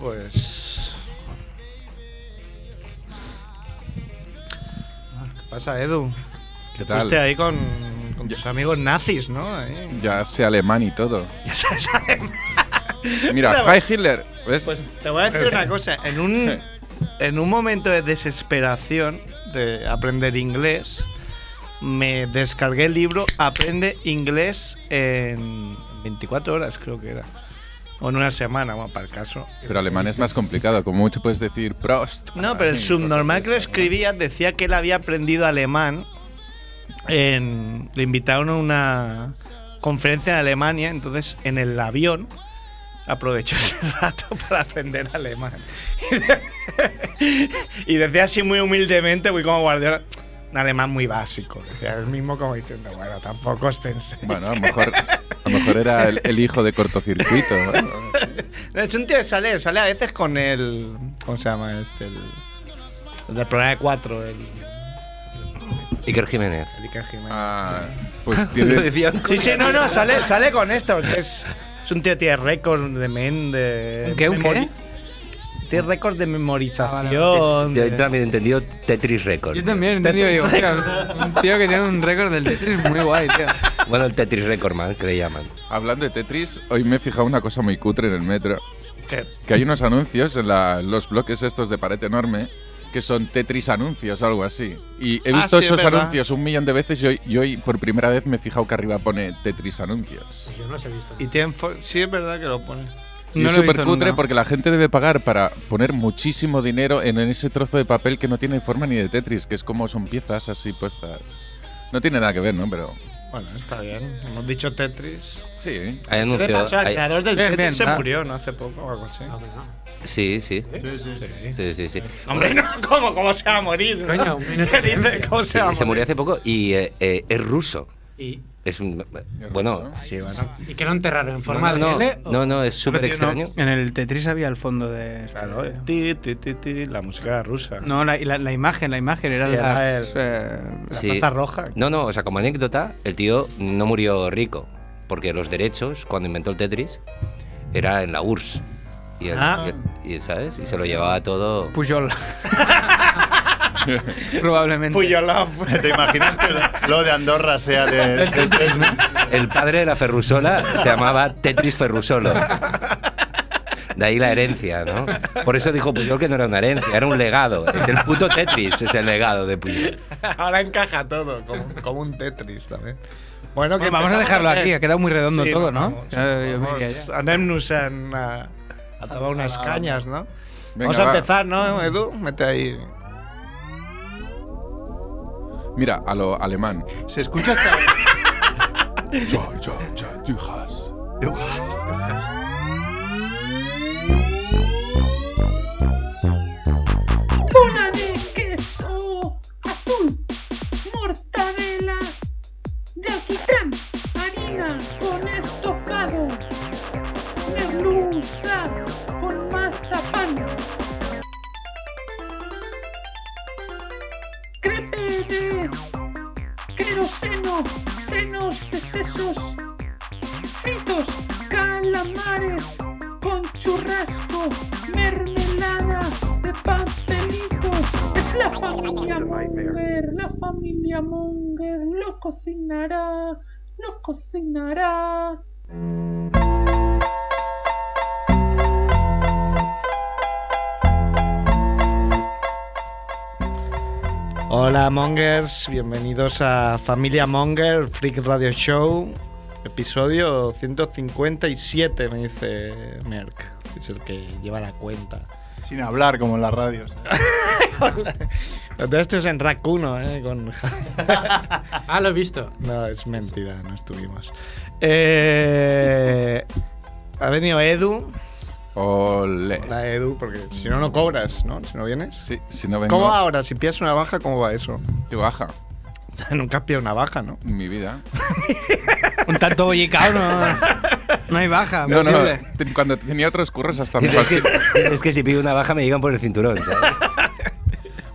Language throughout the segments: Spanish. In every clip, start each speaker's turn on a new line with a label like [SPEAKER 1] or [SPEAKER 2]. [SPEAKER 1] pues, Ah, pasa, Edu?
[SPEAKER 2] ¿Qué tal?
[SPEAKER 1] Fuiste ahí con, con tus amigos nazis, ¿no? Ahí.
[SPEAKER 2] Ya sé alemán y todo.
[SPEAKER 1] Ya sabes, además.
[SPEAKER 2] Mira,
[SPEAKER 1] Bravo.
[SPEAKER 2] Heil Hitler. ¿Ves?
[SPEAKER 1] Pues te voy a decir una cosa. En un, en un momento de desesperación de aprender inglés, me descargué el libro Aprende inglés en 24 horas, creo que era. O en una semana, bueno, para el caso.
[SPEAKER 2] Pero alemán es más complicado. Como mucho puedes decir Prost.
[SPEAKER 1] No, pero el
[SPEAKER 2] Ay,
[SPEAKER 1] subnormal
[SPEAKER 2] cosas
[SPEAKER 1] que lo
[SPEAKER 2] de estas, ¿no?
[SPEAKER 1] escribía decía que él había aprendido alemán. En, le invitaron a una conferencia en Alemania, entonces en el avión aprovechó ese rato para aprender alemán. y decía así muy humildemente, muy como guardiola, un alemán muy básico. Decía el mismo como diciendo, bueno, tampoco os penséis.
[SPEAKER 2] Bueno, a lo mejor, a lo mejor era el, el hijo de cortocircuito. ¿eh? ¿no?
[SPEAKER 1] De hecho, un tío que sale, sale a veces con el. ¿Cómo se llama este? El, el del programa de cuatro, el,
[SPEAKER 3] Iker Jiménez.
[SPEAKER 1] el Iker Jiménez.
[SPEAKER 2] Ah, pues
[SPEAKER 3] Lo
[SPEAKER 2] tiene.
[SPEAKER 3] decían
[SPEAKER 1] Sí,
[SPEAKER 3] con-
[SPEAKER 1] sí, no, no, sale, sale con esto. que Es, es un tío que tiene récord de men, de.
[SPEAKER 4] ¿Un qué, un
[SPEAKER 1] memori-
[SPEAKER 4] qué?
[SPEAKER 1] Tiene récord de
[SPEAKER 3] Yo
[SPEAKER 1] memorización. de-
[SPEAKER 3] también he entendido Tetris Record.
[SPEAKER 4] Yo también, entendido, digo, hostia, un tío que tiene un récord del Tetris muy guay, tío.
[SPEAKER 3] Bueno, el Tetris Record Man, que le llaman.
[SPEAKER 2] Hablando de Tetris, hoy me he fijado una cosa muy cutre en el metro.
[SPEAKER 1] ¿Qué?
[SPEAKER 2] Que hay unos anuncios en la- los bloques estos de pared enorme que son Tetris anuncios o algo así. Y he
[SPEAKER 1] Ah,
[SPEAKER 2] visto
[SPEAKER 1] sí, es
[SPEAKER 2] esos
[SPEAKER 1] verdad.
[SPEAKER 2] anuncios un millón de veces y hoy, y hoy por primera vez me he fijado que arriba pone Tetris anuncios.
[SPEAKER 5] Yo no los he visto.
[SPEAKER 1] Y tiene fo- sí, es verdad que lo pones.
[SPEAKER 2] Y
[SPEAKER 4] No
[SPEAKER 2] es
[SPEAKER 4] lo he
[SPEAKER 2] súper
[SPEAKER 4] visto
[SPEAKER 2] cutre
[SPEAKER 4] nunca.
[SPEAKER 2] porque la gente debe pagar para poner muchísimo dinero en ese trozo de papel que no tiene forma ni de Tetris, que es como son piezas así puestas. No tiene nada que ver, ¿no? Pero
[SPEAKER 1] Bueno, está bien. Hemos dicho Tetris.
[SPEAKER 2] sí.
[SPEAKER 3] Hay
[SPEAKER 1] ¿Qué le
[SPEAKER 3] anuncios.
[SPEAKER 1] pasó al
[SPEAKER 3] hay-
[SPEAKER 1] creador del
[SPEAKER 4] Bien,
[SPEAKER 1] Tetris?
[SPEAKER 4] bien,
[SPEAKER 1] se
[SPEAKER 4] ah.
[SPEAKER 1] murió, ¿no? Hace poco o algo así.
[SPEAKER 5] No, hombre, no.
[SPEAKER 3] Sí, sí.
[SPEAKER 1] Sí.
[SPEAKER 3] Sí, sí, sí.
[SPEAKER 1] Hombre, no, ¿cómo, cómo se va a morir?
[SPEAKER 4] Coño,
[SPEAKER 1] ¿no?
[SPEAKER 4] un
[SPEAKER 1] ¿Qué dice? ¿Cómo se
[SPEAKER 3] Sí,
[SPEAKER 1] va a
[SPEAKER 3] se murió
[SPEAKER 1] morir?
[SPEAKER 3] hace poco y eh, eh, es ruso.
[SPEAKER 5] ¿Y,
[SPEAKER 3] Es un.
[SPEAKER 2] ruso?
[SPEAKER 3] Bueno.
[SPEAKER 1] Sí, bueno.
[SPEAKER 5] ¿Y que lo enterraron en forma
[SPEAKER 3] No, no,
[SPEAKER 5] de L? o-
[SPEAKER 3] no, no, es súper extraño.
[SPEAKER 4] En el Tetris había el fondo de. este-
[SPEAKER 1] Claro, eh. Ti, ti, ti, ti, la música era rusa.
[SPEAKER 4] No, la, y la, la imagen, la imagen era
[SPEAKER 1] Sí, era
[SPEAKER 4] las,
[SPEAKER 1] el-
[SPEAKER 4] eh,
[SPEAKER 1] La
[SPEAKER 3] Sí.
[SPEAKER 1] pata roja.
[SPEAKER 3] No, no, o sea, como anécdota, el tío no murió rico, porque los derechos, cuando inventó el Tetris, era en la URSS. Y, el-
[SPEAKER 1] Ah.
[SPEAKER 3] y- y, ¿sabes? Y se lo llevaba todo.
[SPEAKER 4] Pujol. Probablemente.
[SPEAKER 1] Puyolov.
[SPEAKER 6] ¿Te imaginas que lo- lo de Andorra sea de, de Tetris?
[SPEAKER 3] El padre de la Ferrusola se llamaba Tetris Ferrusolo. De ahí la herencia, ¿no? Por eso dijo Puyol que no era una herencia, era un legado. Es el puto Tetris, es el legado de Puyol.
[SPEAKER 1] Ahora encaja todo, como, como un Tetris también. Bueno,
[SPEAKER 4] Bueno, vamos a dejarlo aquí, ha quedado muy redondo
[SPEAKER 1] Sí,
[SPEAKER 4] todo, ¿no?
[SPEAKER 1] vamos,
[SPEAKER 4] Ya, yo me
[SPEAKER 1] vamos
[SPEAKER 4] iría ya.
[SPEAKER 1] a Nemnusen a, a tomar unas cañas, ¿no?
[SPEAKER 2] Venga,
[SPEAKER 1] vamos a
[SPEAKER 2] va.
[SPEAKER 1] empezar, ¿no, Edu? Mete ahí.
[SPEAKER 2] Mira, a lo alemán.
[SPEAKER 6] Se escucha hasta.
[SPEAKER 2] Joy, joy, joy, du hast.
[SPEAKER 7] Bola de queso azul, mortadela de alquitrán, harina con estocados, merluza con mazapán, crepe de queroseno, senos de sesos, fritos, calamares con churrasco, mermelada de pastelito. Es la familia Munger, la familia Munger lo cocinará, lo cocinará.
[SPEAKER 1] Hola, Mongers. Bienvenidos a Familia Monger, Freak Radio Show. Episodio 157, me dice Merck. que Es el que lleva la cuenta.
[SPEAKER 6] Sin hablar, como en las radios. ¿eh?
[SPEAKER 1] Pero Todo esto es en Racuno, ¿eh? Con
[SPEAKER 5] Ah, lo he visto.
[SPEAKER 1] No, es mentira, no estuvimos. Eh, ha venido Edu.
[SPEAKER 2] Ole.
[SPEAKER 1] La Edu, porque si no, no cobras, ¿no? Si no vienes.
[SPEAKER 2] Sí, si no vengo,
[SPEAKER 1] ¿Cómo va ahora? Si pillas una baja, ¿cómo va eso?
[SPEAKER 2] te baja
[SPEAKER 1] Nunca has pillado una baja, ¿no?
[SPEAKER 2] mi vida.
[SPEAKER 4] Un tanto bollicao no, no hay baja.
[SPEAKER 2] No, no,
[SPEAKER 4] posible.
[SPEAKER 2] no. Te- Cuando tenía otros curros hasta me,
[SPEAKER 3] Es que,
[SPEAKER 2] falsi-
[SPEAKER 3] es que si pido una baja me llegan por el cinturón, ¿sabes?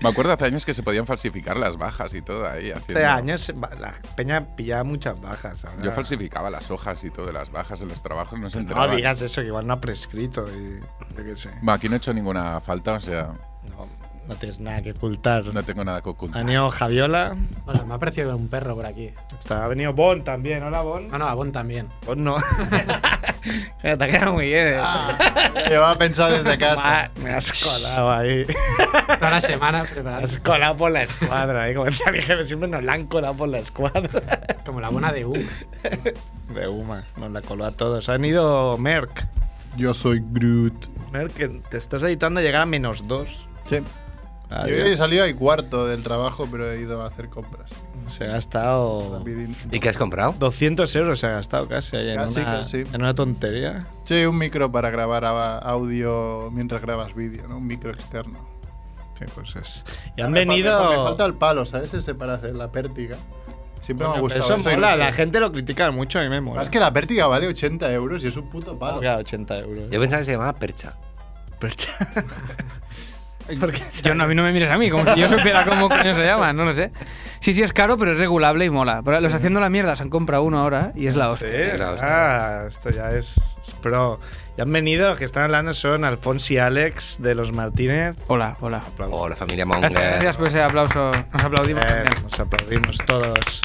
[SPEAKER 2] me acuerdo hace años que se podían falsificar las bajas y todo ahí. Haciendo...
[SPEAKER 1] Hace años va- la peña pillaba muchas bajas. ahora-
[SPEAKER 2] Yo falsificaba las hojas y todo de las bajas en los trabajos, no se
[SPEAKER 1] Ah. No
[SPEAKER 2] enteraba.
[SPEAKER 1] digas eso, que igual no ha prescrito y yo qué sé.
[SPEAKER 2] Va, aquí no he hecho ninguna falta, o sea,
[SPEAKER 1] No. No tienes nada que ocultar.
[SPEAKER 2] No tengo nada que ocultar.
[SPEAKER 1] Ha venido Javiola.
[SPEAKER 5] Hola, me ha parecido un perro por aquí. Ah,
[SPEAKER 1] Está, ha venido Bon también. Hola, Bon.
[SPEAKER 5] No, no, Abón también.
[SPEAKER 1] Bon no. Te ha quedado muy bien. eh.
[SPEAKER 6] Llevaba pensado desde casa.
[SPEAKER 1] Ma- me has colado ahí.
[SPEAKER 5] Toda la semana
[SPEAKER 1] Me
[SPEAKER 5] preparando.
[SPEAKER 1] has colado por la escuadra. ¿eh? Como decía mi jefe, siempre nos la han colado por la escuadra.
[SPEAKER 5] Como la buena de U.
[SPEAKER 1] De Uma. Nos la coló a todos. Han ido Merck.
[SPEAKER 6] Yo soy Groot.
[SPEAKER 1] Merck, que te estás editando a llegar a menos dos.
[SPEAKER 6] Sí. Yo he salido al cuarto del trabajo, pero he ido a hacer compras.
[SPEAKER 1] Se ha gastado.
[SPEAKER 6] Rapidín.
[SPEAKER 3] ¿Y qué has comprado?
[SPEAKER 1] 200 euros se ha gastado casi, ahí en,
[SPEAKER 6] Casi,
[SPEAKER 1] una,
[SPEAKER 6] casi.
[SPEAKER 1] en una tontería.
[SPEAKER 6] Sí, un micro para grabar a- audio mientras grabas vídeo, ¿no? Un micro externo.
[SPEAKER 1] Sí, pues es. Y han
[SPEAKER 6] Me fa-
[SPEAKER 1] venido.
[SPEAKER 6] Me falta el palo, ¿sabes? Ese para hacer la pértiga. Siempre me ha
[SPEAKER 1] Coño,
[SPEAKER 6] gustado.
[SPEAKER 1] Eso
[SPEAKER 6] esa
[SPEAKER 1] mola,
[SPEAKER 6] ilusión.
[SPEAKER 1] la gente lo critica mucho, a mí me mola.
[SPEAKER 6] Es que la pértiga vale 80 euros y es un puto palo.
[SPEAKER 1] Claro, 80 euros.
[SPEAKER 3] Yo pensaba que se llamaba percha.
[SPEAKER 1] Percha.
[SPEAKER 4] Yo no, a mí no me mires a mí, como si yo supiera cómo coño se llama, no lo sé. Sí, sí, es caro, pero es regulable y mola. Pero los haciendo la mierda se han comprado uno ahora ¿eh? y es la hostia.
[SPEAKER 1] Sí,
[SPEAKER 3] Claro,
[SPEAKER 1] ah, esto ya es, es pro. Y han venido, que están hablando son Alfonso y Alex de los Martínez.
[SPEAKER 4] Hola, hola.
[SPEAKER 3] O Oh, la familia
[SPEAKER 4] Gracias,
[SPEAKER 3] Monger.
[SPEAKER 4] gracias por ese aplauso. Nos aplaudimos
[SPEAKER 1] Eh,
[SPEAKER 4] también.
[SPEAKER 1] nos aplaudimos todos.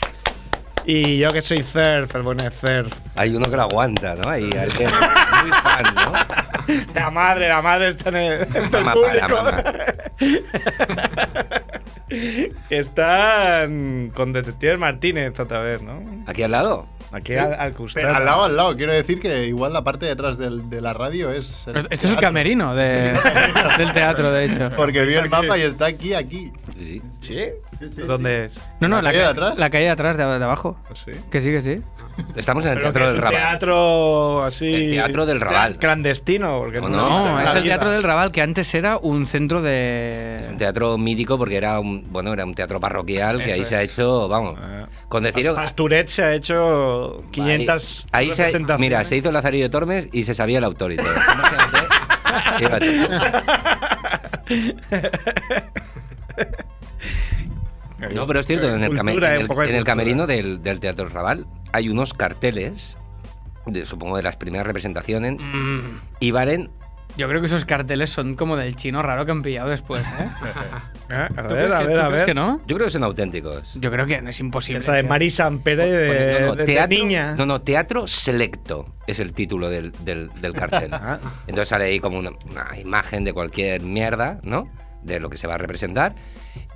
[SPEAKER 1] Y yo que soy Cerf, el bueno de Cerf.
[SPEAKER 3] Hay uno que lo aguanta, ¿no? Ahí, al que es muy fan, ¿no?
[SPEAKER 1] La madre, la madre está en el, en el
[SPEAKER 3] mamá, la
[SPEAKER 1] público.
[SPEAKER 3] mamá.
[SPEAKER 1] Están con Detective Martínez otra vez, ¿no?
[SPEAKER 3] ¿Aquí al lado?
[SPEAKER 1] Aquí
[SPEAKER 6] Sí.
[SPEAKER 1] al, al
[SPEAKER 6] Pero
[SPEAKER 1] costado.
[SPEAKER 6] al lado, al lado. Quiero decir que igual la parte de atrás del- de la radio es. el
[SPEAKER 4] Pero Este es el
[SPEAKER 6] teatro.
[SPEAKER 4] camerino de- del teatro, de hecho.
[SPEAKER 6] Porque vi el mapa y está aquí, aquí.
[SPEAKER 3] Sí.
[SPEAKER 1] ¿Sí?
[SPEAKER 6] Sí, sí,
[SPEAKER 1] ¿Dónde es?
[SPEAKER 4] No, no,
[SPEAKER 6] ¿La
[SPEAKER 4] la,
[SPEAKER 6] calle de
[SPEAKER 4] ca-
[SPEAKER 6] atrás?
[SPEAKER 4] la calle de atrás, de, de abajo.
[SPEAKER 5] ¿Ah,
[SPEAKER 1] Pues sí.
[SPEAKER 4] Que sí, que sí.
[SPEAKER 3] Estamos en el
[SPEAKER 1] Pero que
[SPEAKER 3] Teatro
[SPEAKER 1] es
[SPEAKER 3] del
[SPEAKER 1] un
[SPEAKER 3] Raval.
[SPEAKER 1] Teatro así.
[SPEAKER 3] El teatro del Raval.
[SPEAKER 1] Clandestino, porque
[SPEAKER 3] No,
[SPEAKER 4] No,
[SPEAKER 1] está
[SPEAKER 4] es el
[SPEAKER 1] nada.
[SPEAKER 4] Teatro del Raval, que antes era un centro
[SPEAKER 3] Es un
[SPEAKER 4] de...
[SPEAKER 3] teatro mítico porque era un, bueno, era un teatro parroquial que
[SPEAKER 1] Eso
[SPEAKER 3] ahí
[SPEAKER 1] es.
[SPEAKER 3] se ha hecho, vamos,
[SPEAKER 1] Ah.
[SPEAKER 3] con decir...
[SPEAKER 1] Pasturet se ha hecho 500
[SPEAKER 3] Ahí, ahí se, ha-
[SPEAKER 1] representaciones.
[SPEAKER 3] mira, se hizo Lazarillo de Tormes y se sabía el autor y todo. Imagínate. Fíjate. No, pero es cierto, en el, came-
[SPEAKER 1] Cultura,
[SPEAKER 3] en
[SPEAKER 1] eh,
[SPEAKER 3] el-
[SPEAKER 1] un poco de
[SPEAKER 3] en el
[SPEAKER 1] cultura.
[SPEAKER 3] camerino del, del Teatro Raval hay unos carteles, de, supongo de las primeras representaciones,
[SPEAKER 4] Mm,
[SPEAKER 3] y valen
[SPEAKER 4] yo creo que esos carteles son como del chino raro que han pillado después, ¿eh?
[SPEAKER 1] Ah, A
[SPEAKER 4] ¿Tú
[SPEAKER 1] ver,
[SPEAKER 4] crees
[SPEAKER 1] a
[SPEAKER 4] que-
[SPEAKER 1] ver,
[SPEAKER 4] tú
[SPEAKER 1] a
[SPEAKER 4] crees
[SPEAKER 1] ver.
[SPEAKER 4] que no?
[SPEAKER 3] Yo creo que son auténticos.
[SPEAKER 4] Yo creo que es imposible.
[SPEAKER 1] Esa de Mari Sampere de,
[SPEAKER 3] Pone- Pues, no, no,
[SPEAKER 1] de- de
[SPEAKER 3] teatro,
[SPEAKER 1] niña.
[SPEAKER 3] No, no, Teatro Selecto es el título del, del- del cartel.
[SPEAKER 8] Ah.
[SPEAKER 3] Entonces sale ahí como una, una imagen de cualquier mierda, ¿no? De lo que se va a representar.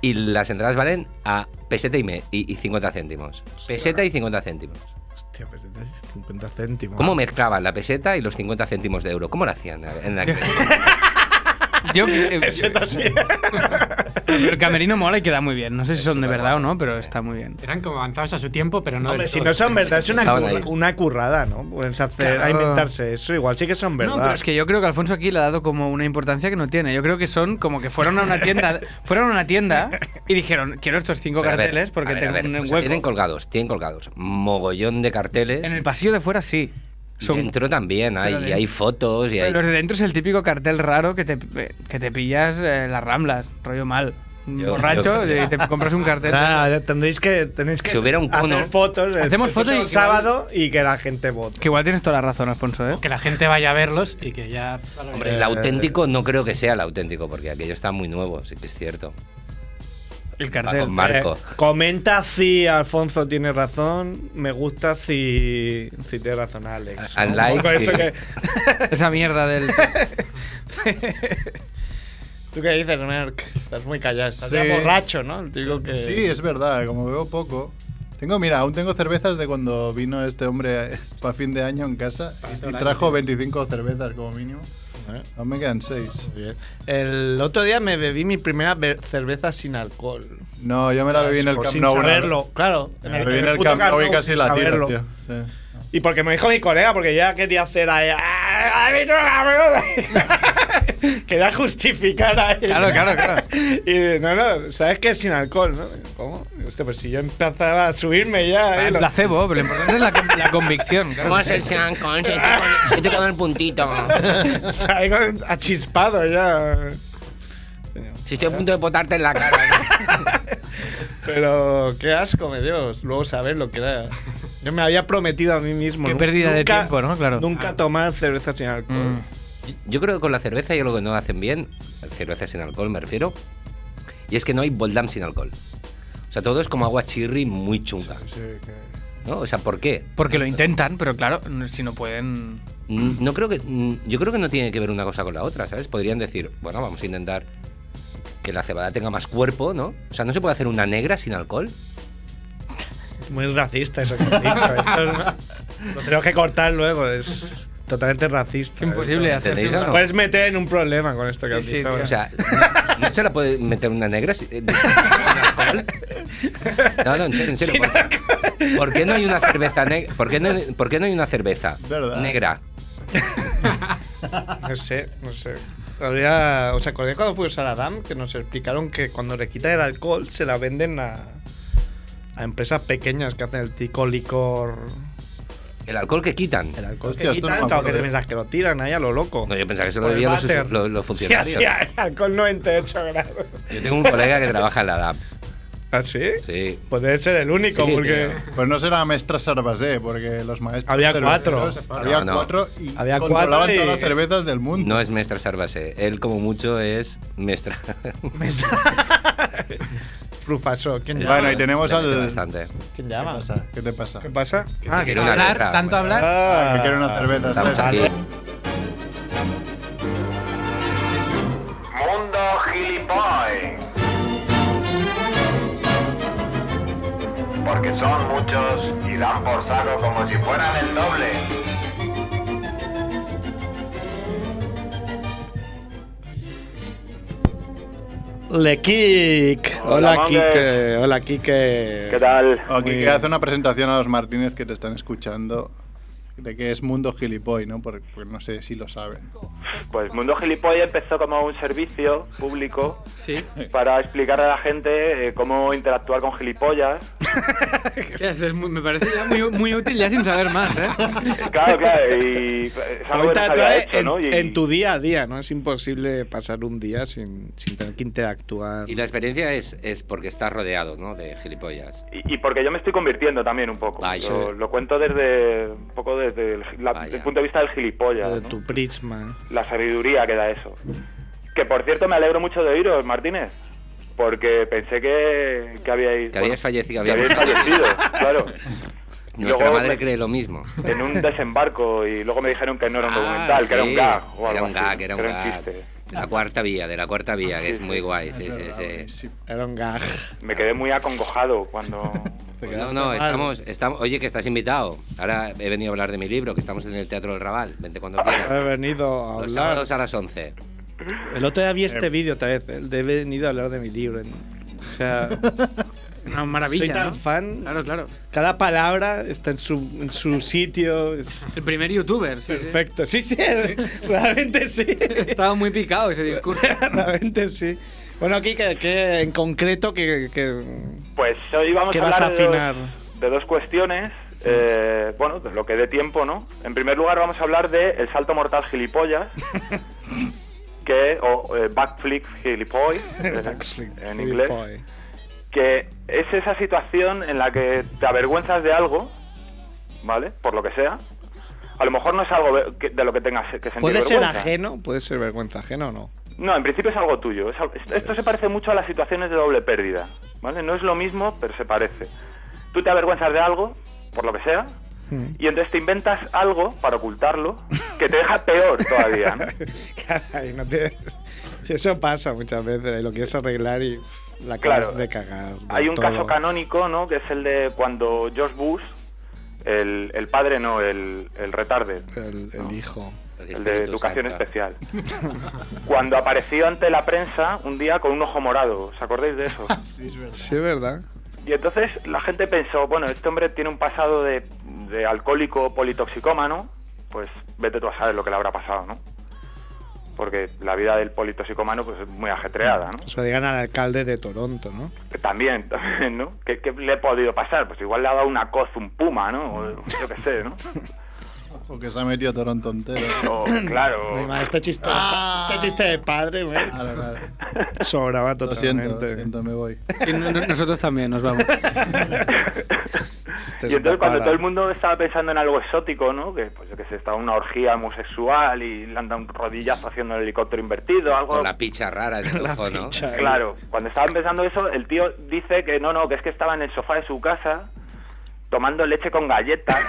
[SPEAKER 3] Y las entradas valen a peseta y, me- y, y 50 céntimos. Peseta y 50 céntimos.
[SPEAKER 1] Hostia, pero es 50 céntimos.
[SPEAKER 3] ¿Cómo mezclaban la peseta y los 50 céntimos de euro? ¿Cómo lo hacían en aquel-
[SPEAKER 4] Yo, eh, pero el camerino mola y queda muy bien. No sé si son de verdad o no, pero está muy bien.
[SPEAKER 5] Eran como avanzados a su tiempo, pero no.
[SPEAKER 1] Hombre,
[SPEAKER 5] del
[SPEAKER 1] si
[SPEAKER 5] todo.
[SPEAKER 1] no son verdad, es una,
[SPEAKER 3] Estaban
[SPEAKER 1] curra-
[SPEAKER 3] ahí.
[SPEAKER 1] una currada, ¿no? Puedes hacer, a
[SPEAKER 4] Claro.
[SPEAKER 1] inventarse eso. Igual sí que son verdad.
[SPEAKER 4] No, pero es que yo creo que Alfonso aquí le ha dado como una importancia que no tiene. Yo creo que son como que fueron a una tienda, fueron a una tienda y dijeron, quiero estos cinco
[SPEAKER 3] Pero a ver,
[SPEAKER 4] carteles porque
[SPEAKER 3] a ver,
[SPEAKER 4] tengo
[SPEAKER 3] a ver,
[SPEAKER 4] un
[SPEAKER 3] o sea,
[SPEAKER 4] hueco.
[SPEAKER 3] tienen colgados, tienen colgados. Mogollón de carteles.
[SPEAKER 4] En el pasillo de fuera sí.
[SPEAKER 3] Y
[SPEAKER 4] Son,
[SPEAKER 3] Dentro también hay,
[SPEAKER 4] pero de-
[SPEAKER 3] y hay fotos y hay...
[SPEAKER 4] pero los de dentro es el típico cartel raro que te, que te pillas eh, en las ramblas, rollo mal. Un
[SPEAKER 3] Yo-
[SPEAKER 4] borracho
[SPEAKER 3] yo-
[SPEAKER 4] y te compras un cartel.
[SPEAKER 1] Nada, Ah, ya tendréis que, tenéis que
[SPEAKER 3] Si hubiera un cono.
[SPEAKER 1] hacer fotos. eh,
[SPEAKER 4] Hacemos
[SPEAKER 1] después
[SPEAKER 4] fotos y
[SPEAKER 1] un
[SPEAKER 4] que-
[SPEAKER 1] sábado y que la gente vote.
[SPEAKER 4] Que igual tienes toda la razón, Alfonso, ¿eh?
[SPEAKER 5] Que la gente vaya a verlos y que ya.
[SPEAKER 6] eh,
[SPEAKER 3] Hombre, el auténtico no creo que sea el auténtico, porque aquello está muy nuevo, sí que es cierto.
[SPEAKER 4] El
[SPEAKER 3] Va
[SPEAKER 4] cartel.
[SPEAKER 3] con Marco.
[SPEAKER 1] Eh, comenta si Alfonso tiene razón. Me gusta si, si tiene razón Alex.
[SPEAKER 3] Al
[SPEAKER 1] Un
[SPEAKER 3] like,
[SPEAKER 1] poco eso
[SPEAKER 3] sí.
[SPEAKER 1] que-
[SPEAKER 4] Esa mierda del.
[SPEAKER 1] ¿Tú qué dices, Merck? Estás muy callado. Estás
[SPEAKER 6] Sí.
[SPEAKER 1] ya borracho, ¿no? El típico que...
[SPEAKER 6] eh, Sí, es verdad, como veo poco. Tengo, mira, aún tengo cervezas de cuando vino este hombre para fin de año en casa y trajo 25 cervezas como mínimo.
[SPEAKER 1] Eh,
[SPEAKER 6] Aún me quedan 6.
[SPEAKER 1] muy bien. El otro día me bebí mi primera be- cerveza sin alcohol.
[SPEAKER 6] No, yo me la bebí en el
[SPEAKER 1] Pues Por-
[SPEAKER 6] Camp
[SPEAKER 1] sin
[SPEAKER 6] Nou. una-
[SPEAKER 1] saberlo, claro.
[SPEAKER 6] Me la bebí en el
[SPEAKER 1] puto
[SPEAKER 6] Camp Nou y casi
[SPEAKER 1] sin
[SPEAKER 6] la tiro,
[SPEAKER 1] saberlo.
[SPEAKER 6] tío. Sí.
[SPEAKER 1] Y porque me dijo mi colega, porque ya quería hacer ahí. "Ah, árbitro, árbitro". quería justificar ahí.
[SPEAKER 4] Claro, claro, claro.
[SPEAKER 1] Y no, no, sabes que es sin alcohol, ¿no? ¿Cómo? Hostia, pues si yo empezaba a subirme ya. ahí lo-
[SPEAKER 4] Placebo, pero lo importante es la, con- la convicción. claro.
[SPEAKER 3] con el puntito.
[SPEAKER 1] Estaba ahí con- achispado ya.
[SPEAKER 3] Si estoy a punto de potarte en la cara.
[SPEAKER 1] Pero qué asco me dio luego saber lo que era. Yo me había prometido a mí mismo.
[SPEAKER 4] Qué
[SPEAKER 1] nu-
[SPEAKER 4] pérdida de tiempo, ¿no? Claro.
[SPEAKER 6] Ah.
[SPEAKER 1] Nunca tomar cerveza sin alcohol.
[SPEAKER 4] Mm.
[SPEAKER 3] Yo creo que con la cerveza y lo que no hacen bien, cerveza sin alcohol me refiero, Y es que no hay Boldam sin alcohol. O sea, todo es como agua chirri muy chunga.
[SPEAKER 6] Sí, que-
[SPEAKER 3] ¿no? O sea, ¿por qué?
[SPEAKER 4] Porque lo intentan, pero claro, no- si no pueden.
[SPEAKER 3] Mm, No creo que, mm, yo creo que no tiene que ver una cosa con la otra, ¿sabes? Podrían decir, bueno, vamos a intentar que la cebada tenga más cuerpo, ¿no? O sea, ¿no se puede hacer una negra sin alcohol?
[SPEAKER 1] Muy racista eso que has dicho. Esto es- lo tenemos que cortar luego. Es totalmente racista.
[SPEAKER 4] Es imposible
[SPEAKER 1] esto.
[SPEAKER 4] hacerse.
[SPEAKER 3] ¿Entendéis
[SPEAKER 4] una-
[SPEAKER 3] o no?
[SPEAKER 1] Puedes meter en un problema con esto que has
[SPEAKER 4] Sí, sí,
[SPEAKER 1] dicho.
[SPEAKER 4] tío.
[SPEAKER 1] ahora.
[SPEAKER 3] O sea, ¿no se la puede meter una negra sin, eh, de- sin alcohol? No, no, en serio, en serio. ¿por, qué- por qué no hay una cerveza negra? ¿Por, qué no- por qué no hay una cerveza
[SPEAKER 6] Verdad.
[SPEAKER 3] negra?
[SPEAKER 1] No sé, no sé. Habría, ¿Os acordáis cuando fui a Saladam que nos explicaron que cuando le quitan el alcohol se la venden a, a empresas pequeñas que hacen el tico licor?
[SPEAKER 3] El alcohol que quitan.
[SPEAKER 1] El alcohol
[SPEAKER 6] Hostia,
[SPEAKER 1] que
[SPEAKER 6] esto no
[SPEAKER 1] quitan,
[SPEAKER 6] me
[SPEAKER 1] claro,
[SPEAKER 6] acuerdo.
[SPEAKER 1] que te piensas que lo tiran ahí a lo loco.
[SPEAKER 3] No, yo pensaba que eso lo
[SPEAKER 1] Por el
[SPEAKER 3] debían los,
[SPEAKER 1] váter.
[SPEAKER 3] los- los
[SPEAKER 1] Sí,
[SPEAKER 3] funcionarios.
[SPEAKER 1] así, alcohol 98 grados.
[SPEAKER 3] Yo tengo un colega que trabaja en la DAP.
[SPEAKER 1] ¿Ah, sí?
[SPEAKER 3] Sí.
[SPEAKER 1] Pues debe ser el único,
[SPEAKER 3] Sí,
[SPEAKER 1] porque.
[SPEAKER 3] tío.
[SPEAKER 6] Pues no será maestra Sarbasé, porque los maestros.
[SPEAKER 1] Había
[SPEAKER 6] cerveceros-
[SPEAKER 1] cuatro.
[SPEAKER 6] Había
[SPEAKER 3] No, no.
[SPEAKER 6] cuatro y
[SPEAKER 1] Había cuatro
[SPEAKER 6] controlaban
[SPEAKER 1] y-
[SPEAKER 6] todas las cervezas del mundo.
[SPEAKER 3] No es Mestra Sarbase. Él, como mucho, es Mestra.
[SPEAKER 1] Rufaso, ¿quién llama?
[SPEAKER 6] Bueno, y tenemos
[SPEAKER 3] Le mete
[SPEAKER 6] al.
[SPEAKER 3] Bastante.
[SPEAKER 1] ¿Quién
[SPEAKER 6] ¿Qué
[SPEAKER 1] llama?
[SPEAKER 6] pasa? ¿Qué te pasa?
[SPEAKER 1] ¿Qué pasa?
[SPEAKER 5] Ah, que
[SPEAKER 3] Quiero una
[SPEAKER 5] hablar,
[SPEAKER 3] letra.
[SPEAKER 5] tanto hablar.
[SPEAKER 1] Ah,
[SPEAKER 6] Me quiero una cerveza.
[SPEAKER 3] Estamos
[SPEAKER 6] ¿sabes?
[SPEAKER 3] aquí.
[SPEAKER 9] Mundo Gilipoy. Porque son muchos y dan por saco como si fueran el doble.
[SPEAKER 1] Le Kik.
[SPEAKER 9] Hola,
[SPEAKER 1] Hola,
[SPEAKER 9] Monge.
[SPEAKER 1] Kike. Hola, Kike.
[SPEAKER 9] ¿Qué tal?
[SPEAKER 6] O
[SPEAKER 1] Muy
[SPEAKER 6] que
[SPEAKER 1] bien.
[SPEAKER 6] hace una presentación a los Martínez que te están escuchando de que es mundo gilipoy, ¿no? Porque, porque no sé si lo saben.
[SPEAKER 9] Pues Mundo Gilipoy empezó como un servicio público
[SPEAKER 4] Sí.
[SPEAKER 9] para explicar a la gente eh, cómo interactuar con gilipollas.
[SPEAKER 4] Ya, esto es muy- me parece ya muy, muy útil ya sin saber más, ¿eh?
[SPEAKER 9] Claro, claro, y eh, es algo que no
[SPEAKER 1] Ahorita
[SPEAKER 9] se había
[SPEAKER 1] trae
[SPEAKER 9] hecho,
[SPEAKER 1] en,
[SPEAKER 9] ¿no? Y-
[SPEAKER 1] en tu día a día, ¿no? Es imposible pasar un día sin, sin tener que interactuar.
[SPEAKER 3] Y la experiencia es, es porque estás rodeado, ¿no? De gilipollas.
[SPEAKER 9] Y, y porque yo me estoy convirtiendo también un poco.
[SPEAKER 3] Vaya.
[SPEAKER 9] Lo, lo cuento desde un poco desde el, gi- la-
[SPEAKER 3] Vaya.
[SPEAKER 9] el punto de vista del gilipollas.
[SPEAKER 1] de
[SPEAKER 9] ¿no?
[SPEAKER 1] tu prisma.
[SPEAKER 9] La sabiduría que da eso. Que por cierto me alegro mucho de oíros, Martínez. Porque pensé que, que habíais,
[SPEAKER 3] Que
[SPEAKER 9] bueno,
[SPEAKER 3] habías fallecido.
[SPEAKER 9] que
[SPEAKER 3] habías-
[SPEAKER 9] habíais fallecido, claro.
[SPEAKER 3] Nuestra
[SPEAKER 9] Luego
[SPEAKER 3] madre
[SPEAKER 9] me-
[SPEAKER 3] cree lo mismo.
[SPEAKER 9] En un desembarco y luego me dijeron que no era un
[SPEAKER 3] Ah,
[SPEAKER 9] documental, que era un
[SPEAKER 3] sí.
[SPEAKER 9] gag o algo
[SPEAKER 3] Era un
[SPEAKER 9] así,
[SPEAKER 3] gag, era un gag.
[SPEAKER 9] chiste.
[SPEAKER 3] De la cuarta vía, de la cuarta vía, que es muy guay. Sí, sí, sí.
[SPEAKER 6] Sí.
[SPEAKER 1] Era un gag.
[SPEAKER 9] Me quedé muy acongojado cuando...
[SPEAKER 1] Te
[SPEAKER 3] Pues No,
[SPEAKER 1] quedaste
[SPEAKER 3] no,
[SPEAKER 1] mal.
[SPEAKER 3] estamos, estamos. Oye, que estás invitado. Ahora he venido a hablar de mi libro, que estamos en el Teatro del Raval. Vente cuando
[SPEAKER 1] He
[SPEAKER 3] quieras.
[SPEAKER 1] venido a
[SPEAKER 3] Los
[SPEAKER 1] hablar.
[SPEAKER 3] sábados a las 11.
[SPEAKER 1] El otro día vi este vídeo otra vez. El de he venido a hablar de mi libro. O sea,
[SPEAKER 4] Una
[SPEAKER 1] soy
[SPEAKER 4] maravilla,
[SPEAKER 1] tan
[SPEAKER 4] ¿no?
[SPEAKER 1] fan.
[SPEAKER 4] Claro, claro.
[SPEAKER 1] Cada palabra está en su, en su sitio. Es
[SPEAKER 4] El primer youtuber, sí, sí.
[SPEAKER 1] perfecto. Sí, sí, realmente sí.
[SPEAKER 4] Estaba muy picado ese discurso.
[SPEAKER 1] Realmente sí. Bueno, aquí que, que en concreto que, que-
[SPEAKER 9] Pues hoy vamos
[SPEAKER 1] ¿Qué
[SPEAKER 9] a
[SPEAKER 1] vas
[SPEAKER 9] hablar
[SPEAKER 1] a
[SPEAKER 9] de dos-
[SPEAKER 1] afinar?
[SPEAKER 9] De, dos cuestiones. eh, bueno, de lo que dé tiempo, ¿no? En primer lugar vamos a hablar de el salto mortal gilipollas, que o eh, backflip gilipoy eh, en inglés,
[SPEAKER 1] Gilipoy.
[SPEAKER 9] que es esa situación en la que te avergüenzas de algo, ¿vale? Por lo que sea. A lo mejor no es algo ve- que- de lo que tengas que sentir
[SPEAKER 1] Puede ser
[SPEAKER 9] vergüenza.
[SPEAKER 1] ajeno, puede ser vergüenza ajena o no.
[SPEAKER 9] No, en principio es algo tuyo. Es al- esto- esto se parece mucho a las situaciones de doble pérdida. ¿vale? No es lo mismo, pero se parece. Tú te avergüenzas de algo, por lo que sea, y entonces te inventas algo para ocultarlo que te deja peor todavía. ¿no?
[SPEAKER 1] Caray, no te- si Eso pasa muchas veces, y lo quieres arreglar y la acabas
[SPEAKER 9] Claro.
[SPEAKER 1] de cagar. del
[SPEAKER 9] Hay un
[SPEAKER 1] todo.
[SPEAKER 9] caso canónico, ¿no? Que es el de cuando George Bush, el, el padre no, el, el retarde,
[SPEAKER 1] El, el hijo.
[SPEAKER 9] el de
[SPEAKER 3] Espíritu
[SPEAKER 9] educación
[SPEAKER 3] Santo.
[SPEAKER 9] especial, cuando apareció ante la prensa un día con un ojo morado. ¿Os acordáis de eso?
[SPEAKER 6] Sí, es verdad.
[SPEAKER 1] Sí, es verdad.
[SPEAKER 9] Y entonces la gente pensó, bueno, este hombre tiene un pasado de, de alcohólico politoxicómano, pues vete tú a saber lo que le habrá pasado, ¿no? Porque la vida del politoxicómano pues, es muy ajetreada, ¿no?
[SPEAKER 1] Eso digan al alcalde de Toronto, ¿no?
[SPEAKER 9] Que También, también, ¿no? ¿Qué, qué le ha podido pasar? Pues igual le ha dado una coz, un puma, ¿no? O yo qué sé, ¿no?
[SPEAKER 6] Ojo que se ha metido Toronto entero. Ah.
[SPEAKER 9] O, Oh, claro,
[SPEAKER 1] Muy mal, este chiste, este chiste de padre, güey,
[SPEAKER 6] Claro, claro.
[SPEAKER 1] sobraba
[SPEAKER 6] Lo siento,
[SPEAKER 1] totalmente.
[SPEAKER 6] lo siento, me voy.
[SPEAKER 4] Sí, no- no- nosotros también nos vamos.
[SPEAKER 1] Este
[SPEAKER 3] Esto es
[SPEAKER 9] Y entonces
[SPEAKER 3] una
[SPEAKER 9] cuando
[SPEAKER 3] pala.
[SPEAKER 9] todo el mundo estaba pensando en algo exótico, ¿no? Que pues yo que sé, estaba una orgía homosexual y le han dado un rodillazo haciendo el helicóptero invertido, algo.
[SPEAKER 3] Con la picha rara en el ojo, ¿no?
[SPEAKER 9] Claro, cuando estaban pensando eso, el tío dice que no, no, que es que estaba en el sofá de su casa tomando leche con galletas.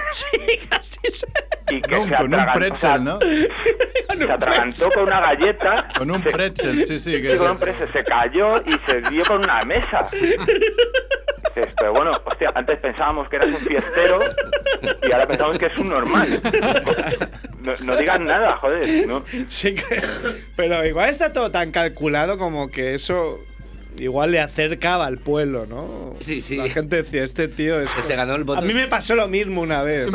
[SPEAKER 9] Y que
[SPEAKER 6] No,
[SPEAKER 9] se
[SPEAKER 6] con un
[SPEAKER 9] atragantó-
[SPEAKER 6] pretzel, ¿no?
[SPEAKER 9] Se atragantó con una galleta.
[SPEAKER 6] Con un
[SPEAKER 9] se-
[SPEAKER 6] pretzel, sí, sí. Que
[SPEAKER 9] Sí, con
[SPEAKER 6] se-
[SPEAKER 9] un pretzel, se cayó y se dio con una mesa. Dices, pero bueno, hostia, antes pensábamos que eras un fiestero y ahora pensamos que es un normal. No, no digas nada, joder. No,
[SPEAKER 1] Sí que- pero igual está todo tan calculado como que eso igual le acercaba al pueblo, ¿no?
[SPEAKER 3] Sí, sí.
[SPEAKER 1] La gente decía, este tío es...
[SPEAKER 3] Se ganó el voto.
[SPEAKER 1] A mí me pasó lo mismo una vez.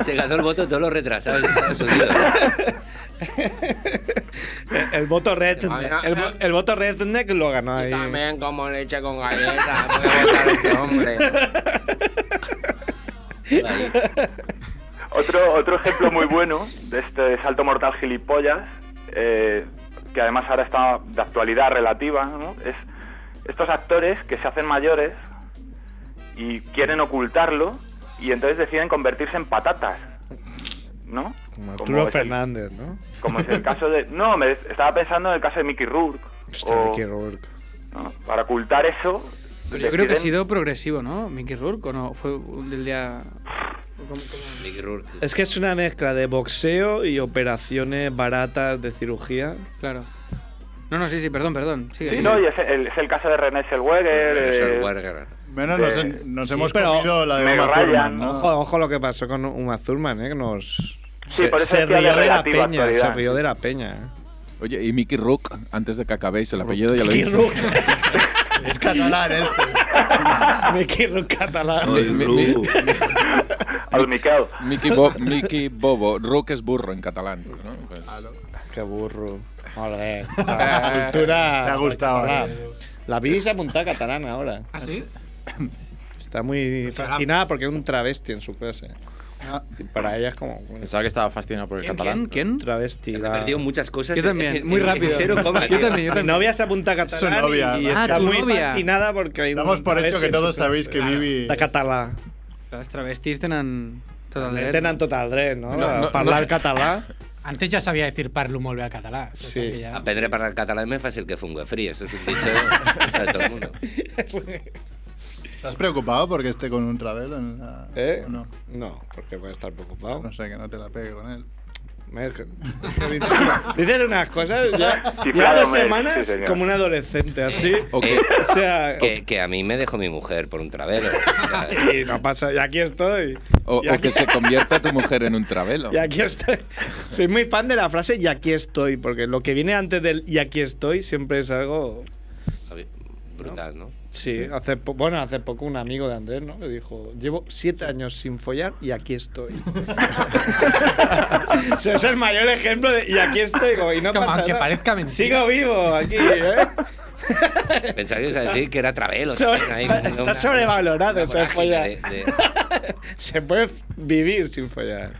[SPEAKER 3] Se ganó el voto de todos los retrasados de Estados Unidos.
[SPEAKER 1] El, el voto red, el, vo- el voto redneck lo ganó ahí.
[SPEAKER 3] como leche con galletas. Voy a votar a este hombre. Ahí.
[SPEAKER 9] Otro, otro ejemplo muy bueno de este salto mortal gilipollas, eh, que además ahora está de actualidad relativa, ¿no? es estos actores que se hacen mayores y quieren ocultarlo y entonces deciden convertirse en patatas, ¿no?
[SPEAKER 1] Como
[SPEAKER 9] Como
[SPEAKER 1] Arturo
[SPEAKER 9] es el-
[SPEAKER 1] Fernández, ¿no?
[SPEAKER 9] como es el caso de... No, me estaba pensando en el caso de Mickey Rourke.
[SPEAKER 1] Hostia,
[SPEAKER 9] o-
[SPEAKER 1] Mickey Rourke.
[SPEAKER 9] ¿no? Para ocultar eso...
[SPEAKER 4] Yo creo que ha
[SPEAKER 9] deciden-
[SPEAKER 4] sido progresivo, ¿no? Mickey Rourke, ¿o no? Fue un- del día...
[SPEAKER 3] Mickey Rourke.
[SPEAKER 1] Es que es una mezcla de boxeo y operaciones baratas de cirugía.
[SPEAKER 4] Claro. No, no, sí, sí, perdón, perdón. Sigue,
[SPEAKER 9] Sí,
[SPEAKER 4] sigue.
[SPEAKER 9] no, y es el, es el caso de René Selweger, eh,
[SPEAKER 3] Werger.
[SPEAKER 6] Bueno, nos,
[SPEAKER 9] Eh,
[SPEAKER 6] en- nos
[SPEAKER 1] sí,
[SPEAKER 6] hemos
[SPEAKER 1] pero
[SPEAKER 6] comido la de
[SPEAKER 9] Meg
[SPEAKER 6] Uma
[SPEAKER 9] Ryan,
[SPEAKER 6] Thurman, ¿no?
[SPEAKER 1] Ojo, ojo lo que pasó con Uma Thurman, ¿eh? Que nos...
[SPEAKER 9] Sí, por eso
[SPEAKER 1] se
[SPEAKER 9] decía de
[SPEAKER 1] rió de la
[SPEAKER 9] relativa
[SPEAKER 1] peña, se
[SPEAKER 9] actualidad.
[SPEAKER 1] rió de la peña. ¿eh?
[SPEAKER 2] Oye, y Mickey Rook, antes de que acabéis el apellido, ya lo
[SPEAKER 1] Mickey
[SPEAKER 2] hice.
[SPEAKER 1] Rourke.
[SPEAKER 6] Es catalán este.
[SPEAKER 1] Mickey Rourke catalán.
[SPEAKER 2] Mi- mi- mi-
[SPEAKER 9] al Miquel.
[SPEAKER 2] Mickey, Bo- Mickey Bobo. Rook es burro en catalán. ¿no? Pues-
[SPEAKER 1] Qué burro. Joder. La cultura.
[SPEAKER 6] Se ha gustado,
[SPEAKER 1] La,
[SPEAKER 6] eh.
[SPEAKER 1] la bici se ha montado a catalán ahora.
[SPEAKER 4] Ah,
[SPEAKER 5] ¿Así?
[SPEAKER 1] Está muy
[SPEAKER 4] Pues
[SPEAKER 1] fascinada porque es un travesti en su clase.
[SPEAKER 6] Ah.
[SPEAKER 1] Y para ella es como un
[SPEAKER 10] Pensaba que estaba fascinado
[SPEAKER 1] Pues
[SPEAKER 10] por el
[SPEAKER 4] ¿Quién,
[SPEAKER 10] catalán.
[SPEAKER 4] quién, quién?
[SPEAKER 1] travesti.
[SPEAKER 3] Me he
[SPEAKER 1] la-
[SPEAKER 3] perdido muchas cosas.
[SPEAKER 4] Yo
[SPEAKER 3] en-
[SPEAKER 4] también,
[SPEAKER 3] en-
[SPEAKER 4] eh, muy
[SPEAKER 3] en- en
[SPEAKER 4] rápido.
[SPEAKER 3] cero coma,
[SPEAKER 4] Yo
[SPEAKER 3] tío.
[SPEAKER 4] también, yo
[SPEAKER 1] Eh, Mi
[SPEAKER 4] también.
[SPEAKER 1] novia se apunta a catalán
[SPEAKER 6] Su novia.
[SPEAKER 1] y, y
[SPEAKER 6] Ah,
[SPEAKER 1] está
[SPEAKER 4] tu
[SPEAKER 1] muy
[SPEAKER 4] novia.
[SPEAKER 1] fascinada porque hay un
[SPEAKER 6] Damos por hecho
[SPEAKER 1] travesti
[SPEAKER 6] que
[SPEAKER 1] en
[SPEAKER 6] todos
[SPEAKER 1] su clase.
[SPEAKER 6] sabéis que Vivi...
[SPEAKER 1] La català.
[SPEAKER 4] Las travestis tenen... Tot el dret.
[SPEAKER 1] Tenen tot el dret, no?
[SPEAKER 2] No,
[SPEAKER 1] no,
[SPEAKER 2] no,
[SPEAKER 1] parlar
[SPEAKER 2] no.
[SPEAKER 1] el català.
[SPEAKER 5] Antes ya sabía decir parlo molt bé a català. o sea,
[SPEAKER 1] Sí.
[SPEAKER 5] que ya-
[SPEAKER 3] Aprender para el catalán es más fácil que fungo frío. Eso es un dicho que sabe todo el mundo.
[SPEAKER 6] ¿Estás preocupado porque esté con un travelo en la...
[SPEAKER 1] Eh?
[SPEAKER 6] o No,
[SPEAKER 1] No, porque voy a estar preocupado.
[SPEAKER 6] no sé, que no te la pegue con él.
[SPEAKER 1] Merck. Dicen unas cosas ya,
[SPEAKER 9] Sí,
[SPEAKER 1] ya
[SPEAKER 9] claro,
[SPEAKER 1] dos
[SPEAKER 9] Merck, sí,
[SPEAKER 1] semanas
[SPEAKER 9] señor.
[SPEAKER 1] como un adolescente, así.
[SPEAKER 2] O que-
[SPEAKER 1] O sea,
[SPEAKER 3] Eh, Que, que a mí me dejó mi mujer por un travelo. O sea,
[SPEAKER 1] y no pasa, y aquí estoy.
[SPEAKER 2] O,
[SPEAKER 1] y,
[SPEAKER 2] o
[SPEAKER 1] aquí,
[SPEAKER 2] que se convierta tu mujer en un travelo.
[SPEAKER 1] y aquí estoy. Soy muy fan de la frase y aquí estoy, porque lo que viene antes del y aquí estoy siempre es algo.
[SPEAKER 3] Brutal, ¿no?
[SPEAKER 1] Sí, Hace po- bueno, hace poco un amigo de Andrés, ¿no? Que dijo, llevo siete años sin follar y aquí estoy. o sea, es el mayor ejemplo de y aquí estoy, como, y no
[SPEAKER 5] Como
[SPEAKER 1] pasa
[SPEAKER 5] aunque
[SPEAKER 1] nada.
[SPEAKER 5] parezca mentira.
[SPEAKER 1] Sigo vivo aquí, ¿eh?
[SPEAKER 3] Pensaba que ibas a decir que era travelo.
[SPEAKER 1] Sobre-
[SPEAKER 3] también, ahí,
[SPEAKER 1] está
[SPEAKER 3] una- una-
[SPEAKER 1] sobrevalorado,
[SPEAKER 3] una
[SPEAKER 1] se
[SPEAKER 3] vorágine
[SPEAKER 1] folla.
[SPEAKER 3] de- de-
[SPEAKER 1] Se puede vivir sin follar.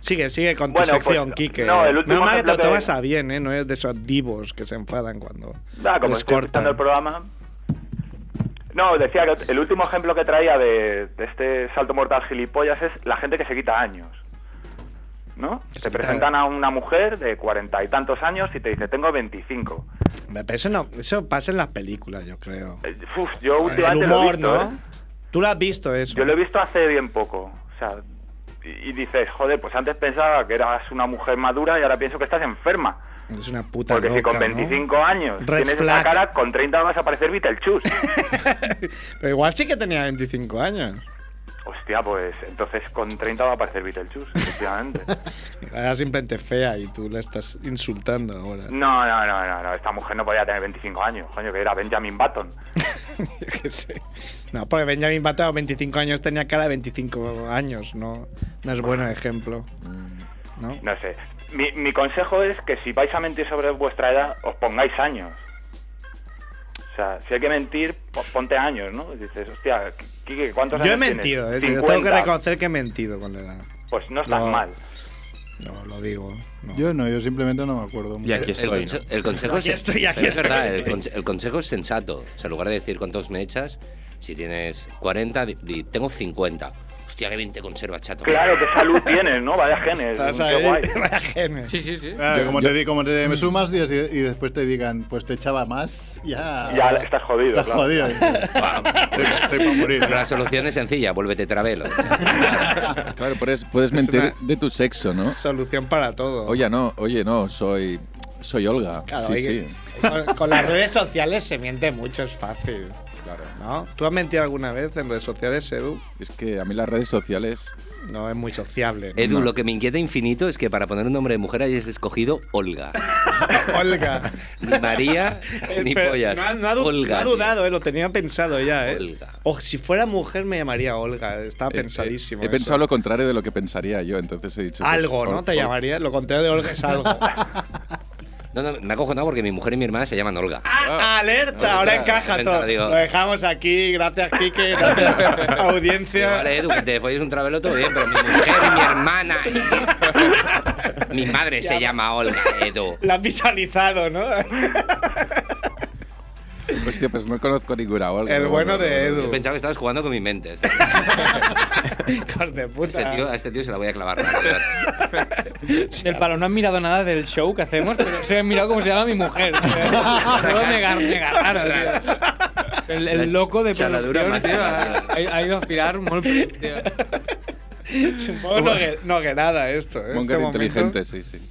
[SPEAKER 1] Sigue, sigue con tu
[SPEAKER 9] Bueno, pues,
[SPEAKER 1] sección, Kike.
[SPEAKER 9] no, el último
[SPEAKER 1] Menos mal que te lo
[SPEAKER 9] ejemplo que-
[SPEAKER 1] tomas a bien, ¿eh? No es de esos divos que se enfadan cuando
[SPEAKER 9] Ah, como
[SPEAKER 1] les
[SPEAKER 9] estoy
[SPEAKER 1] cortan.
[SPEAKER 9] escuchando el programa. No, decía que el último ejemplo que traía de, de este salto mortal gilipollas es la gente que se quita años. ¿No? Te
[SPEAKER 1] quita-
[SPEAKER 9] presentan a una mujer de cuarenta y tantos años y te dice, tengo 25.
[SPEAKER 1] Pero eso, no, eso pasa en las películas, yo creo.
[SPEAKER 9] Eh, uf, yo
[SPEAKER 1] el
[SPEAKER 9] últimamente
[SPEAKER 1] humor,
[SPEAKER 9] lo he visto,
[SPEAKER 1] ¿no?
[SPEAKER 9] ¿eh?
[SPEAKER 1] Tú lo has visto eso.
[SPEAKER 9] Yo lo he visto hace bien poco. O sea, y, y dices, joder, pues antes pensaba que eras una mujer madura y ahora pienso que estás enferma.
[SPEAKER 1] Es una puta
[SPEAKER 9] Porque si
[SPEAKER 1] loca,
[SPEAKER 9] con
[SPEAKER 1] ¿no?
[SPEAKER 9] 25 años
[SPEAKER 1] Red
[SPEAKER 9] tienes
[SPEAKER 1] flag.
[SPEAKER 9] esa cara, con 30 vas a parecer Vitelchus.
[SPEAKER 1] Pero igual sí que tenía 25 años.
[SPEAKER 9] Hostia, pues entonces con 30 va a aparecer Beetlejuice, efectivamente.
[SPEAKER 1] Era simplemente fea y tú la estás insultando ahora.
[SPEAKER 9] No, no, no, no, no, esta mujer no podía tener 25 años, coño, que era Benjamin Button.
[SPEAKER 1] Yo qué sé. No, porque Benjamin Button a los 25 años tenía cara de 25 años, no, no es buen ejemplo. ¿No?
[SPEAKER 9] No sé. Mi, mi consejo es que si vais a mentir sobre vuestra edad, os pongáis años. O sea, si hay que mentir, po- ponte años, ¿no? Y Dices, hostia, Kike, ¿cuántos
[SPEAKER 1] Yo he
[SPEAKER 9] años tienes?
[SPEAKER 1] mentido, eh, yo
[SPEAKER 9] 50.
[SPEAKER 1] tengo que reconocer que he mentido con la edad.
[SPEAKER 9] Pues no estás
[SPEAKER 1] No.
[SPEAKER 9] mal.
[SPEAKER 1] No, lo digo. no.
[SPEAKER 6] Yo no, yo simplemente no me acuerdo mucho.
[SPEAKER 10] Y aquí
[SPEAKER 3] El,
[SPEAKER 10] estoy. ¿no?
[SPEAKER 3] conse- el consejo
[SPEAKER 1] Aquí
[SPEAKER 3] es,
[SPEAKER 1] estoy, aquí
[SPEAKER 3] pero es
[SPEAKER 1] estoy.
[SPEAKER 3] verdad, el, conse- el consejo es sensato. O sea, en lugar de decir cuántos me echas, Si tienes 40, di- di, tengo 50. Hostia, qué bien te conserva, chato.
[SPEAKER 9] Claro, qué salud tienes, ¿no? Vaya genes.
[SPEAKER 1] Estás
[SPEAKER 9] qué
[SPEAKER 1] ahí,
[SPEAKER 9] guay.
[SPEAKER 1] vaya genes.
[SPEAKER 4] Sí, sí, sí.
[SPEAKER 6] Claro,
[SPEAKER 2] Yo-
[SPEAKER 6] Ah, como,
[SPEAKER 2] yo- Mm.
[SPEAKER 6] te, di- como te me sumas días y, y después te digan, pues te echaba más, ya.
[SPEAKER 9] Ya estás jodido,
[SPEAKER 6] Estás
[SPEAKER 9] claro.
[SPEAKER 6] jodido. Estoy, estoy para morir.
[SPEAKER 3] La solución es sencilla, vuélvete travelo.
[SPEAKER 2] Claro, puedes, puedes mentir de tu sexo, ¿no?
[SPEAKER 1] Solución para todo.
[SPEAKER 2] Oye, no, oye, no, soy. Soy Olga.
[SPEAKER 1] Claro,
[SPEAKER 2] sí,
[SPEAKER 1] hay que-
[SPEAKER 2] sí.
[SPEAKER 1] Con, con las redes sociales se miente mucho, es fácil.
[SPEAKER 2] Claro.
[SPEAKER 1] ¿No? ¿Tú has mentido alguna vez en redes sociales, Edu?
[SPEAKER 2] Es que a mí las redes sociales.
[SPEAKER 1] No es muy sociable.
[SPEAKER 3] Edu, lo que me inquieta infinito es que para poner un nombre de mujer hayas escogido Olga.
[SPEAKER 1] Olga.
[SPEAKER 3] Ni María,
[SPEAKER 1] Eh,
[SPEAKER 3] ni
[SPEAKER 1] pero
[SPEAKER 3] pollas.
[SPEAKER 1] No, ha- no ha, du-
[SPEAKER 3] Olga.
[SPEAKER 1] no ha
[SPEAKER 3] tío.
[SPEAKER 1] dudado, eh, lo tenía pensado ya. Eh.
[SPEAKER 3] Olga. Eh,
[SPEAKER 1] O si fuera mujer me llamaría Olga, estaba
[SPEAKER 2] he- he-
[SPEAKER 1] pensadísimo.
[SPEAKER 2] He,
[SPEAKER 1] eso. Ah,
[SPEAKER 2] pensado lo contrario de lo que pensaría yo, entonces he dicho. pues,
[SPEAKER 1] Algo,
[SPEAKER 2] Ol-
[SPEAKER 1] ¿no? Te
[SPEAKER 2] Ol- Ah,
[SPEAKER 1] llamaría. Lo contrario de Olga es algo.
[SPEAKER 3] No, no, me ha cojonado porque mi mujer y mi hermana se llaman Olga.
[SPEAKER 1] Ah, ¡Alerta!
[SPEAKER 3] Ostras,
[SPEAKER 1] Ahora encaja
[SPEAKER 3] pensaba,
[SPEAKER 1] todo.
[SPEAKER 3] digo-
[SPEAKER 1] Lo dejamos aquí. Gracias, Kike. Gracias,
[SPEAKER 3] Digo,
[SPEAKER 1] audiencia.
[SPEAKER 3] vale, Edu, que te folles un travelo todo bien, pero mi mujer y mi hermana. y- Mi madre se llama Olga, Edu.
[SPEAKER 1] La has visualizado, ¿no?
[SPEAKER 2] Hostia, pues no conozco ninguna Olga.
[SPEAKER 1] El
[SPEAKER 2] no,
[SPEAKER 1] bueno
[SPEAKER 2] no, no,
[SPEAKER 1] de
[SPEAKER 2] no.
[SPEAKER 1] Edu.
[SPEAKER 3] Yo pensaba que estabas jugando con mi mente.
[SPEAKER 1] Hijos de
[SPEAKER 3] Este
[SPEAKER 1] puta.
[SPEAKER 3] tío- a este tío se la voy a clavar. la verdad.
[SPEAKER 4] Del palo no han mirado nada del show que hacemos, pero se han mirado cómo se llama mi mujer. tío. Todo me gar- me ganaron, tío. El, el loco de
[SPEAKER 3] Chaladura
[SPEAKER 4] producción, tío,
[SPEAKER 3] máxima,
[SPEAKER 4] ha, ha ido a aspirar molt prim, tío.
[SPEAKER 1] Supongo no que, no que nada esto. ¿eh?
[SPEAKER 2] Monger
[SPEAKER 1] Este momento.
[SPEAKER 2] inteligente, sí, sí.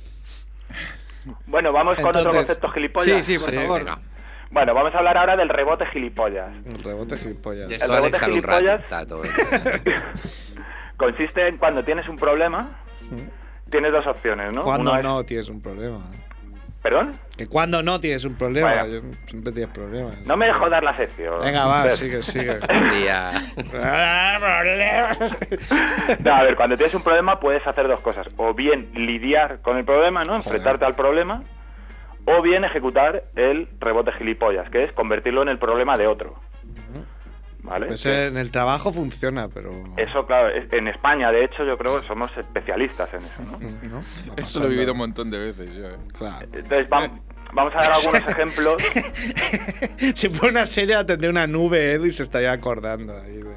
[SPEAKER 9] Bueno, vamos con otro
[SPEAKER 1] Entonces-
[SPEAKER 9] concepto
[SPEAKER 4] Sí,
[SPEAKER 9] gilipollas.
[SPEAKER 4] sí, por favor.
[SPEAKER 3] venga.
[SPEAKER 9] Bueno, vamos a hablar ahora del rebote gilipollas.
[SPEAKER 1] El rebote gilipollas.
[SPEAKER 3] De esto
[SPEAKER 9] El
[SPEAKER 3] Alex
[SPEAKER 9] rebote
[SPEAKER 3] habla un rato.
[SPEAKER 9] gilipollas.
[SPEAKER 3] Tato.
[SPEAKER 9] Consiste en cuando tienes un problema, tienes dos opciones, ¿no?
[SPEAKER 1] Cuando
[SPEAKER 9] Uno es-
[SPEAKER 1] no tienes un problema.
[SPEAKER 9] ¿Perdón?
[SPEAKER 1] Que cuando no tienes un problema.
[SPEAKER 9] Bueno.
[SPEAKER 1] yo- siempre tienes problemas.
[SPEAKER 9] No me dejo dar la sección.
[SPEAKER 1] Venga, va,
[SPEAKER 9] Ver.
[SPEAKER 1] sigue, sigue.
[SPEAKER 3] Buen día.
[SPEAKER 1] Ah, problemas.
[SPEAKER 9] No, a ver, cuando tienes un problema puedes hacer dos cosas. O bien lidiar con el problema, ¿no? Enfrentarte al problema. O bien ejecutar el rebote gilipollas, que es convertirlo en el problema de otro. ¿Vale?
[SPEAKER 1] Pues en el trabajo funciona, pero.
[SPEAKER 9] Eso, claro, es- en España, de hecho, yo creo que somos especialistas en eso, ¿no?
[SPEAKER 1] ¿no?
[SPEAKER 2] Eso lo he vivido un montón de veces yo, eh.
[SPEAKER 1] Claro.
[SPEAKER 9] Entonces, vam- vamos a dar algunos ejemplos.
[SPEAKER 1] Si fuera una serie, atender una nube, Edu, y se estaría acordando. Ahí de...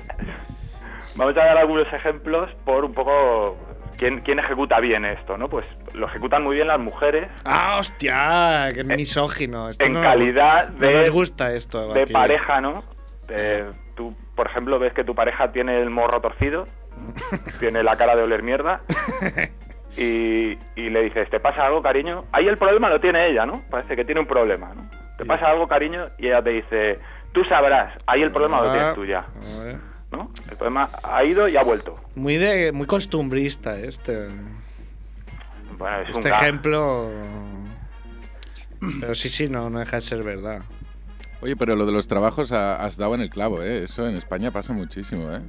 [SPEAKER 9] Vamos a dar algunos ejemplos por un poco quién, quién ejecuta bien esto, ¿no? Pues lo ejecutan muy bien las mujeres
[SPEAKER 1] ¡Ah, hostia! ¡Qué misógino! Esto
[SPEAKER 9] Eh, en
[SPEAKER 1] no-
[SPEAKER 9] calidad
[SPEAKER 1] no
[SPEAKER 9] de,
[SPEAKER 1] nos gusta esto.
[SPEAKER 9] de
[SPEAKER 1] aquí.
[SPEAKER 9] pareja, ¿no? Eh, tú, por ejemplo, ves que tu pareja tiene el morro torcido, tiene la cara de oler mierda, y, y le dices, ¿te pasa algo, cariño? Ahí el problema lo tiene ella, ¿no? Parece que tiene un problema, ¿no? ¿Te pasa algo, cariño? Y ella te dice, tú sabrás, ahí el problema lo tienes tú ya,
[SPEAKER 1] Ah, a ver.
[SPEAKER 9] ¿no? El problema ha ido y ha vuelto.
[SPEAKER 1] Muy, de, muy costumbrista este,
[SPEAKER 9] Bueno, Ah, es
[SPEAKER 1] este
[SPEAKER 9] un gag.
[SPEAKER 1] ejemplo. Pero sí, sí, no, no deja de ser verdad.
[SPEAKER 2] Oye, pero lo de los trabajos ha- has dado en el clavo, ¿eh? Eso en España pasa muchísimo, ¿eh?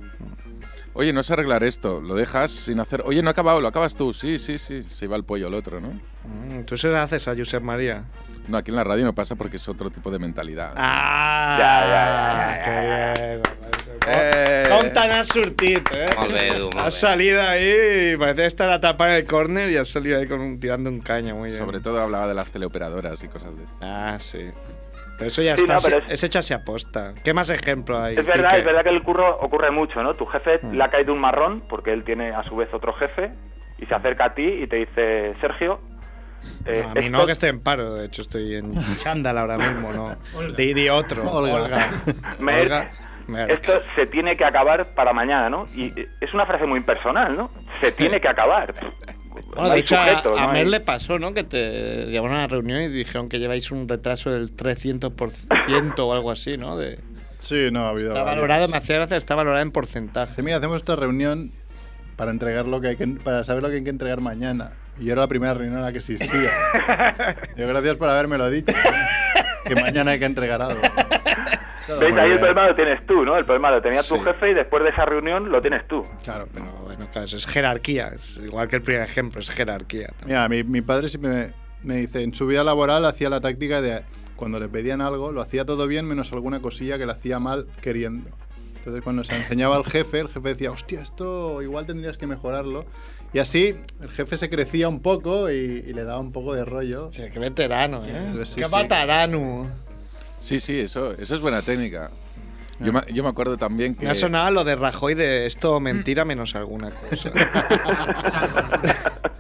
[SPEAKER 2] Oye, no sé arreglar esto, lo dejas sin hacer... Oye, no ha acabado, lo acabas tú, sí, sí, sí. Se iba el pollo al otro, ¿no?
[SPEAKER 1] Mm, Tú se lo haces a Josep María.
[SPEAKER 2] No, aquí en la radio no pasa porque es otro tipo de mentalidad.
[SPEAKER 1] ¡Ah!
[SPEAKER 9] Ya,
[SPEAKER 1] ¡Qué bien!
[SPEAKER 2] Eh.
[SPEAKER 1] Com tan has sortit, eh?
[SPEAKER 3] Molt bé, Edu, molt
[SPEAKER 1] Has
[SPEAKER 3] bé.
[SPEAKER 1] salido ahí y parecía estar a tapar el córner y has salido ahí con un, tirando un caño, muy bien.
[SPEAKER 2] Sobre todo hablaba de las teleoperadoras y cosas de estas.
[SPEAKER 1] Ah, sí. Pero eso ya
[SPEAKER 9] Sí,
[SPEAKER 1] está,
[SPEAKER 9] no, pero
[SPEAKER 1] es...
[SPEAKER 9] es-
[SPEAKER 1] hecho así aposta. ¿Qué más ejemplo hay?
[SPEAKER 9] Es verdad,
[SPEAKER 1] Quique?
[SPEAKER 9] es verdad que el curro ocurre mucho, ¿no? Tu jefe
[SPEAKER 1] Hmm.
[SPEAKER 9] le ha caído un marrón porque él tiene a su vez otro jefe y se acerca a ti y te dice, Sergio, eh,
[SPEAKER 1] No, a mí
[SPEAKER 9] esto-
[SPEAKER 1] no, que estoy en paro. De hecho, estoy en chándal ahora mismo, ¿no? De, de otro.
[SPEAKER 6] Olga.
[SPEAKER 9] Me-
[SPEAKER 1] Olga. Merck.
[SPEAKER 9] esto se tiene que acabar para mañana, ¿no? Y eh, es una frase muy impersonal, ¿no? Se tiene que acabar.
[SPEAKER 1] Bueno,
[SPEAKER 9] No
[SPEAKER 1] de
[SPEAKER 9] hay
[SPEAKER 1] hecho, a-
[SPEAKER 9] sujeto,
[SPEAKER 1] a,
[SPEAKER 9] no hay-
[SPEAKER 1] Mer le pasó, ¿no? Que te llamaron a la reunión y dijeron que lleváis un retraso del 300% o algo así, ¿no? De,
[SPEAKER 6] Sí, no ha habido.
[SPEAKER 1] está
[SPEAKER 6] varios.
[SPEAKER 1] valorado, me hacía gracia, está valorado en porcentaje.
[SPEAKER 6] Dice, mira, hacemos esta reunión para entregar lo que hay que, para saber lo que hay que entregar mañana. Y yo era la primera reunión a la que existía. Yo gracias por habérmelo dicho. ¿no? Que mañana hay que entregar algo. Claro,
[SPEAKER 9] ¿Veis? Ahí el
[SPEAKER 6] porque-
[SPEAKER 9] problema lo tienes tú, ¿no? El problema lo tenía tu
[SPEAKER 2] Sí.
[SPEAKER 9] jefe y después de esa reunión lo tienes tú.
[SPEAKER 6] Claro, pero-
[SPEAKER 1] Pero bueno, claro, eso es jerarquía. Es igual que el primer ejemplo, es jerarquía.
[SPEAKER 6] Mira, mi, mi padre siempre me, me dice, en su vida laboral hacía la táctica de cuando le pedían algo, lo hacía todo bien menos alguna cosilla que le hacía mal queriendo. Entonces cuando se enseñaba al jefe, el jefe decía, hostia, esto igual tendrías que mejorarlo. Y así el jefe se crecía un poco y, y le daba un poco de rollo.
[SPEAKER 1] Hostia, qué veterano, ¿eh?
[SPEAKER 6] Sí, sí,
[SPEAKER 1] qué
[SPEAKER 6] sí.
[SPEAKER 1] patarano.
[SPEAKER 2] Sí, sí, eso, eso es buena técnica. Yo me, yo me acuerdo también que.
[SPEAKER 1] Me ha sonado lo de Rajoy de esto mentira menos alguna cosa.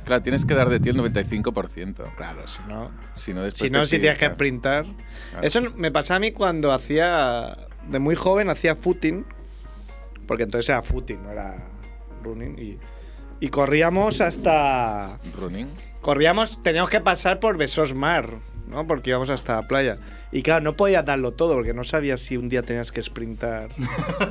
[SPEAKER 2] Claro, tienes que dar de ti el 95%.
[SPEAKER 1] claro, si no.
[SPEAKER 2] Si no, después
[SPEAKER 1] Si no,
[SPEAKER 2] te
[SPEAKER 1] si tienes que
[SPEAKER 2] chillan.
[SPEAKER 1] printar.
[SPEAKER 2] Claro.
[SPEAKER 1] Eso me pasaba a mí cuando hacía. De muy joven hacía footing. Porque entonces era footing, no era running. Y, y corríamos hasta.
[SPEAKER 2] Running.
[SPEAKER 1] Corríamos, teníamos que pasar por Besos Mar, ¿no? Porque íbamos hasta la playa. Y claro, no podías darlo todo, porque no sabías si un día tenías que sprintar.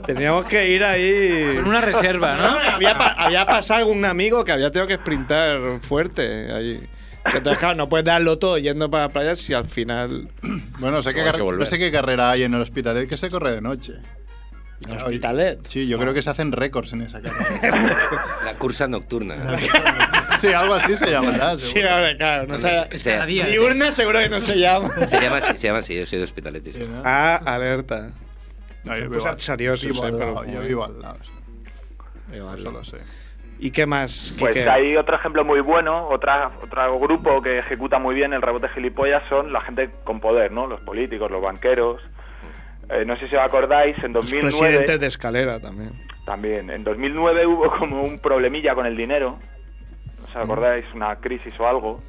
[SPEAKER 1] teníamos que ir ahí.
[SPEAKER 4] Con una reserva,
[SPEAKER 1] No,
[SPEAKER 4] ¿no?
[SPEAKER 1] había, pa- había pasado algún amigo que había tenido que sprintar fuerte allí. Que entonces, claro, no puedes darlo todo yendo para la playa si al final.
[SPEAKER 6] Bueno, sé que
[SPEAKER 2] Tenemos
[SPEAKER 6] carre-
[SPEAKER 2] que volver.
[SPEAKER 6] no sé qué carrera hay en el hospitalet que se corre de noche.
[SPEAKER 1] El Hospitalet. Ah.
[SPEAKER 6] Sí, yo creo que se hacen récords en esa carrera.
[SPEAKER 3] La cursa nocturna.
[SPEAKER 6] sí, algo así se llamará.
[SPEAKER 1] Sí,
[SPEAKER 6] seguro.
[SPEAKER 1] ahora, claro. No sé,
[SPEAKER 5] Es
[SPEAKER 3] Sí.
[SPEAKER 5] cada día.
[SPEAKER 1] diurna seguro que no se llama.
[SPEAKER 3] Se llama así, se llama así, yo soy de hospitalete.
[SPEAKER 6] Sí, ¿no?
[SPEAKER 1] Ah, alerta.
[SPEAKER 6] No, yo
[SPEAKER 1] son
[SPEAKER 6] vivo
[SPEAKER 1] cosas
[SPEAKER 6] al-
[SPEAKER 1] seriosas,
[SPEAKER 6] vivo
[SPEAKER 1] eh,
[SPEAKER 6] al
[SPEAKER 1] pero
[SPEAKER 6] lado, Yo
[SPEAKER 1] bueno.
[SPEAKER 6] vivo al lado. sí. Eso
[SPEAKER 1] Vale.
[SPEAKER 6] lo sé.
[SPEAKER 1] ¿Y qué más?
[SPEAKER 9] Pues
[SPEAKER 1] Quique?
[SPEAKER 9] hay otro ejemplo muy bueno, otra, otro grupo que ejecuta muy bien el rebote gilipollas son la gente con poder, ¿no? Los políticos, los banqueros. Eh, no sé si os acordáis, en
[SPEAKER 1] Los
[SPEAKER 9] 2009...
[SPEAKER 1] presidentes de escalera también.
[SPEAKER 9] También, en 2009 hubo como un problemilla con el dinero.
[SPEAKER 1] Mm.
[SPEAKER 9] ¿Os acordáis? Una crisis o algo.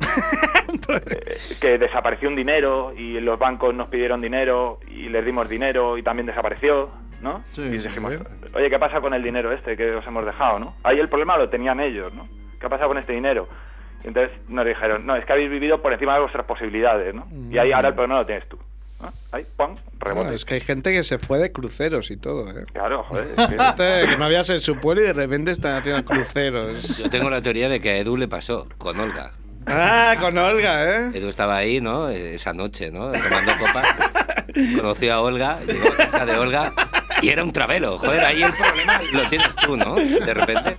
[SPEAKER 9] Eh, que desapareció un dinero y los bancos nos pidieron dinero y les dimos dinero y también desapareció, ¿no?
[SPEAKER 6] Sí,
[SPEAKER 9] y
[SPEAKER 6] sí,
[SPEAKER 9] dijimos,
[SPEAKER 6] sí.
[SPEAKER 9] oye, ¿qué pasa con el dinero este que os hemos dejado, no? Ahí el problema lo tenían ellos, ¿no? ¿Qué ha pasado con este dinero? Y entonces nos dijeron, no, es que habéis vivido por encima de vuestras posibilidades, ¿no? Y ahí ahora el problema lo tienes tú. ¿no? Ahí, pam, rebote.
[SPEAKER 1] Bueno, es que hay gente que se fue de cruceros y todo, ¿eh?
[SPEAKER 9] Claro, joder. es que-
[SPEAKER 1] Gente que no había en su pueblo y de repente están haciendo cruceros.
[SPEAKER 3] Yo tengo la teoría de que a Edu le pasó con Olga.
[SPEAKER 1] Ah, con Olga, ¿eh?
[SPEAKER 3] Edu estaba ahí, ¿no? Eh, Esa noche, ¿no? Tomando copa. Conoció a Olga, llegó a casa de Olga y era un travelo. Joder, ahí el problema lo tienes tú, ¿no? De repente.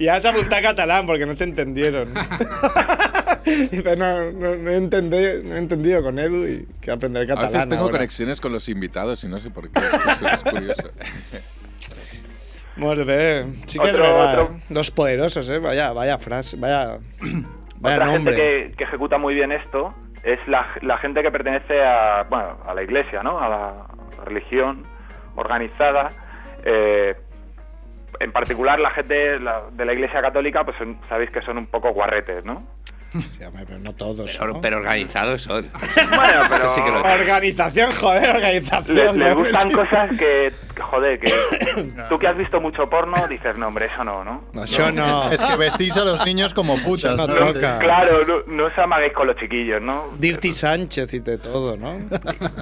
[SPEAKER 1] Y has apuntado catalán porque no se entendieron. Dice, no, no, no he entendido, no he entendido con Edu y que aprender
[SPEAKER 2] A
[SPEAKER 1] catalán.
[SPEAKER 2] veces tengo
[SPEAKER 1] ahora.
[SPEAKER 2] conexiones con los invitados y no sé por qué. Es, es curioso.
[SPEAKER 1] Molt bé. Sí que
[SPEAKER 9] Otro-
[SPEAKER 1] es verdad.
[SPEAKER 9] otro.
[SPEAKER 1] Los poderosos, ¿eh? Vaya, vaya frase, vaya, vaya
[SPEAKER 9] Otra gente
[SPEAKER 1] nombre.
[SPEAKER 9] que, que ejecuta muy bien esto es la, la gente que pertenece a, bueno, a la iglesia, ¿no? A la, a la religión organizada. Eh, en particular, la gente la- de la iglesia católica, pues son- sabéis que son un poco guarretes, ¿no?
[SPEAKER 1] Sí, hombre, pero no todos.
[SPEAKER 3] Pero,
[SPEAKER 1] ¿no?
[SPEAKER 3] pero organizados son.
[SPEAKER 9] Bueno, pero
[SPEAKER 3] Eso sí que lo
[SPEAKER 1] Organización, joder,
[SPEAKER 9] les,
[SPEAKER 1] organización.
[SPEAKER 9] les
[SPEAKER 1] ¿no?
[SPEAKER 9] gustan cosas que, joder, que tú que has visto mucho porno dices, no, hombre, eso no, ¿no?
[SPEAKER 1] No, Això no.
[SPEAKER 6] Es que vestís a los niños como putas.
[SPEAKER 1] no
[SPEAKER 6] ¿no?
[SPEAKER 1] toca.
[SPEAKER 9] Claro, no, no os amaguéis con los chiquillos, ¿no?
[SPEAKER 1] Dirty Sánchez y de todo, ¿no?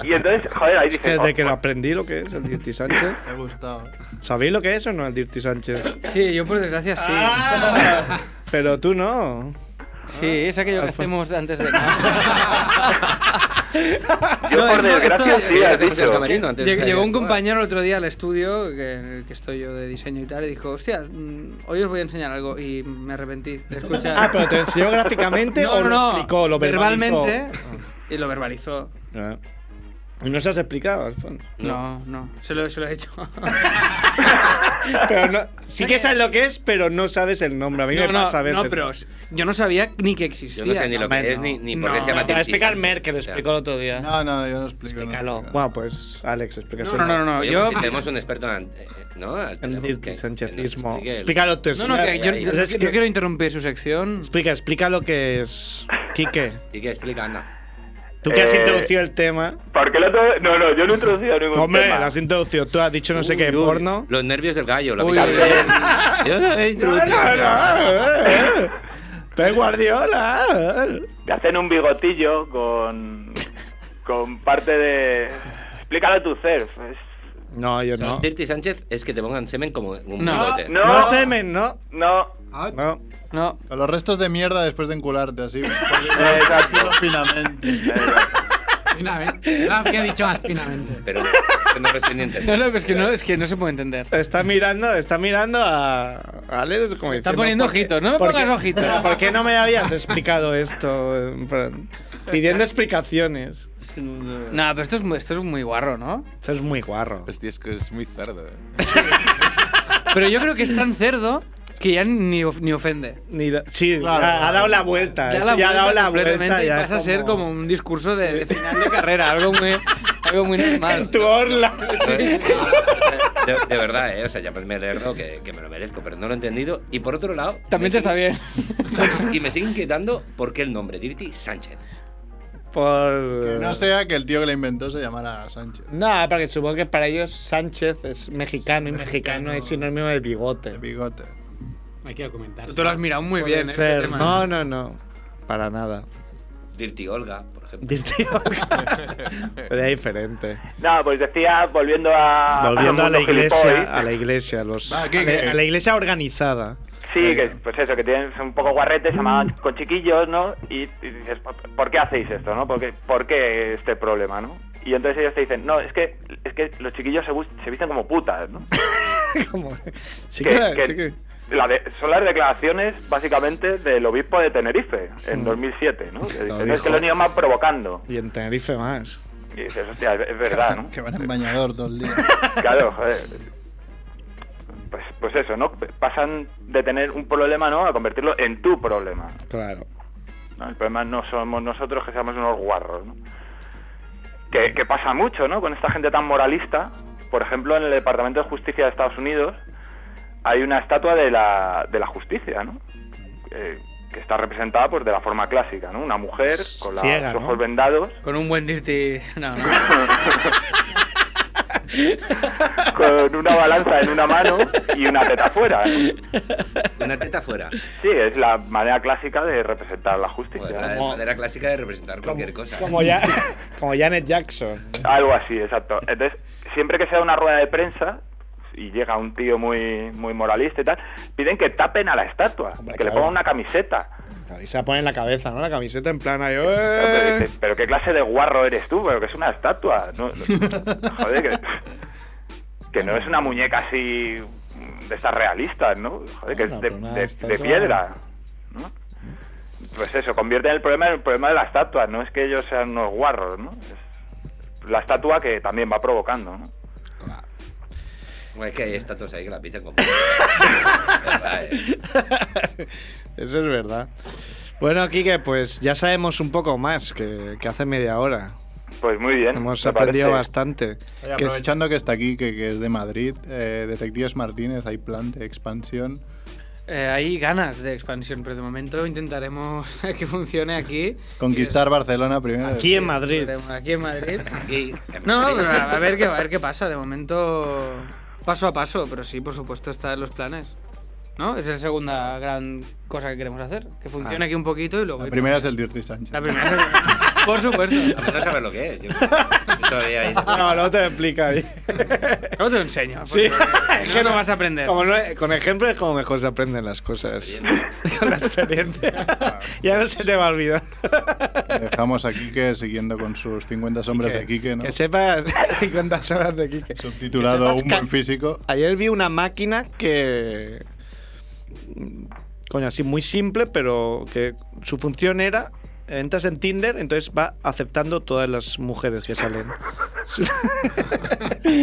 [SPEAKER 9] Y entonces, joder, ahí dices...
[SPEAKER 1] Desde que
[SPEAKER 9] "Oh,
[SPEAKER 1] lo aprendí lo que es el Dirty Sánchez.
[SPEAKER 6] Te ha gustado.
[SPEAKER 1] ¿Sabéis lo que es o no el Dirty Sánchez?
[SPEAKER 4] Sí, yo por desgracia sí.
[SPEAKER 1] Ah. Pero tú no.
[SPEAKER 4] Sí, es aquello que hacemos antes de nada.
[SPEAKER 9] Yo
[SPEAKER 4] No,
[SPEAKER 9] por
[SPEAKER 4] esto-
[SPEAKER 9] desgracia
[SPEAKER 4] esto-
[SPEAKER 9] sí, has
[SPEAKER 3] Hacemos el
[SPEAKER 9] dicho.
[SPEAKER 3] camerino antes de
[SPEAKER 4] Lle-
[SPEAKER 3] salir.
[SPEAKER 4] Llegó un compañero el otro día al estudio, que, en el que estoy yo de diseño y tal, y dijo, hostias, mm, hoy os voy a enseñar algo. Y me arrepentí de escuchar.
[SPEAKER 1] Ah, pero te enseñó gráficamente
[SPEAKER 4] No,
[SPEAKER 1] o lo
[SPEAKER 4] no, no,
[SPEAKER 1] explicó, lo verbalizó?
[SPEAKER 4] Verbalmente, y lo verbalizó.
[SPEAKER 1] Ah. Y no se has explicado, Alfonso.
[SPEAKER 4] No, no, se, lo, se lo he hecho.
[SPEAKER 1] Pero no, sí que sabes lo que es, pero no sabes el nombre. A mí me
[SPEAKER 4] no,
[SPEAKER 1] pasa a veces.
[SPEAKER 4] no, pero s- yo no sabía ni que existía.
[SPEAKER 3] Yo no sé ni lo que es ni, ni por qué se llama
[SPEAKER 4] No,
[SPEAKER 5] Te va a
[SPEAKER 3] Tiriti
[SPEAKER 5] explicar
[SPEAKER 3] Sánchez.
[SPEAKER 5] Mer, que lo
[SPEAKER 3] O sea,
[SPEAKER 5] explicó el otro día.
[SPEAKER 6] No, no, yo no explico. no
[SPEAKER 5] Explícalo.
[SPEAKER 6] explico.
[SPEAKER 1] Bueno, pues, Alex, explicación.
[SPEAKER 4] no, no, no, no,
[SPEAKER 3] Oye,
[SPEAKER 4] yo...
[SPEAKER 3] pues si tenemos un experto en, eh, ¿no? al
[SPEAKER 1] El
[SPEAKER 3] teléfono, que-
[SPEAKER 1] Dirty
[SPEAKER 3] que nos
[SPEAKER 1] Sanchecismo.
[SPEAKER 3] explique el-
[SPEAKER 1] Explícalo tú.
[SPEAKER 4] No, no, que yo,
[SPEAKER 3] Ahí, ahí.
[SPEAKER 4] yo-
[SPEAKER 1] Es
[SPEAKER 4] yo
[SPEAKER 1] que-
[SPEAKER 4] quiero interrumpir su sección.
[SPEAKER 1] Explica, explica lo que es. Quique,
[SPEAKER 3] Y que explica, anda.
[SPEAKER 1] tú que has
[SPEAKER 9] Eh,
[SPEAKER 1] introducido el tema.
[SPEAKER 9] Porque el otro... No, no, yo no he introducido ningún
[SPEAKER 1] Hombre,
[SPEAKER 9] tema.
[SPEAKER 1] lo has introducido. Tú has dicho no sé qué
[SPEAKER 4] uy.
[SPEAKER 1] porno.
[SPEAKER 3] Los nervios del gallo, la
[SPEAKER 4] Uy,
[SPEAKER 3] picada
[SPEAKER 4] uy,
[SPEAKER 3] de-
[SPEAKER 4] uy.
[SPEAKER 3] Yo no he introducido nada.
[SPEAKER 1] eh, eh. Pep Guardiola. eh.
[SPEAKER 9] Te hacen un bigotillo con, con parte de... Explícalo tú, Cerf. es-
[SPEAKER 1] No, yo
[SPEAKER 3] O sea,
[SPEAKER 1] no.
[SPEAKER 3] Dirty Sánchez es que te pongan semen como un
[SPEAKER 4] No.
[SPEAKER 3] bigote.
[SPEAKER 9] No,
[SPEAKER 1] No semen, no.
[SPEAKER 9] no.
[SPEAKER 6] Ah,
[SPEAKER 1] No.
[SPEAKER 4] No,
[SPEAKER 6] Con los restos de mierda después de encularte, así.
[SPEAKER 9] Exacto.
[SPEAKER 6] finamente.
[SPEAKER 5] Finamente. Ah, ¿qué ha dicho más finamente?
[SPEAKER 3] Pero no lo estoy ni entendiendo.
[SPEAKER 4] no, no, es que no, es que no se puede entender.
[SPEAKER 1] Está mirando, está mirando a a Alex como
[SPEAKER 4] Está
[SPEAKER 1] diciendo,
[SPEAKER 4] poniendo
[SPEAKER 1] ¿por qué-
[SPEAKER 4] ojitos, no me
[SPEAKER 1] por
[SPEAKER 4] pongas
[SPEAKER 1] qué-
[SPEAKER 4] ojitos.
[SPEAKER 1] ¿Por qué no me habías explicado esto? En plan, Pidiendo explicaciones.
[SPEAKER 4] No, pero esto es, muy- esto es muy guarro, ¿no?
[SPEAKER 1] Esto es muy guarro.
[SPEAKER 2] Hostia, es que es muy cerdo. ¿eh?
[SPEAKER 4] Pero yo creo que es tan cerdo que ya ni, of- ni ofende.
[SPEAKER 1] Ni la- sí,
[SPEAKER 6] Claro.
[SPEAKER 1] ha, ha dado la vuelta.
[SPEAKER 4] Ya
[SPEAKER 1] eso
[SPEAKER 4] la
[SPEAKER 1] Ya, ha dado
[SPEAKER 4] vuelta
[SPEAKER 1] la
[SPEAKER 4] completamente
[SPEAKER 1] vuelta.
[SPEAKER 4] y
[SPEAKER 1] ya
[SPEAKER 4] pasa a
[SPEAKER 1] es
[SPEAKER 4] ser como un discurso de, de final de carrera, algo muy... Algo muy normal.
[SPEAKER 1] Tu orla.
[SPEAKER 3] ¿eh? O sea, De, de verdad, ¿eh? O sea, llamadme lerdo, que, que me lo merezco, pero no lo he entendido. Y por otro lado...
[SPEAKER 4] También te
[SPEAKER 3] me
[SPEAKER 4] está
[SPEAKER 3] sigue-
[SPEAKER 4] bien.
[SPEAKER 3] Y me sigue inquietando por qué el nombre, Dirty Sánchez.
[SPEAKER 1] Por.
[SPEAKER 6] Que no sea que el tío que la inventó se llamara Sánchez.
[SPEAKER 1] Nada, porque supongo que para ellos Sánchez es mexicano y mexicano es sinónimo de bigote.
[SPEAKER 6] El bigote.
[SPEAKER 5] Me quiero comentar.
[SPEAKER 4] Tú lo has mirado muy
[SPEAKER 1] Puede
[SPEAKER 4] bien, ¿eh?
[SPEAKER 1] ser.
[SPEAKER 4] Este tema.
[SPEAKER 1] No, no, no. Para nada.
[SPEAKER 3] Dirty Olga, por ejemplo.
[SPEAKER 1] Dirty Pero es diferente.
[SPEAKER 9] No, pues decía, volviendo Ah, a.
[SPEAKER 1] Volviendo a
[SPEAKER 9] al
[SPEAKER 1] la
[SPEAKER 9] mundo
[SPEAKER 1] iglesia,
[SPEAKER 9] gilipoll,
[SPEAKER 1] a la iglesia, los,
[SPEAKER 6] Va,
[SPEAKER 1] a,
[SPEAKER 6] ¿qué, qué?
[SPEAKER 1] la, a la iglesia organizada.
[SPEAKER 9] Sí, que, pues eso, que tienen son un poco guarretes, se llamaban
[SPEAKER 1] Mm.
[SPEAKER 9] con chiquillos, ¿no? Y, y dices, "¿Por- ¿por qué hacéis esto, no? ¿Por qué, por qué este problema, no? Y entonces ellos te dicen, no, es que, es que los chiquillos se, bus- se visten como putas, ¿no?
[SPEAKER 1] Como- sí
[SPEAKER 9] Que-
[SPEAKER 1] que-
[SPEAKER 9] que-
[SPEAKER 1] sí que-
[SPEAKER 9] la de- son las declaraciones, básicamente, del obispo de Tenerife, en 2007, ¿no? Que dicen, es
[SPEAKER 1] Mm. dijo.
[SPEAKER 9] que los niños van provocando.
[SPEAKER 1] Y en Tenerife más.
[SPEAKER 9] Y dices, hostia, es, es verdad, ¿no?
[SPEAKER 6] Que van en bañador todo el día.
[SPEAKER 9] Claro, joder. Pues, pues eso, ¿no? Pasan de tener un problema, ¿no? A convertirlo en tu problema.
[SPEAKER 1] Claro.
[SPEAKER 9] ¿no? El problema no somos nosotros que seamos unos guarros, ¿no? Que, que pasa mucho, ¿no? Con esta gente tan moralista. Por ejemplo, en el Departamento de Justicia de Estados Unidos hay una estatua de la, de la justicia, ¿no? Eh, que está representada pues, de la forma clásica, ¿no? Una mujer con la-
[SPEAKER 1] Ciega,
[SPEAKER 9] los
[SPEAKER 1] ¿no?
[SPEAKER 9] ojos vendados,
[SPEAKER 4] Con un buen dirty. No, no.
[SPEAKER 9] con una balanza en una mano y una teta fuera. ¿no?
[SPEAKER 3] Una teta fuera.
[SPEAKER 9] Sí, es la manera clásica de representar la justicia.
[SPEAKER 3] Bueno, la
[SPEAKER 1] Como-
[SPEAKER 3] manera clásica de representar cualquier cosa.
[SPEAKER 1] Como, ya, como Janet Jackson.
[SPEAKER 9] Algo así, exacto. Entonces, siempre que se da una rueda de prensa y llega un tío muy, muy moralista y tal, piden que tapen a la estatua,
[SPEAKER 1] Hombre,
[SPEAKER 9] que le
[SPEAKER 1] claro.
[SPEAKER 9] pongan una camiseta.
[SPEAKER 1] Y se la pone en la cabeza, ¿no? La camiseta en plan ahí.
[SPEAKER 9] Pero,
[SPEAKER 1] ¡eh!
[SPEAKER 9] dices, "¿Pero qué clase de guarro eres tú, pero que es una estatua. No, no- joder, que, que no es una muñeca así mm, de estas realistas, ¿no? Joder, que
[SPEAKER 1] Bueno,
[SPEAKER 9] es de,
[SPEAKER 1] pero una
[SPEAKER 9] de- de
[SPEAKER 1] estatua- Mm.
[SPEAKER 9] piedra. ¿no? Pues eso, convierte el problema en el problema de la estatua, no es que ellos sean unos guarros, ¿no? Es la estatua que también va provocando, ¿no?
[SPEAKER 3] Bueno, es que hay estatuas ahí que la pitan como. Verdad, ¿eh?
[SPEAKER 1] Eso es verdad. Bueno, Kike, pues ya sabemos un poco más que, que hace media hora.
[SPEAKER 9] Pues muy bien.
[SPEAKER 1] Hemos
[SPEAKER 9] me
[SPEAKER 1] aprendido
[SPEAKER 9] parece.
[SPEAKER 1] bastante.
[SPEAKER 6] Oye,
[SPEAKER 1] Que es-
[SPEAKER 6] aprovechando que está aquí, que, que es de Madrid, eh, Detectives Martínez, hay plan de expansión.
[SPEAKER 4] Eh, hay ganas de expansión, pero de momento intentaremos que funcione aquí.
[SPEAKER 6] Conquistar Barcelona primero.
[SPEAKER 1] Aquí en Madrid.
[SPEAKER 4] Aquí en Madrid.
[SPEAKER 3] Aquí, en
[SPEAKER 4] No,
[SPEAKER 3] Madrid.
[SPEAKER 4] pero a a ver, qué, a ver qué pasa. De momento, paso a paso, pero sí, por supuesto, está en los planes. ¿No? Esa es la segunda gran cosa que queremos hacer. Que
[SPEAKER 1] Ah.
[SPEAKER 4] funcione aquí un poquito y luego.
[SPEAKER 6] La primera es el Dirty Sánchez.
[SPEAKER 4] La primera es- por supuesto.
[SPEAKER 3] Tampoco sabes lo que es. Yo, yo todavía ahí.
[SPEAKER 1] No, no te lo explica bien.
[SPEAKER 4] Luego te lo enseño.
[SPEAKER 1] Sí.
[SPEAKER 4] porque
[SPEAKER 1] Es
[SPEAKER 4] si
[SPEAKER 1] que
[SPEAKER 4] no,
[SPEAKER 1] no-
[SPEAKER 4] no vas a aprender.
[SPEAKER 1] Como no- con ejemplo es como mejor se aprenden las cosas. Con la experiencia. ya no se te va a olvidar.
[SPEAKER 6] Dejamos a Quique siguiendo con sus 50 sombras de Quique, ¿no?
[SPEAKER 1] Que sepas 50 horas de Kike.
[SPEAKER 6] Subtitulado
[SPEAKER 1] que sepas
[SPEAKER 6] Un
[SPEAKER 1] ca-
[SPEAKER 6] buen físico.
[SPEAKER 1] Ayer vi una máquina que. Coño, así muy simple, pero que su función era. Entras en Tinder, entonces va aceptando todas las mujeres que salen.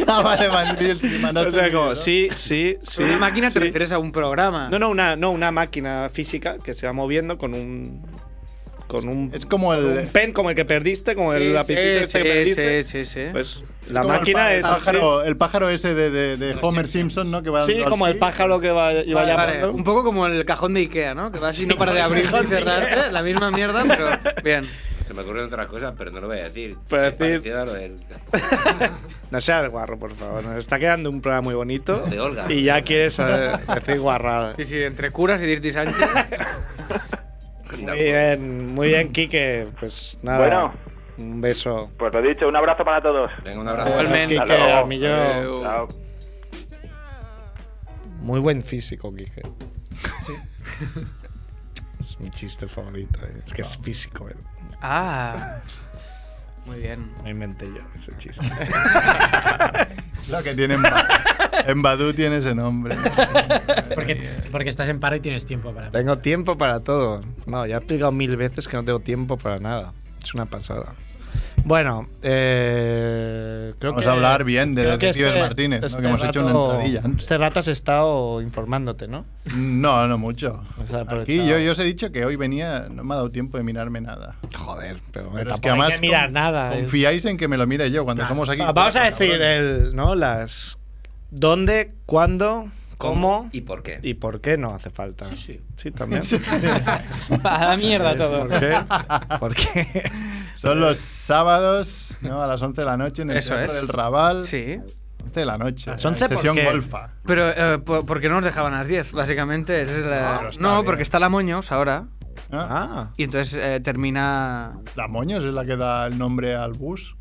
[SPEAKER 6] Ah, vale, vale. sí, mandaste
[SPEAKER 1] o sea,
[SPEAKER 6] el
[SPEAKER 1] como,
[SPEAKER 6] vídeo, ¿no?
[SPEAKER 1] sí, sí, sí.
[SPEAKER 4] Con pues. una máquina
[SPEAKER 1] sí.
[SPEAKER 4] te refieres a un programa.
[SPEAKER 1] No, no, una, no, una máquina física que se va moviendo con un. Con un.
[SPEAKER 6] Es como el.
[SPEAKER 1] un pen como el que perdiste, como
[SPEAKER 4] Sí,
[SPEAKER 1] el lapicito
[SPEAKER 4] sí,
[SPEAKER 1] este que
[SPEAKER 4] sí,
[SPEAKER 1] perdiste.
[SPEAKER 4] sí, sí, sí.
[SPEAKER 1] Pues
[SPEAKER 6] es
[SPEAKER 1] la
[SPEAKER 6] como el
[SPEAKER 1] máquina
[SPEAKER 6] pá-
[SPEAKER 1] es.
[SPEAKER 6] El pájaro, el pájaro ese de, de- de Homer Simpson, ¿no? Que va
[SPEAKER 1] Sí,
[SPEAKER 6] dando al
[SPEAKER 1] como el
[SPEAKER 6] sí.
[SPEAKER 1] pájaro que va, iba
[SPEAKER 4] Vale, vale.
[SPEAKER 1] llamando.
[SPEAKER 4] Un poco como el cajón de Ikea, ¿no? Que va así, no para de abrirse y cerrarse. La misma mierda, pero bien.
[SPEAKER 3] Se me ocurren otras cosas, pero no lo voy a decir.
[SPEAKER 1] Pero
[SPEAKER 3] Es
[SPEAKER 1] decir-
[SPEAKER 3] parecido a lo del-
[SPEAKER 1] No seas guarro, por favor. Nos está quedando un programa muy bonito.
[SPEAKER 3] De Olga.
[SPEAKER 1] Y ya quieres eh, decir guarrada.
[SPEAKER 4] Sí, sí, entre curas y Dirty Sánchez.
[SPEAKER 1] Muy bien, muy
[SPEAKER 4] Mm.
[SPEAKER 1] bien, Quique. Pues nada.
[SPEAKER 9] Bueno.
[SPEAKER 1] Un beso.
[SPEAKER 9] Pues lo dicho, un abrazo para todos.
[SPEAKER 3] Venga, un abrazo.
[SPEAKER 4] Igualmente.
[SPEAKER 1] Quique,
[SPEAKER 9] Hasta luego.
[SPEAKER 1] Armillón.
[SPEAKER 9] Chao.
[SPEAKER 1] Muy buen físico, Quique. Es mi chiste favorito. eh. Es que es físico. eh.
[SPEAKER 4] Ah. Muy bien.
[SPEAKER 1] Me inventé yo ese chiste.
[SPEAKER 6] Lo que tiene en, Ba- en Badu tiene ese nombre.
[SPEAKER 5] Porque, porque estás en paro y tienes tiempo para.
[SPEAKER 1] tengo tiempo para todo. No, ya he explicado mil veces que no tengo tiempo para nada. Es una pasada. Bueno, eh, creo
[SPEAKER 6] Vamos
[SPEAKER 1] que-
[SPEAKER 6] a hablar bien de
[SPEAKER 1] creo que este-
[SPEAKER 6] Detectives Martínez, ¿no? que hemos hecho una
[SPEAKER 1] rato-
[SPEAKER 6] entradilla antes.
[SPEAKER 1] Este rato has estado informándote, ¿no?
[SPEAKER 6] No, no mucho.
[SPEAKER 1] O sea, pero
[SPEAKER 6] Aquí
[SPEAKER 1] estaba-
[SPEAKER 6] yo, yo os he dicho que hoy venía, no me ha dado tiempo de mirarme nada.
[SPEAKER 1] Joder, pero,
[SPEAKER 6] Pero es
[SPEAKER 1] tampoco
[SPEAKER 6] que además
[SPEAKER 1] hay que mirar
[SPEAKER 6] con-
[SPEAKER 1] nada. es-
[SPEAKER 6] Confiáis en que me lo mire yo cuando somos aquí. pues,
[SPEAKER 1] Ah, Vamos a
[SPEAKER 6] cuatro,
[SPEAKER 1] decir
[SPEAKER 6] cabrones.
[SPEAKER 1] el, ¿no? Las dónde, cuándo, cómo
[SPEAKER 3] ¿Y por qué?
[SPEAKER 1] y por qué no hace falta.
[SPEAKER 3] Sí, sí.
[SPEAKER 1] Sí, también.
[SPEAKER 4] A la mierda todo.
[SPEAKER 1] ¿Por qué? ¿Por qué?
[SPEAKER 6] Son los sábados ¿no? a las 11 de la noche en el
[SPEAKER 4] Eso
[SPEAKER 6] Teatro
[SPEAKER 4] es.
[SPEAKER 6] del Raval.
[SPEAKER 4] Sí.
[SPEAKER 6] 11 de la noche.
[SPEAKER 1] ¿Las 11 por
[SPEAKER 6] Sesión
[SPEAKER 1] qué?
[SPEAKER 6] golfa.
[SPEAKER 4] Pero, eh, po- ¿por qué no nos dejaban a las 10? Básicamente, esa es la-
[SPEAKER 6] Ah, pero está
[SPEAKER 4] No,
[SPEAKER 6] bien.
[SPEAKER 4] porque está la Moños ahora.
[SPEAKER 6] ¿Ah?
[SPEAKER 1] Ah,
[SPEAKER 4] Y entonces eh, termina.
[SPEAKER 6] La Moños es la que da el nombre al bus.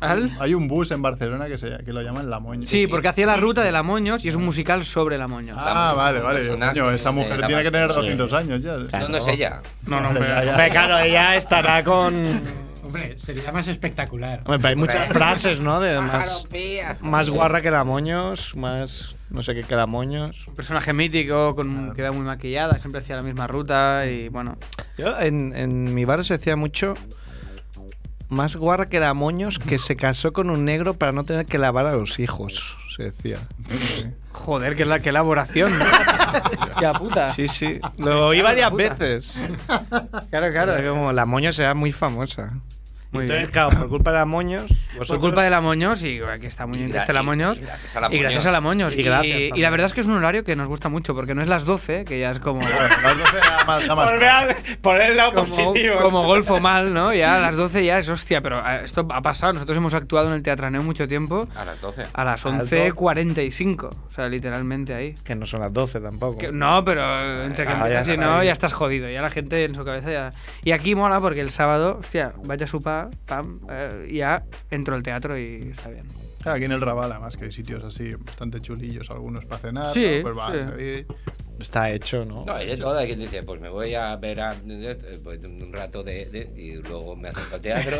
[SPEAKER 4] ¿Al?
[SPEAKER 6] Hay un bus en Barcelona que, se, que lo llaman La Moños.
[SPEAKER 4] Sí, porque hacía la ruta de la Moños y es un musical sobre la Moños.
[SPEAKER 6] Ah, vale, vale.
[SPEAKER 3] Personaje
[SPEAKER 6] Coño, esa
[SPEAKER 3] de
[SPEAKER 6] mujer
[SPEAKER 3] la
[SPEAKER 6] tiene que tener
[SPEAKER 3] Moños.
[SPEAKER 6] 200 años ya. ¿eh?
[SPEAKER 3] No, no es ella.
[SPEAKER 1] no, no,
[SPEAKER 6] Vale,
[SPEAKER 1] hombre.
[SPEAKER 6] ya, ya.
[SPEAKER 1] Hombre, claro, ella estará con. Hombre,
[SPEAKER 5] Hombre, sería más espectacular.
[SPEAKER 1] pero hay muchas frases, ¿no? De más,
[SPEAKER 3] Jaropía.
[SPEAKER 1] más guarra que la moños, más no sé qué que la moños.
[SPEAKER 4] Un personaje mítico, con, que era muy maquillada, siempre hacía la misma ruta y bueno.
[SPEAKER 1] Yo en, en mi barrio se decía mucho más guarra que la moños que se casó con un negro para no tener que lavar a los hijos, se decía.
[SPEAKER 4] Joder, qué, la, qué elaboración. ¿no? Hostia puta.
[SPEAKER 1] Sí, sí. Lo oí varias veces.
[SPEAKER 4] Claro, claro.
[SPEAKER 1] Era como la Moños era muy famosa.
[SPEAKER 4] Muy
[SPEAKER 1] Entonces,
[SPEAKER 4] bien.
[SPEAKER 1] claro, por culpa de la Moños.
[SPEAKER 4] Por
[SPEAKER 1] vosotros-
[SPEAKER 4] culpa de la Moños, y que está
[SPEAKER 3] Y
[SPEAKER 4] muy bien que
[SPEAKER 3] gra-
[SPEAKER 4] esté la
[SPEAKER 3] y-
[SPEAKER 4] Moños.
[SPEAKER 3] y gracias a la
[SPEAKER 4] Y gracias
[SPEAKER 3] Moños.
[SPEAKER 4] a la Moños.
[SPEAKER 1] Y
[SPEAKER 4] Y,
[SPEAKER 1] gracias
[SPEAKER 4] y
[SPEAKER 1] también.
[SPEAKER 4] la verdad es que es un horario que nos gusta mucho, porque no es las 12, que ya es como.
[SPEAKER 6] Las 12 da más- da más-
[SPEAKER 1] Por, ver- por el lado
[SPEAKER 4] como,
[SPEAKER 1] positivo.
[SPEAKER 4] como golfo mal, ¿no? Ya a las 12 ya es hostia, pero eh, esto ha pasado. Nosotros hemos actuado en el Teatraneo mucho tiempo
[SPEAKER 3] A las 12.
[SPEAKER 4] a las
[SPEAKER 1] A las
[SPEAKER 4] 11.45, o sea, literalmente ahí.
[SPEAKER 1] Que no son las 12 tampoco.
[SPEAKER 4] Que- no, pero eh, entre que
[SPEAKER 1] Ah, ya
[SPEAKER 4] empiezas y
[SPEAKER 1] está
[SPEAKER 4] no,
[SPEAKER 1] bien.
[SPEAKER 4] ya estás jodido. Ya la gente en su cabeza ya. Y aquí mola porque el sábado, hostia, vaya supa, pam, eh, ya entro al teatro y está bien.
[SPEAKER 6] Claro, aquí en el Raval, además, que hay sitios así bastante chulillos, algunos para cenar.
[SPEAKER 4] Sí,
[SPEAKER 6] ¿no? Pues va,
[SPEAKER 4] sí.
[SPEAKER 6] ahí-
[SPEAKER 1] Está hecho, ¿no?
[SPEAKER 3] No, hay de todo. Hay quien dice, pues me voy a ver a, pues, un rato de, de- y luego me acerco al teatro.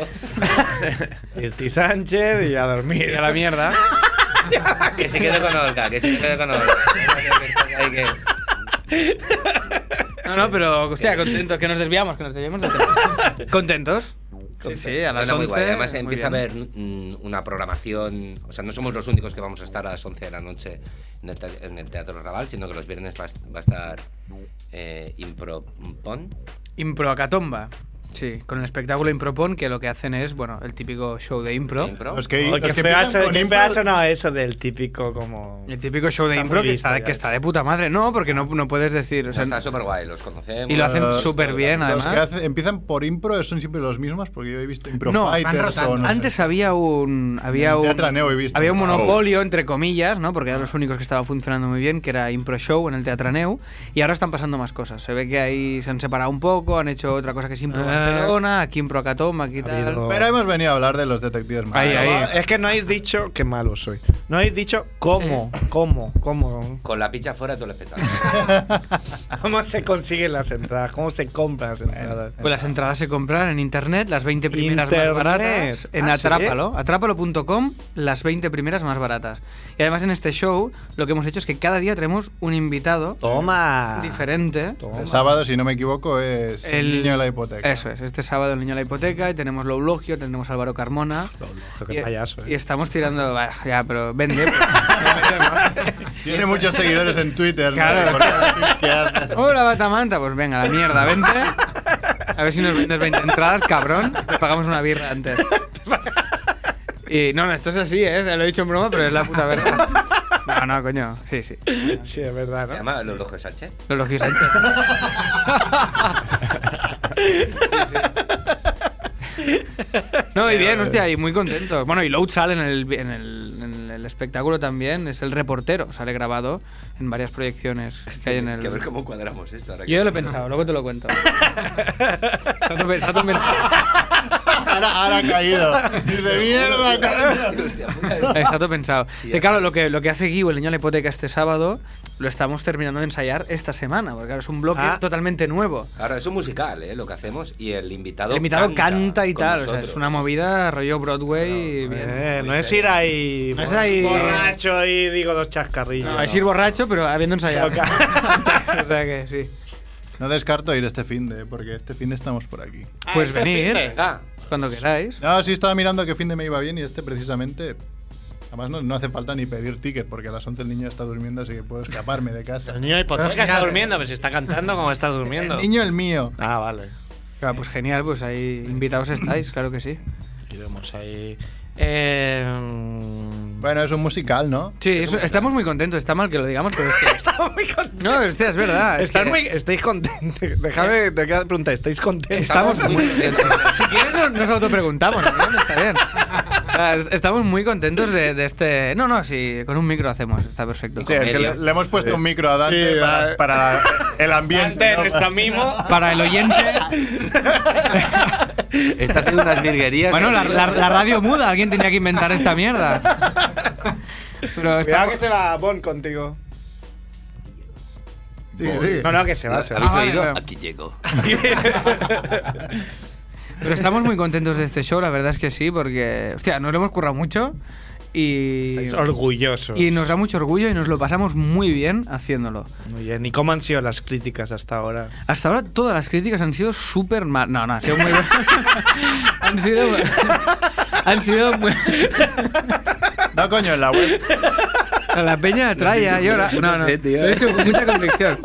[SPEAKER 1] Irti Sánchez y a
[SPEAKER 4] Y
[SPEAKER 1] dormir.
[SPEAKER 4] a la mierda.
[SPEAKER 3] que se quede con Olga, que se quede con Olga. Hay que-
[SPEAKER 4] No, no, pero hostia, contentos, que nos desviamos, que nos desviamos. del tema. ¿Contentos? Sí, sí, a las
[SPEAKER 3] No, no, muy
[SPEAKER 4] 11.
[SPEAKER 3] guay. Además
[SPEAKER 4] muy
[SPEAKER 3] empieza a
[SPEAKER 4] bien.
[SPEAKER 3] haber mm, una programación. O sea, no somos los únicos que vamos a estar a las 11 de la noche en el, te- en el Teatro Raval, sino que los viernes va, a est- va a estar eh, Impropon.
[SPEAKER 4] Improacatomba. Sí, con el espectáculo Impropon, que lo que hacen es, bueno, el típico show de impro.
[SPEAKER 3] Impro.
[SPEAKER 6] Los que,
[SPEAKER 1] Oh,
[SPEAKER 6] los
[SPEAKER 1] qué
[SPEAKER 6] que
[SPEAKER 1] feo ha
[SPEAKER 6] pican
[SPEAKER 1] sonado-
[SPEAKER 6] con
[SPEAKER 1] qué
[SPEAKER 6] impro-
[SPEAKER 1] feo ha sonado eso del típico como.
[SPEAKER 4] El típico show de
[SPEAKER 1] Está
[SPEAKER 4] impro
[SPEAKER 1] muy
[SPEAKER 4] que,
[SPEAKER 1] visto
[SPEAKER 4] está,
[SPEAKER 1] ya
[SPEAKER 4] que
[SPEAKER 1] eso.
[SPEAKER 4] está de puta madre. No, porque no, no puedes decir. O sea,
[SPEAKER 3] está súper guay, los conocemos.
[SPEAKER 4] Y lo hacen
[SPEAKER 6] Eh,
[SPEAKER 4] súper bien,
[SPEAKER 6] Los que
[SPEAKER 4] además.
[SPEAKER 6] hace- empiezan por impro son siempre los mismos, porque yo he visto impro
[SPEAKER 4] No, van
[SPEAKER 6] fighters o no sé.
[SPEAKER 4] Antes había un. Había
[SPEAKER 6] En
[SPEAKER 4] un,
[SPEAKER 6] Teatro Neo he visto.
[SPEAKER 4] había un
[SPEAKER 6] Oh.
[SPEAKER 4] monopolio, entre comillas, ¿no? Porque eran los únicos que estaban funcionando muy bien, que era Impro Show en el Teatraneu. Y ahora están pasando más cosas. Se ve que ahí se han separado un poco, han hecho otra cosa que es Impro
[SPEAKER 1] Ah.
[SPEAKER 4] Barcelona, aquí Impro Acatoma, aquí
[SPEAKER 1] Ha
[SPEAKER 4] tal.
[SPEAKER 1] habido-
[SPEAKER 6] Pero hemos venido a hablar de los detectives más.
[SPEAKER 4] Ahí, ahí.
[SPEAKER 1] Es que no habéis dicho. Qué malo soy. No habéis dicho cómo, cómo, cómo.
[SPEAKER 3] Con la picha fuera todo el espectáculo.
[SPEAKER 1] ¿Cómo se consiguen las entradas? ¿Cómo se compran las entradas?
[SPEAKER 4] Pues las entradas se compran en internet, las 20 primeras
[SPEAKER 1] Internet.
[SPEAKER 4] más baratas. En
[SPEAKER 1] Ah, ¿sí?
[SPEAKER 4] Atrápalo, atrápalo.com, las 20 primeras más baratas. Y además en este show lo que hemos hecho es que cada día traemos un invitado
[SPEAKER 1] Toma.
[SPEAKER 4] diferente.
[SPEAKER 1] Toma.
[SPEAKER 6] El sábado, si no me equivoco, es el, niño de la hipoteca.
[SPEAKER 4] Eso es, este sábado el niño de la hipoteca y tenemos Loulogio, tenemos Álvaro Carmona.
[SPEAKER 1] Qué
[SPEAKER 4] y,
[SPEAKER 1] payaso. eh.
[SPEAKER 4] y estamos tirando. bah, Ya, pero vende. pues.
[SPEAKER 6] Tiene muchos seguidores en Twitter. ¿no?
[SPEAKER 4] Claro.
[SPEAKER 6] Porque- ¿qué hace?
[SPEAKER 4] Hola, Batamanta. Pues venga, la mierda, vente. A ver si nos vendes 20 entradas, cabrón. Te pagamos una birra antes. Y no, no, esto es así, ¿eh? Lo he dicho en broma, pero es la puta verdad. No, no, coño. Sí, sí.
[SPEAKER 1] Sí, es verdad,
[SPEAKER 3] Se
[SPEAKER 1] ¿no?
[SPEAKER 3] llama Los Ojos Sánchez.
[SPEAKER 4] Lo logio Sánchez. No, y bien, hostia, y muy contento. Bueno, y Loud sale en el, en, el, en el espectáculo también, es el reportero, sale grabado en varias proyecciones que hay en
[SPEAKER 3] Hay que ver
[SPEAKER 4] el...
[SPEAKER 3] cómo cuadramos esto. Ahora
[SPEAKER 4] Yo ya lo he pensado, luego te lo cuento. Está todo pe- está todo pensado.
[SPEAKER 6] Ahora, ahora ha caído. Dice, mierda, coño".
[SPEAKER 3] Hostia puta.
[SPEAKER 4] Está todo pensado. Que claro, lo que, lo que hace Guiu, el niño de la hipoteca este sábado, lo estamos terminando de ensayar esta semana, porque claro, es un bloque
[SPEAKER 1] Ah.
[SPEAKER 4] totalmente nuevo.
[SPEAKER 3] Ahora, es un musical, ¿eh? Lo que hacemos. Y el invitado.
[SPEAKER 4] El invitado canta, y
[SPEAKER 3] con
[SPEAKER 4] tal, o sea, es
[SPEAKER 3] nosotros.
[SPEAKER 4] una movida rollo Broadway. bien.
[SPEAKER 1] Eh, no es ir ahí,
[SPEAKER 4] No es ahí-
[SPEAKER 1] borracho y digo dos chascarrillos.
[SPEAKER 4] No, es ir borracho, pero habiendo ensayado.
[SPEAKER 1] Toca.
[SPEAKER 4] o sea que sí.
[SPEAKER 6] No descarto ir este fin de, porque este fin de estamos por aquí.
[SPEAKER 3] Ah,
[SPEAKER 4] Pues
[SPEAKER 3] este
[SPEAKER 4] venir, cuando queráis.
[SPEAKER 6] No, sí estaba mirando que fin de me iba bien y este precisamente. Además, no, no hace falta ni pedir ticket porque a las 11 el niño está durmiendo, así que puedo escaparme de casa.
[SPEAKER 10] El niño de hipoteca está durmiendo, pues si está cantando como está durmiendo.
[SPEAKER 6] El niño, el mío.
[SPEAKER 10] Ah, vale.
[SPEAKER 4] Claro, pues genial, pues ahí invitados estáis, claro que sí.
[SPEAKER 10] Iremos ahí.
[SPEAKER 1] Em,
[SPEAKER 10] Eh,
[SPEAKER 6] Bueno, es un musical, ¿no?
[SPEAKER 4] Sí, eso- estamos muy contentos, está mal que lo digamos, pero es que...
[SPEAKER 1] Estamos muy contentos.
[SPEAKER 4] No, hostia, es verdad. es
[SPEAKER 1] Están
[SPEAKER 4] que-
[SPEAKER 1] muy- estáis contentos. Déjame te queda preguntar, ¿estáis contentos?
[SPEAKER 4] Estamos muy contentos. Si quieren, nos, nos autopreguntamos. ¿no? Está bien. O sea, es- Estamos muy contentos de, de este. No, no, sí, con un micro hacemos. Está perfecto.
[SPEAKER 6] Sí, es que le, le hemos puesto un micro a Dante
[SPEAKER 1] Sí,
[SPEAKER 6] para,
[SPEAKER 1] va.
[SPEAKER 6] para el ambiente.
[SPEAKER 10] Ante
[SPEAKER 6] ¿no?
[SPEAKER 10] nuestro mimo.
[SPEAKER 4] Para el oyente.
[SPEAKER 3] Está haciendo unas virguerías.
[SPEAKER 4] Bueno, la, la- la radio muda. Alguien tenía que inventar esta mierda. Pero
[SPEAKER 1] Cuidado
[SPEAKER 4] está.
[SPEAKER 1] que se va Bon contigo.
[SPEAKER 6] Sí, sí.
[SPEAKER 1] No, no, que se va, se va.
[SPEAKER 3] ¿Habéis
[SPEAKER 4] Ah, vale,
[SPEAKER 3] oído?
[SPEAKER 4] vale.
[SPEAKER 3] Aquí llego.
[SPEAKER 4] Pero estamos muy contentos de este show, la verdad es que sí, porque. Hostia, nos lo hemos currado mucho. Y.
[SPEAKER 1] Estáis orgullosos.
[SPEAKER 4] Y nos da mucho orgullo y nos lo pasamos muy bien haciéndolo.
[SPEAKER 1] Muy bien. ¿Y cómo han sido las críticas hasta ahora?
[SPEAKER 4] Hasta ahora todas las críticas han sido súper mal. No, no, han sido muy buenas. han sido. han sido muy.
[SPEAKER 6] No, coño, en la web.
[SPEAKER 4] La peña traya y ahora. No, no.
[SPEAKER 3] Eh, tío.
[SPEAKER 4] Lo he hecho con mucha convicción.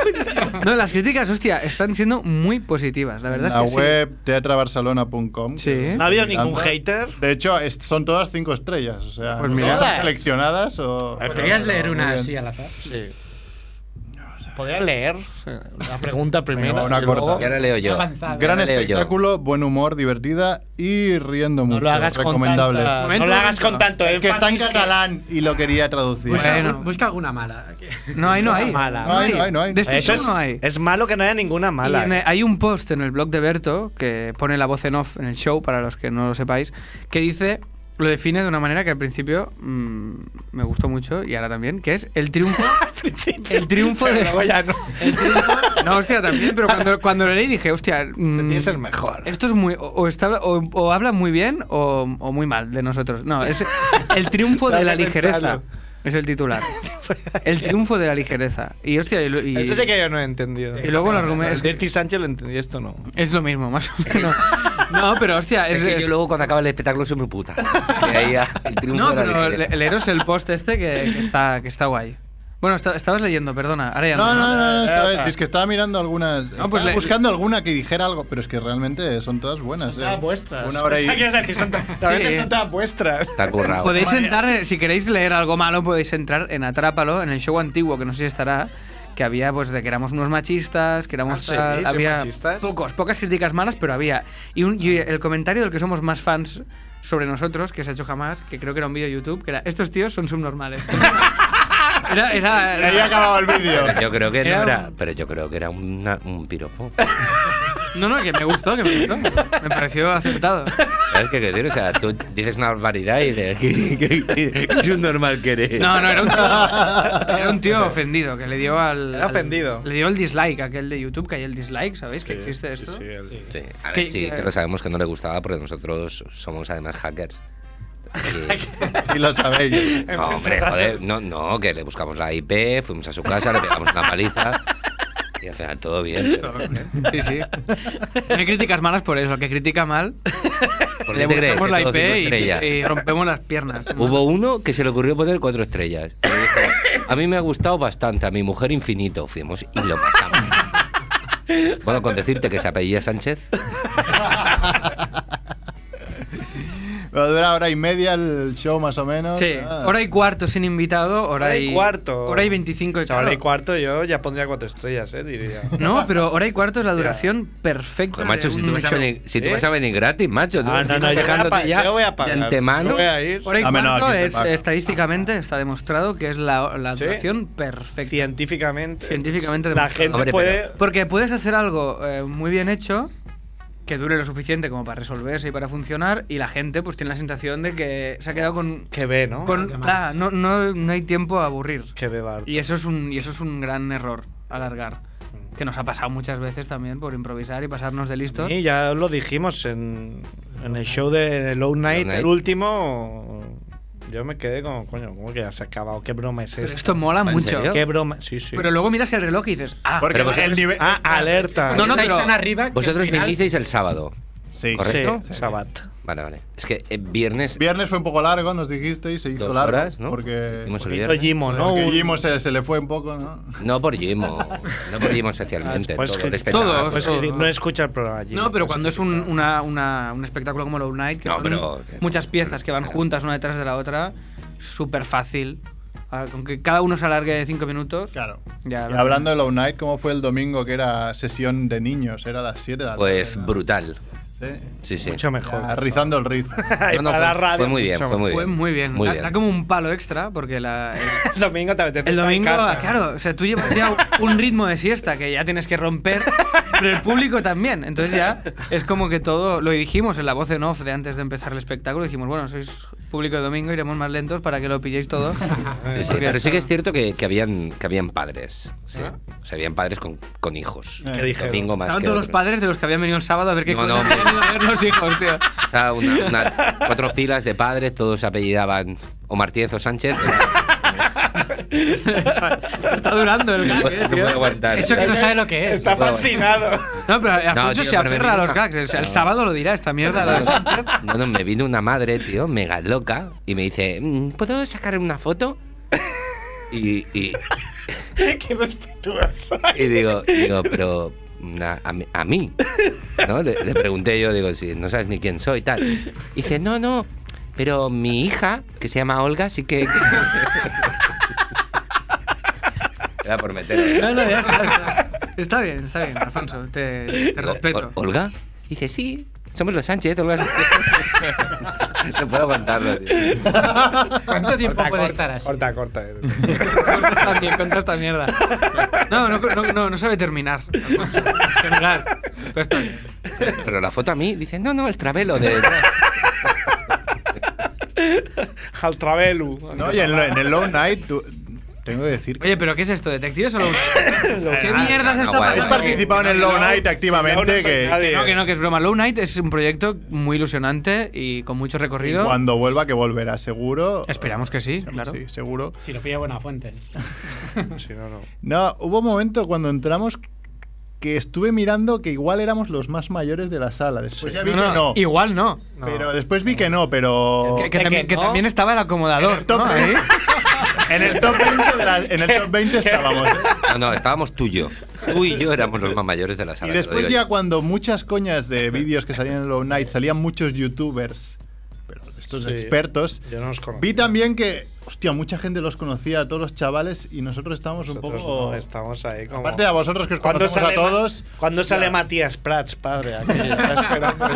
[SPEAKER 4] No, las críticas, hostia, están siendo muy positivas. La verdad
[SPEAKER 6] La
[SPEAKER 4] es que
[SPEAKER 6] web teatrabarcelona.com.
[SPEAKER 4] Sí.
[SPEAKER 6] que
[SPEAKER 4] No
[SPEAKER 1] ¿No ha habido
[SPEAKER 6] mirando.
[SPEAKER 1] ningún hater?
[SPEAKER 6] De hecho, es- son todas cinco estrellas. O sea,
[SPEAKER 4] Pues
[SPEAKER 6] no sé
[SPEAKER 4] mira.
[SPEAKER 6] si son seleccionadas o.
[SPEAKER 5] ¿Podrías
[SPEAKER 6] pero
[SPEAKER 5] leer una
[SPEAKER 6] muy bien.
[SPEAKER 5] así al azar?
[SPEAKER 10] Sí. Podría leer la pregunta primero.
[SPEAKER 6] Venga, una
[SPEAKER 10] y luego-
[SPEAKER 6] corta.
[SPEAKER 3] Y ahora leo yo.
[SPEAKER 5] Avanzada.
[SPEAKER 6] Gran
[SPEAKER 3] Ahora leo yo.
[SPEAKER 6] espectáculo, buen humor, divertida y riendo
[SPEAKER 10] No
[SPEAKER 6] mucho.
[SPEAKER 10] lo hagas con
[SPEAKER 6] recomendable.
[SPEAKER 10] tanta-
[SPEAKER 4] Momento,
[SPEAKER 10] No lo hagas con
[SPEAKER 4] momento.
[SPEAKER 10] tanto
[SPEAKER 6] Es que está en
[SPEAKER 10] énfasis
[SPEAKER 6] catalán y lo quería traducir.
[SPEAKER 5] Busca,
[SPEAKER 4] Bueno.
[SPEAKER 5] algún- busca alguna mala.
[SPEAKER 4] sí. No hay, no hay.
[SPEAKER 10] Mala.
[SPEAKER 6] No hay, no hay, no hay.
[SPEAKER 4] De este
[SPEAKER 1] Eso
[SPEAKER 4] show
[SPEAKER 1] es,
[SPEAKER 4] no hay.
[SPEAKER 1] es malo que no haya ninguna
[SPEAKER 4] Y
[SPEAKER 1] mala.
[SPEAKER 4] en-
[SPEAKER 1] eh.
[SPEAKER 4] hay un post en el blog de Berto que pone la voz en off en el show, para los que no lo sepáis, que dice, lo define de una manera que al principio mm, me gustó mucho y ahora también, que es el triunfo. el triunfo de.
[SPEAKER 1] Luego ya no.
[SPEAKER 4] el triunfo- no, hostia, también, pero cuando, cuando lo leí dije, hostia. mm,
[SPEAKER 1] Este es el mejor.
[SPEAKER 4] Esto es muy. O, o está- o- o habla muy bien o, o muy mal de nosotros. No, es el triunfo de la
[SPEAKER 1] Dale
[SPEAKER 4] ligereza.
[SPEAKER 1] pensando.
[SPEAKER 4] Es el titular. El triunfo de la ligereza. Y hostia, y, lo- y-
[SPEAKER 1] Eso sí que yo no he entendido.
[SPEAKER 4] Y luego el argumento-
[SPEAKER 1] El Dirty Sánchez lo entendió esto no.
[SPEAKER 4] Es lo mismo, más o menos. No, pero hostia, es.
[SPEAKER 3] Es que
[SPEAKER 4] es-
[SPEAKER 3] yo luego cuando acaba el espectáculo soy muy puta. Y ahí ah, el triunfo
[SPEAKER 4] no,
[SPEAKER 3] de la
[SPEAKER 4] pero
[SPEAKER 3] ligereza.
[SPEAKER 4] le- leeros el post este que, que está, que está guay. Bueno, esta- estabas leyendo, perdona. Ahora ya
[SPEAKER 6] No,
[SPEAKER 4] no.
[SPEAKER 6] no, no, no, esta
[SPEAKER 1] Eh,
[SPEAKER 6] vez, si es que estaba mirando algunas. estaba
[SPEAKER 4] pues le-
[SPEAKER 6] buscando alguna que dijera algo, pero es que realmente son todas buenas. eh.
[SPEAKER 10] Todas vuestras.
[SPEAKER 6] Una hora y.
[SPEAKER 1] O sea, quiero decir, son tan- la verdad es que son tan vuestras.
[SPEAKER 3] Está currado.
[SPEAKER 4] Podéis entrar, eh, si queréis leer algo malo, podéis entrar en Atrápalo, en el show antiguo, que no sé si estará, que había, pues, de que éramos unos machistas, que éramos
[SPEAKER 1] Ah, sí,
[SPEAKER 4] tal,
[SPEAKER 1] ¿sois
[SPEAKER 4] había
[SPEAKER 1] machistas?
[SPEAKER 4] pocos, pocas críticas malas, pero había. Y, un- y el comentario del que somos más fans sobre nosotros, que se ha hecho jamás, que creo que era un vídeo de YouTube, que era, estos tíos son subnormales. Era, era,
[SPEAKER 6] Ahí acababa el vídeo.
[SPEAKER 3] Yo creo que
[SPEAKER 4] Era
[SPEAKER 3] no era,
[SPEAKER 4] un-
[SPEAKER 3] pero yo creo que era una- un piropo.
[SPEAKER 4] No, no, que me gustó, que me gustó. Me pareció acertado.
[SPEAKER 3] ¿Sabes qué quiero decir? O sea, tú dices una barbaridad y de ¿qué, qué- qué- qué es un normal que eres?
[SPEAKER 4] No, no, era un tío, era un tío ofendido, que le dio al...
[SPEAKER 1] Era
[SPEAKER 4] al-
[SPEAKER 1] ofendido.
[SPEAKER 4] le dio el dislike, aquel de YouTube, que hay el dislike, ¿sabéis que existe esto?
[SPEAKER 3] Sí, a
[SPEAKER 4] Que-
[SPEAKER 3] ver, sí,
[SPEAKER 4] que-
[SPEAKER 3] que lo sabemos que no le gustaba porque nosotros somos además hackers. Y-
[SPEAKER 6] Y lo sabéis.
[SPEAKER 3] no, hombre, joder, no, no, que le buscamos la IP, fuimos a su casa, le pegamos una paliza y al final todo bien. pero-
[SPEAKER 4] Sí, sí. No hay críticas malas por eso, el que critica mal,
[SPEAKER 3] ¿Por qué
[SPEAKER 4] le
[SPEAKER 3] te crees
[SPEAKER 4] buscamos
[SPEAKER 3] que
[SPEAKER 4] la
[SPEAKER 3] todo
[SPEAKER 4] IP
[SPEAKER 3] cinco
[SPEAKER 4] y,
[SPEAKER 3] estrellas?
[SPEAKER 4] y rompemos las piernas.
[SPEAKER 3] Hubo uno que se le ocurrió poner cuatro estrellas. Y dijo, a mí me ha gustado bastante, a mi mujer infinito. Fuimos y lo matamos. Bueno, con decirte que se apellía Sánchez.
[SPEAKER 6] Va a durar hora y media el show, más o menos.
[SPEAKER 4] Sí,
[SPEAKER 6] Ah.
[SPEAKER 4] hora y cuarto sin invitado, hora
[SPEAKER 1] Hora
[SPEAKER 4] y...
[SPEAKER 1] y cuarto.
[SPEAKER 4] Hora y veinticinco. y
[SPEAKER 1] Chaval,
[SPEAKER 4] claro.
[SPEAKER 1] y cuarto yo ya pondría cuatro estrellas, eh, diría.
[SPEAKER 4] No, pero hora y cuarto es la duración perfecta.
[SPEAKER 3] Joder, macho,
[SPEAKER 4] de
[SPEAKER 3] si
[SPEAKER 4] un
[SPEAKER 3] tú, vas a
[SPEAKER 4] show.
[SPEAKER 3] venir, si tú
[SPEAKER 1] ¿Eh?
[SPEAKER 3] vas a venir gratis, macho. Tú
[SPEAKER 1] Ah, no,
[SPEAKER 3] encima
[SPEAKER 1] no, yo voy, a
[SPEAKER 3] dejándote
[SPEAKER 1] pa-
[SPEAKER 3] ya
[SPEAKER 1] yo voy a
[SPEAKER 3] de
[SPEAKER 1] pagar.
[SPEAKER 3] antemano.
[SPEAKER 1] Yo voy a ir.
[SPEAKER 4] Hora y
[SPEAKER 6] Ah, bueno,
[SPEAKER 4] cuarto
[SPEAKER 6] aquí se
[SPEAKER 4] es,
[SPEAKER 6] paga.
[SPEAKER 4] estadísticamente está demostrado que es la, la
[SPEAKER 1] Sí.
[SPEAKER 4] duración perfecta.
[SPEAKER 1] Científicamente.
[SPEAKER 4] Científicamente
[SPEAKER 1] La
[SPEAKER 4] demostrado.
[SPEAKER 1] gente
[SPEAKER 3] Hombre,
[SPEAKER 1] puede.
[SPEAKER 3] pero-
[SPEAKER 4] Porque puedes hacer algo eh, muy bien hecho que dure lo suficiente como para resolverse y para funcionar y la gente pues tiene la sensación de que se ha quedado con...
[SPEAKER 1] Que ve, ¿no?
[SPEAKER 4] con- ah, no, no, no hay tiempo a aburrir.
[SPEAKER 1] Que ve bar.
[SPEAKER 4] Y eso, es un, y eso es un gran error, alargar.
[SPEAKER 1] Mm.
[SPEAKER 4] Que nos ha pasado muchas veces también por improvisar y pasarnos de listos.
[SPEAKER 1] Y ya lo dijimos en, en el show de Low Night,
[SPEAKER 3] Night.
[SPEAKER 1] el último. Yo me quedé como, coño, ¿cómo que ya se ha acabado? ¿Qué broma es
[SPEAKER 4] Pero
[SPEAKER 1] esta?
[SPEAKER 4] esto mola
[SPEAKER 3] ¿En
[SPEAKER 4] mucho.
[SPEAKER 3] serio?
[SPEAKER 1] ¿Qué broma? Sí, sí.
[SPEAKER 4] Pero luego miras el reloj y dices, ah,
[SPEAKER 6] Porque
[SPEAKER 3] pero vosotros-
[SPEAKER 6] el nivel.
[SPEAKER 1] ah, alerta.
[SPEAKER 4] No, no,
[SPEAKER 5] Estáis
[SPEAKER 4] pero-
[SPEAKER 5] tan arriba que
[SPEAKER 3] Vosotros
[SPEAKER 5] al final-
[SPEAKER 3] vinisteis el sábado.
[SPEAKER 6] Sí.
[SPEAKER 1] sí,
[SPEAKER 3] ¿correcto?
[SPEAKER 1] Sabat.
[SPEAKER 3] Vale, vale. Es que eh, viernes,
[SPEAKER 6] Viernes fue un poco largo, nos dijisteis, se hizo
[SPEAKER 3] dos
[SPEAKER 6] largo.
[SPEAKER 3] horas, ¿no?
[SPEAKER 6] Porque.
[SPEAKER 3] Hicimos el
[SPEAKER 1] Hizo
[SPEAKER 3] viernes.
[SPEAKER 1] Jimo, ¿no?
[SPEAKER 6] porque
[SPEAKER 1] Un-
[SPEAKER 6] Jimo se, se le fue un poco, ¿no?
[SPEAKER 3] No por Jimo, no por Jimo especialmente.
[SPEAKER 1] Pues
[SPEAKER 3] todo
[SPEAKER 1] que-
[SPEAKER 3] el espectáculo.
[SPEAKER 4] todos,
[SPEAKER 1] Pues que no escucha el programa Jimo.
[SPEAKER 4] No, pero cuando es un, una- una- un espectáculo como Low Night, que
[SPEAKER 3] No,
[SPEAKER 4] son
[SPEAKER 3] pero-
[SPEAKER 4] muchas piezas que van juntas una detrás de la otra, súper fácil. Ah, Con que cada uno se alargue de cinco minutos.
[SPEAKER 6] Claro.
[SPEAKER 4] Ya,
[SPEAKER 6] Y hablando de Low Night, ¿cómo fue el domingo que era sesión de niños? Era a las 7 de la tarde.
[SPEAKER 3] Pues brutal.
[SPEAKER 6] ¿eh?
[SPEAKER 3] Sí, sí.
[SPEAKER 1] Mucho
[SPEAKER 6] Ya,
[SPEAKER 1] mejor.
[SPEAKER 6] rizando el rizo.
[SPEAKER 1] Ay,
[SPEAKER 3] No, no,
[SPEAKER 1] para la
[SPEAKER 3] fue-
[SPEAKER 1] radio,
[SPEAKER 3] fue muy bien,
[SPEAKER 1] mucho
[SPEAKER 3] fue
[SPEAKER 1] mejor.
[SPEAKER 3] muy
[SPEAKER 4] Fue muy bien.
[SPEAKER 3] Muy
[SPEAKER 4] Da-
[SPEAKER 3] bien.
[SPEAKER 4] Da, como un palo extra, porque la, el,
[SPEAKER 1] El domingo te apetece
[SPEAKER 4] el
[SPEAKER 1] estar en
[SPEAKER 4] domingo,
[SPEAKER 1] casa.
[SPEAKER 4] claro, o sea, tú llevas ya un ritmo de siesta que ya tienes que romper, pero el público también. Entonces ya es como que todo, lo dijimos en la voz en off de antes de empezar el espectáculo, dijimos, bueno, sois público de domingo, iremos más lentos para que lo pilléis todos.
[SPEAKER 3] Sí, sí.
[SPEAKER 4] Porque-
[SPEAKER 3] Pero sí que es cierto que, que habían, que habían padres. sí.
[SPEAKER 6] Ah.
[SPEAKER 3] O sea, habían padres con, con hijos.
[SPEAKER 1] ¿Qué dijeron?
[SPEAKER 3] Domingo más
[SPEAKER 4] Estaban
[SPEAKER 3] que
[SPEAKER 4] todos los
[SPEAKER 3] otro.
[SPEAKER 4] padres de los que habían venido el sábado a ver qué
[SPEAKER 3] No, no,
[SPEAKER 4] cosas
[SPEAKER 3] hombre.
[SPEAKER 4] habían ido a ver los hijos, tío.
[SPEAKER 3] Estaba una- una- cuatro filas de padres, todos se apellidaban o Martínez o Sánchez.
[SPEAKER 4] Está durando el
[SPEAKER 3] No
[SPEAKER 4] gag,
[SPEAKER 3] puedo-
[SPEAKER 4] eh,
[SPEAKER 3] no
[SPEAKER 4] tío.
[SPEAKER 3] puedo aguantar.
[SPEAKER 5] Eso que no sabe lo que es.
[SPEAKER 1] Está fascinado.
[SPEAKER 4] No, pero
[SPEAKER 3] No,
[SPEAKER 4] Alfonso
[SPEAKER 3] tío,
[SPEAKER 4] se
[SPEAKER 3] pero me
[SPEAKER 4] aferra a
[SPEAKER 3] vino
[SPEAKER 4] los
[SPEAKER 3] una-
[SPEAKER 4] gags. El, el
[SPEAKER 3] Claro.
[SPEAKER 4] sábado lo dirá, esta mierda. la de Sánchez.
[SPEAKER 3] No, no, me vino una madre, tío, mega loca, y me dice, "Mm, ¿puedo sacar una foto? Y, y,
[SPEAKER 1] Qué respetuoso.
[SPEAKER 3] y digo, digo, pero na- a, mí- a mí, ¿no? Le, le pregunté yo, digo, si no sabes ni quién soy, tal. Y dice, no, no, pero mi hija, que se llama Olga, sí que... Era por meter.
[SPEAKER 4] No, no, ya está, está. Está bien, está bien, Alfonso. Te, te
[SPEAKER 3] Digo,
[SPEAKER 4] respeto.
[SPEAKER 3] "Ol- ¿Olga? Dice, sí, somos los Sánchez, Olga Sánchez". No puedo aguantarlo, tío.
[SPEAKER 5] ¿Cuánto tiempo
[SPEAKER 1] Corta,
[SPEAKER 5] puede
[SPEAKER 1] corta,
[SPEAKER 5] estar así?
[SPEAKER 1] Corta, corta.
[SPEAKER 4] Corta esta mier- corta esta mierda. No, no, no, no, no sabe terminar. Alfonso, en general. Pero está bien.
[SPEAKER 3] Pero la foto a mí, dice, no, no, el trabelo de...
[SPEAKER 1] Al Travelu.
[SPEAKER 6] No, y en, lo- en el Low Night, tú- tengo que decir que.
[SPEAKER 4] Oye, ¿pero qué es esto? ¿Detectives o lo
[SPEAKER 6] Eh,
[SPEAKER 4] ¿Qué
[SPEAKER 3] Ah,
[SPEAKER 4] mierda se
[SPEAKER 3] no,
[SPEAKER 4] está
[SPEAKER 3] guay,
[SPEAKER 6] Has
[SPEAKER 3] oye,
[SPEAKER 4] pasando?
[SPEAKER 6] participado en el Low Night activamente, que
[SPEAKER 4] Que no, que no, que es broma. Low Night es un proyecto muy ilusionante y con mucho recorrido.
[SPEAKER 6] cuando vuelva, que volverá, seguro.
[SPEAKER 4] Esperamos que sí,
[SPEAKER 6] Sí,
[SPEAKER 4] claro.
[SPEAKER 6] Sí, seguro.
[SPEAKER 5] Si lo pide buena fuente.
[SPEAKER 1] Si no, no.
[SPEAKER 6] No, hubo un momento cuando entramos que estuve mirando que igual éramos los más mayores de la sala. Después Pues ya vi
[SPEAKER 4] No,
[SPEAKER 6] que
[SPEAKER 4] no,
[SPEAKER 6] no.
[SPEAKER 4] Igual no.
[SPEAKER 6] Pero después vi que no, pero.
[SPEAKER 4] Que, que también, Este que
[SPEAKER 1] no.
[SPEAKER 4] también estaba el acomodador.
[SPEAKER 6] El top
[SPEAKER 4] ¿no? Ahí.
[SPEAKER 6] 20 en el top 20, de la- en el top 20 estábamos. ¿eh?
[SPEAKER 3] No, no, estábamos tú y yo. Tú y yo éramos los más mayores de la sala.
[SPEAKER 6] Y
[SPEAKER 3] te lo
[SPEAKER 6] después
[SPEAKER 3] digo
[SPEAKER 6] ya cuando muchas coñas de vídeos que salían en Low Night salían muchos youtubers, pero estos
[SPEAKER 1] Sí.
[SPEAKER 6] expertos,
[SPEAKER 1] Yo no os conozco.
[SPEAKER 6] vi también que, hostia, mucha gente los conocía, a todos los chavales, y nosotros estábamos un
[SPEAKER 1] Nosotros
[SPEAKER 6] poco...
[SPEAKER 1] no, estamos ahí como...
[SPEAKER 6] Aparte de a vosotros que os
[SPEAKER 1] ¿Cuándo
[SPEAKER 6] conocemos a
[SPEAKER 1] sale Ma-
[SPEAKER 6] todos...
[SPEAKER 1] ¿Cuándo
[SPEAKER 6] hostia,
[SPEAKER 1] sale Matías Prats, padre? Aquí está esperando.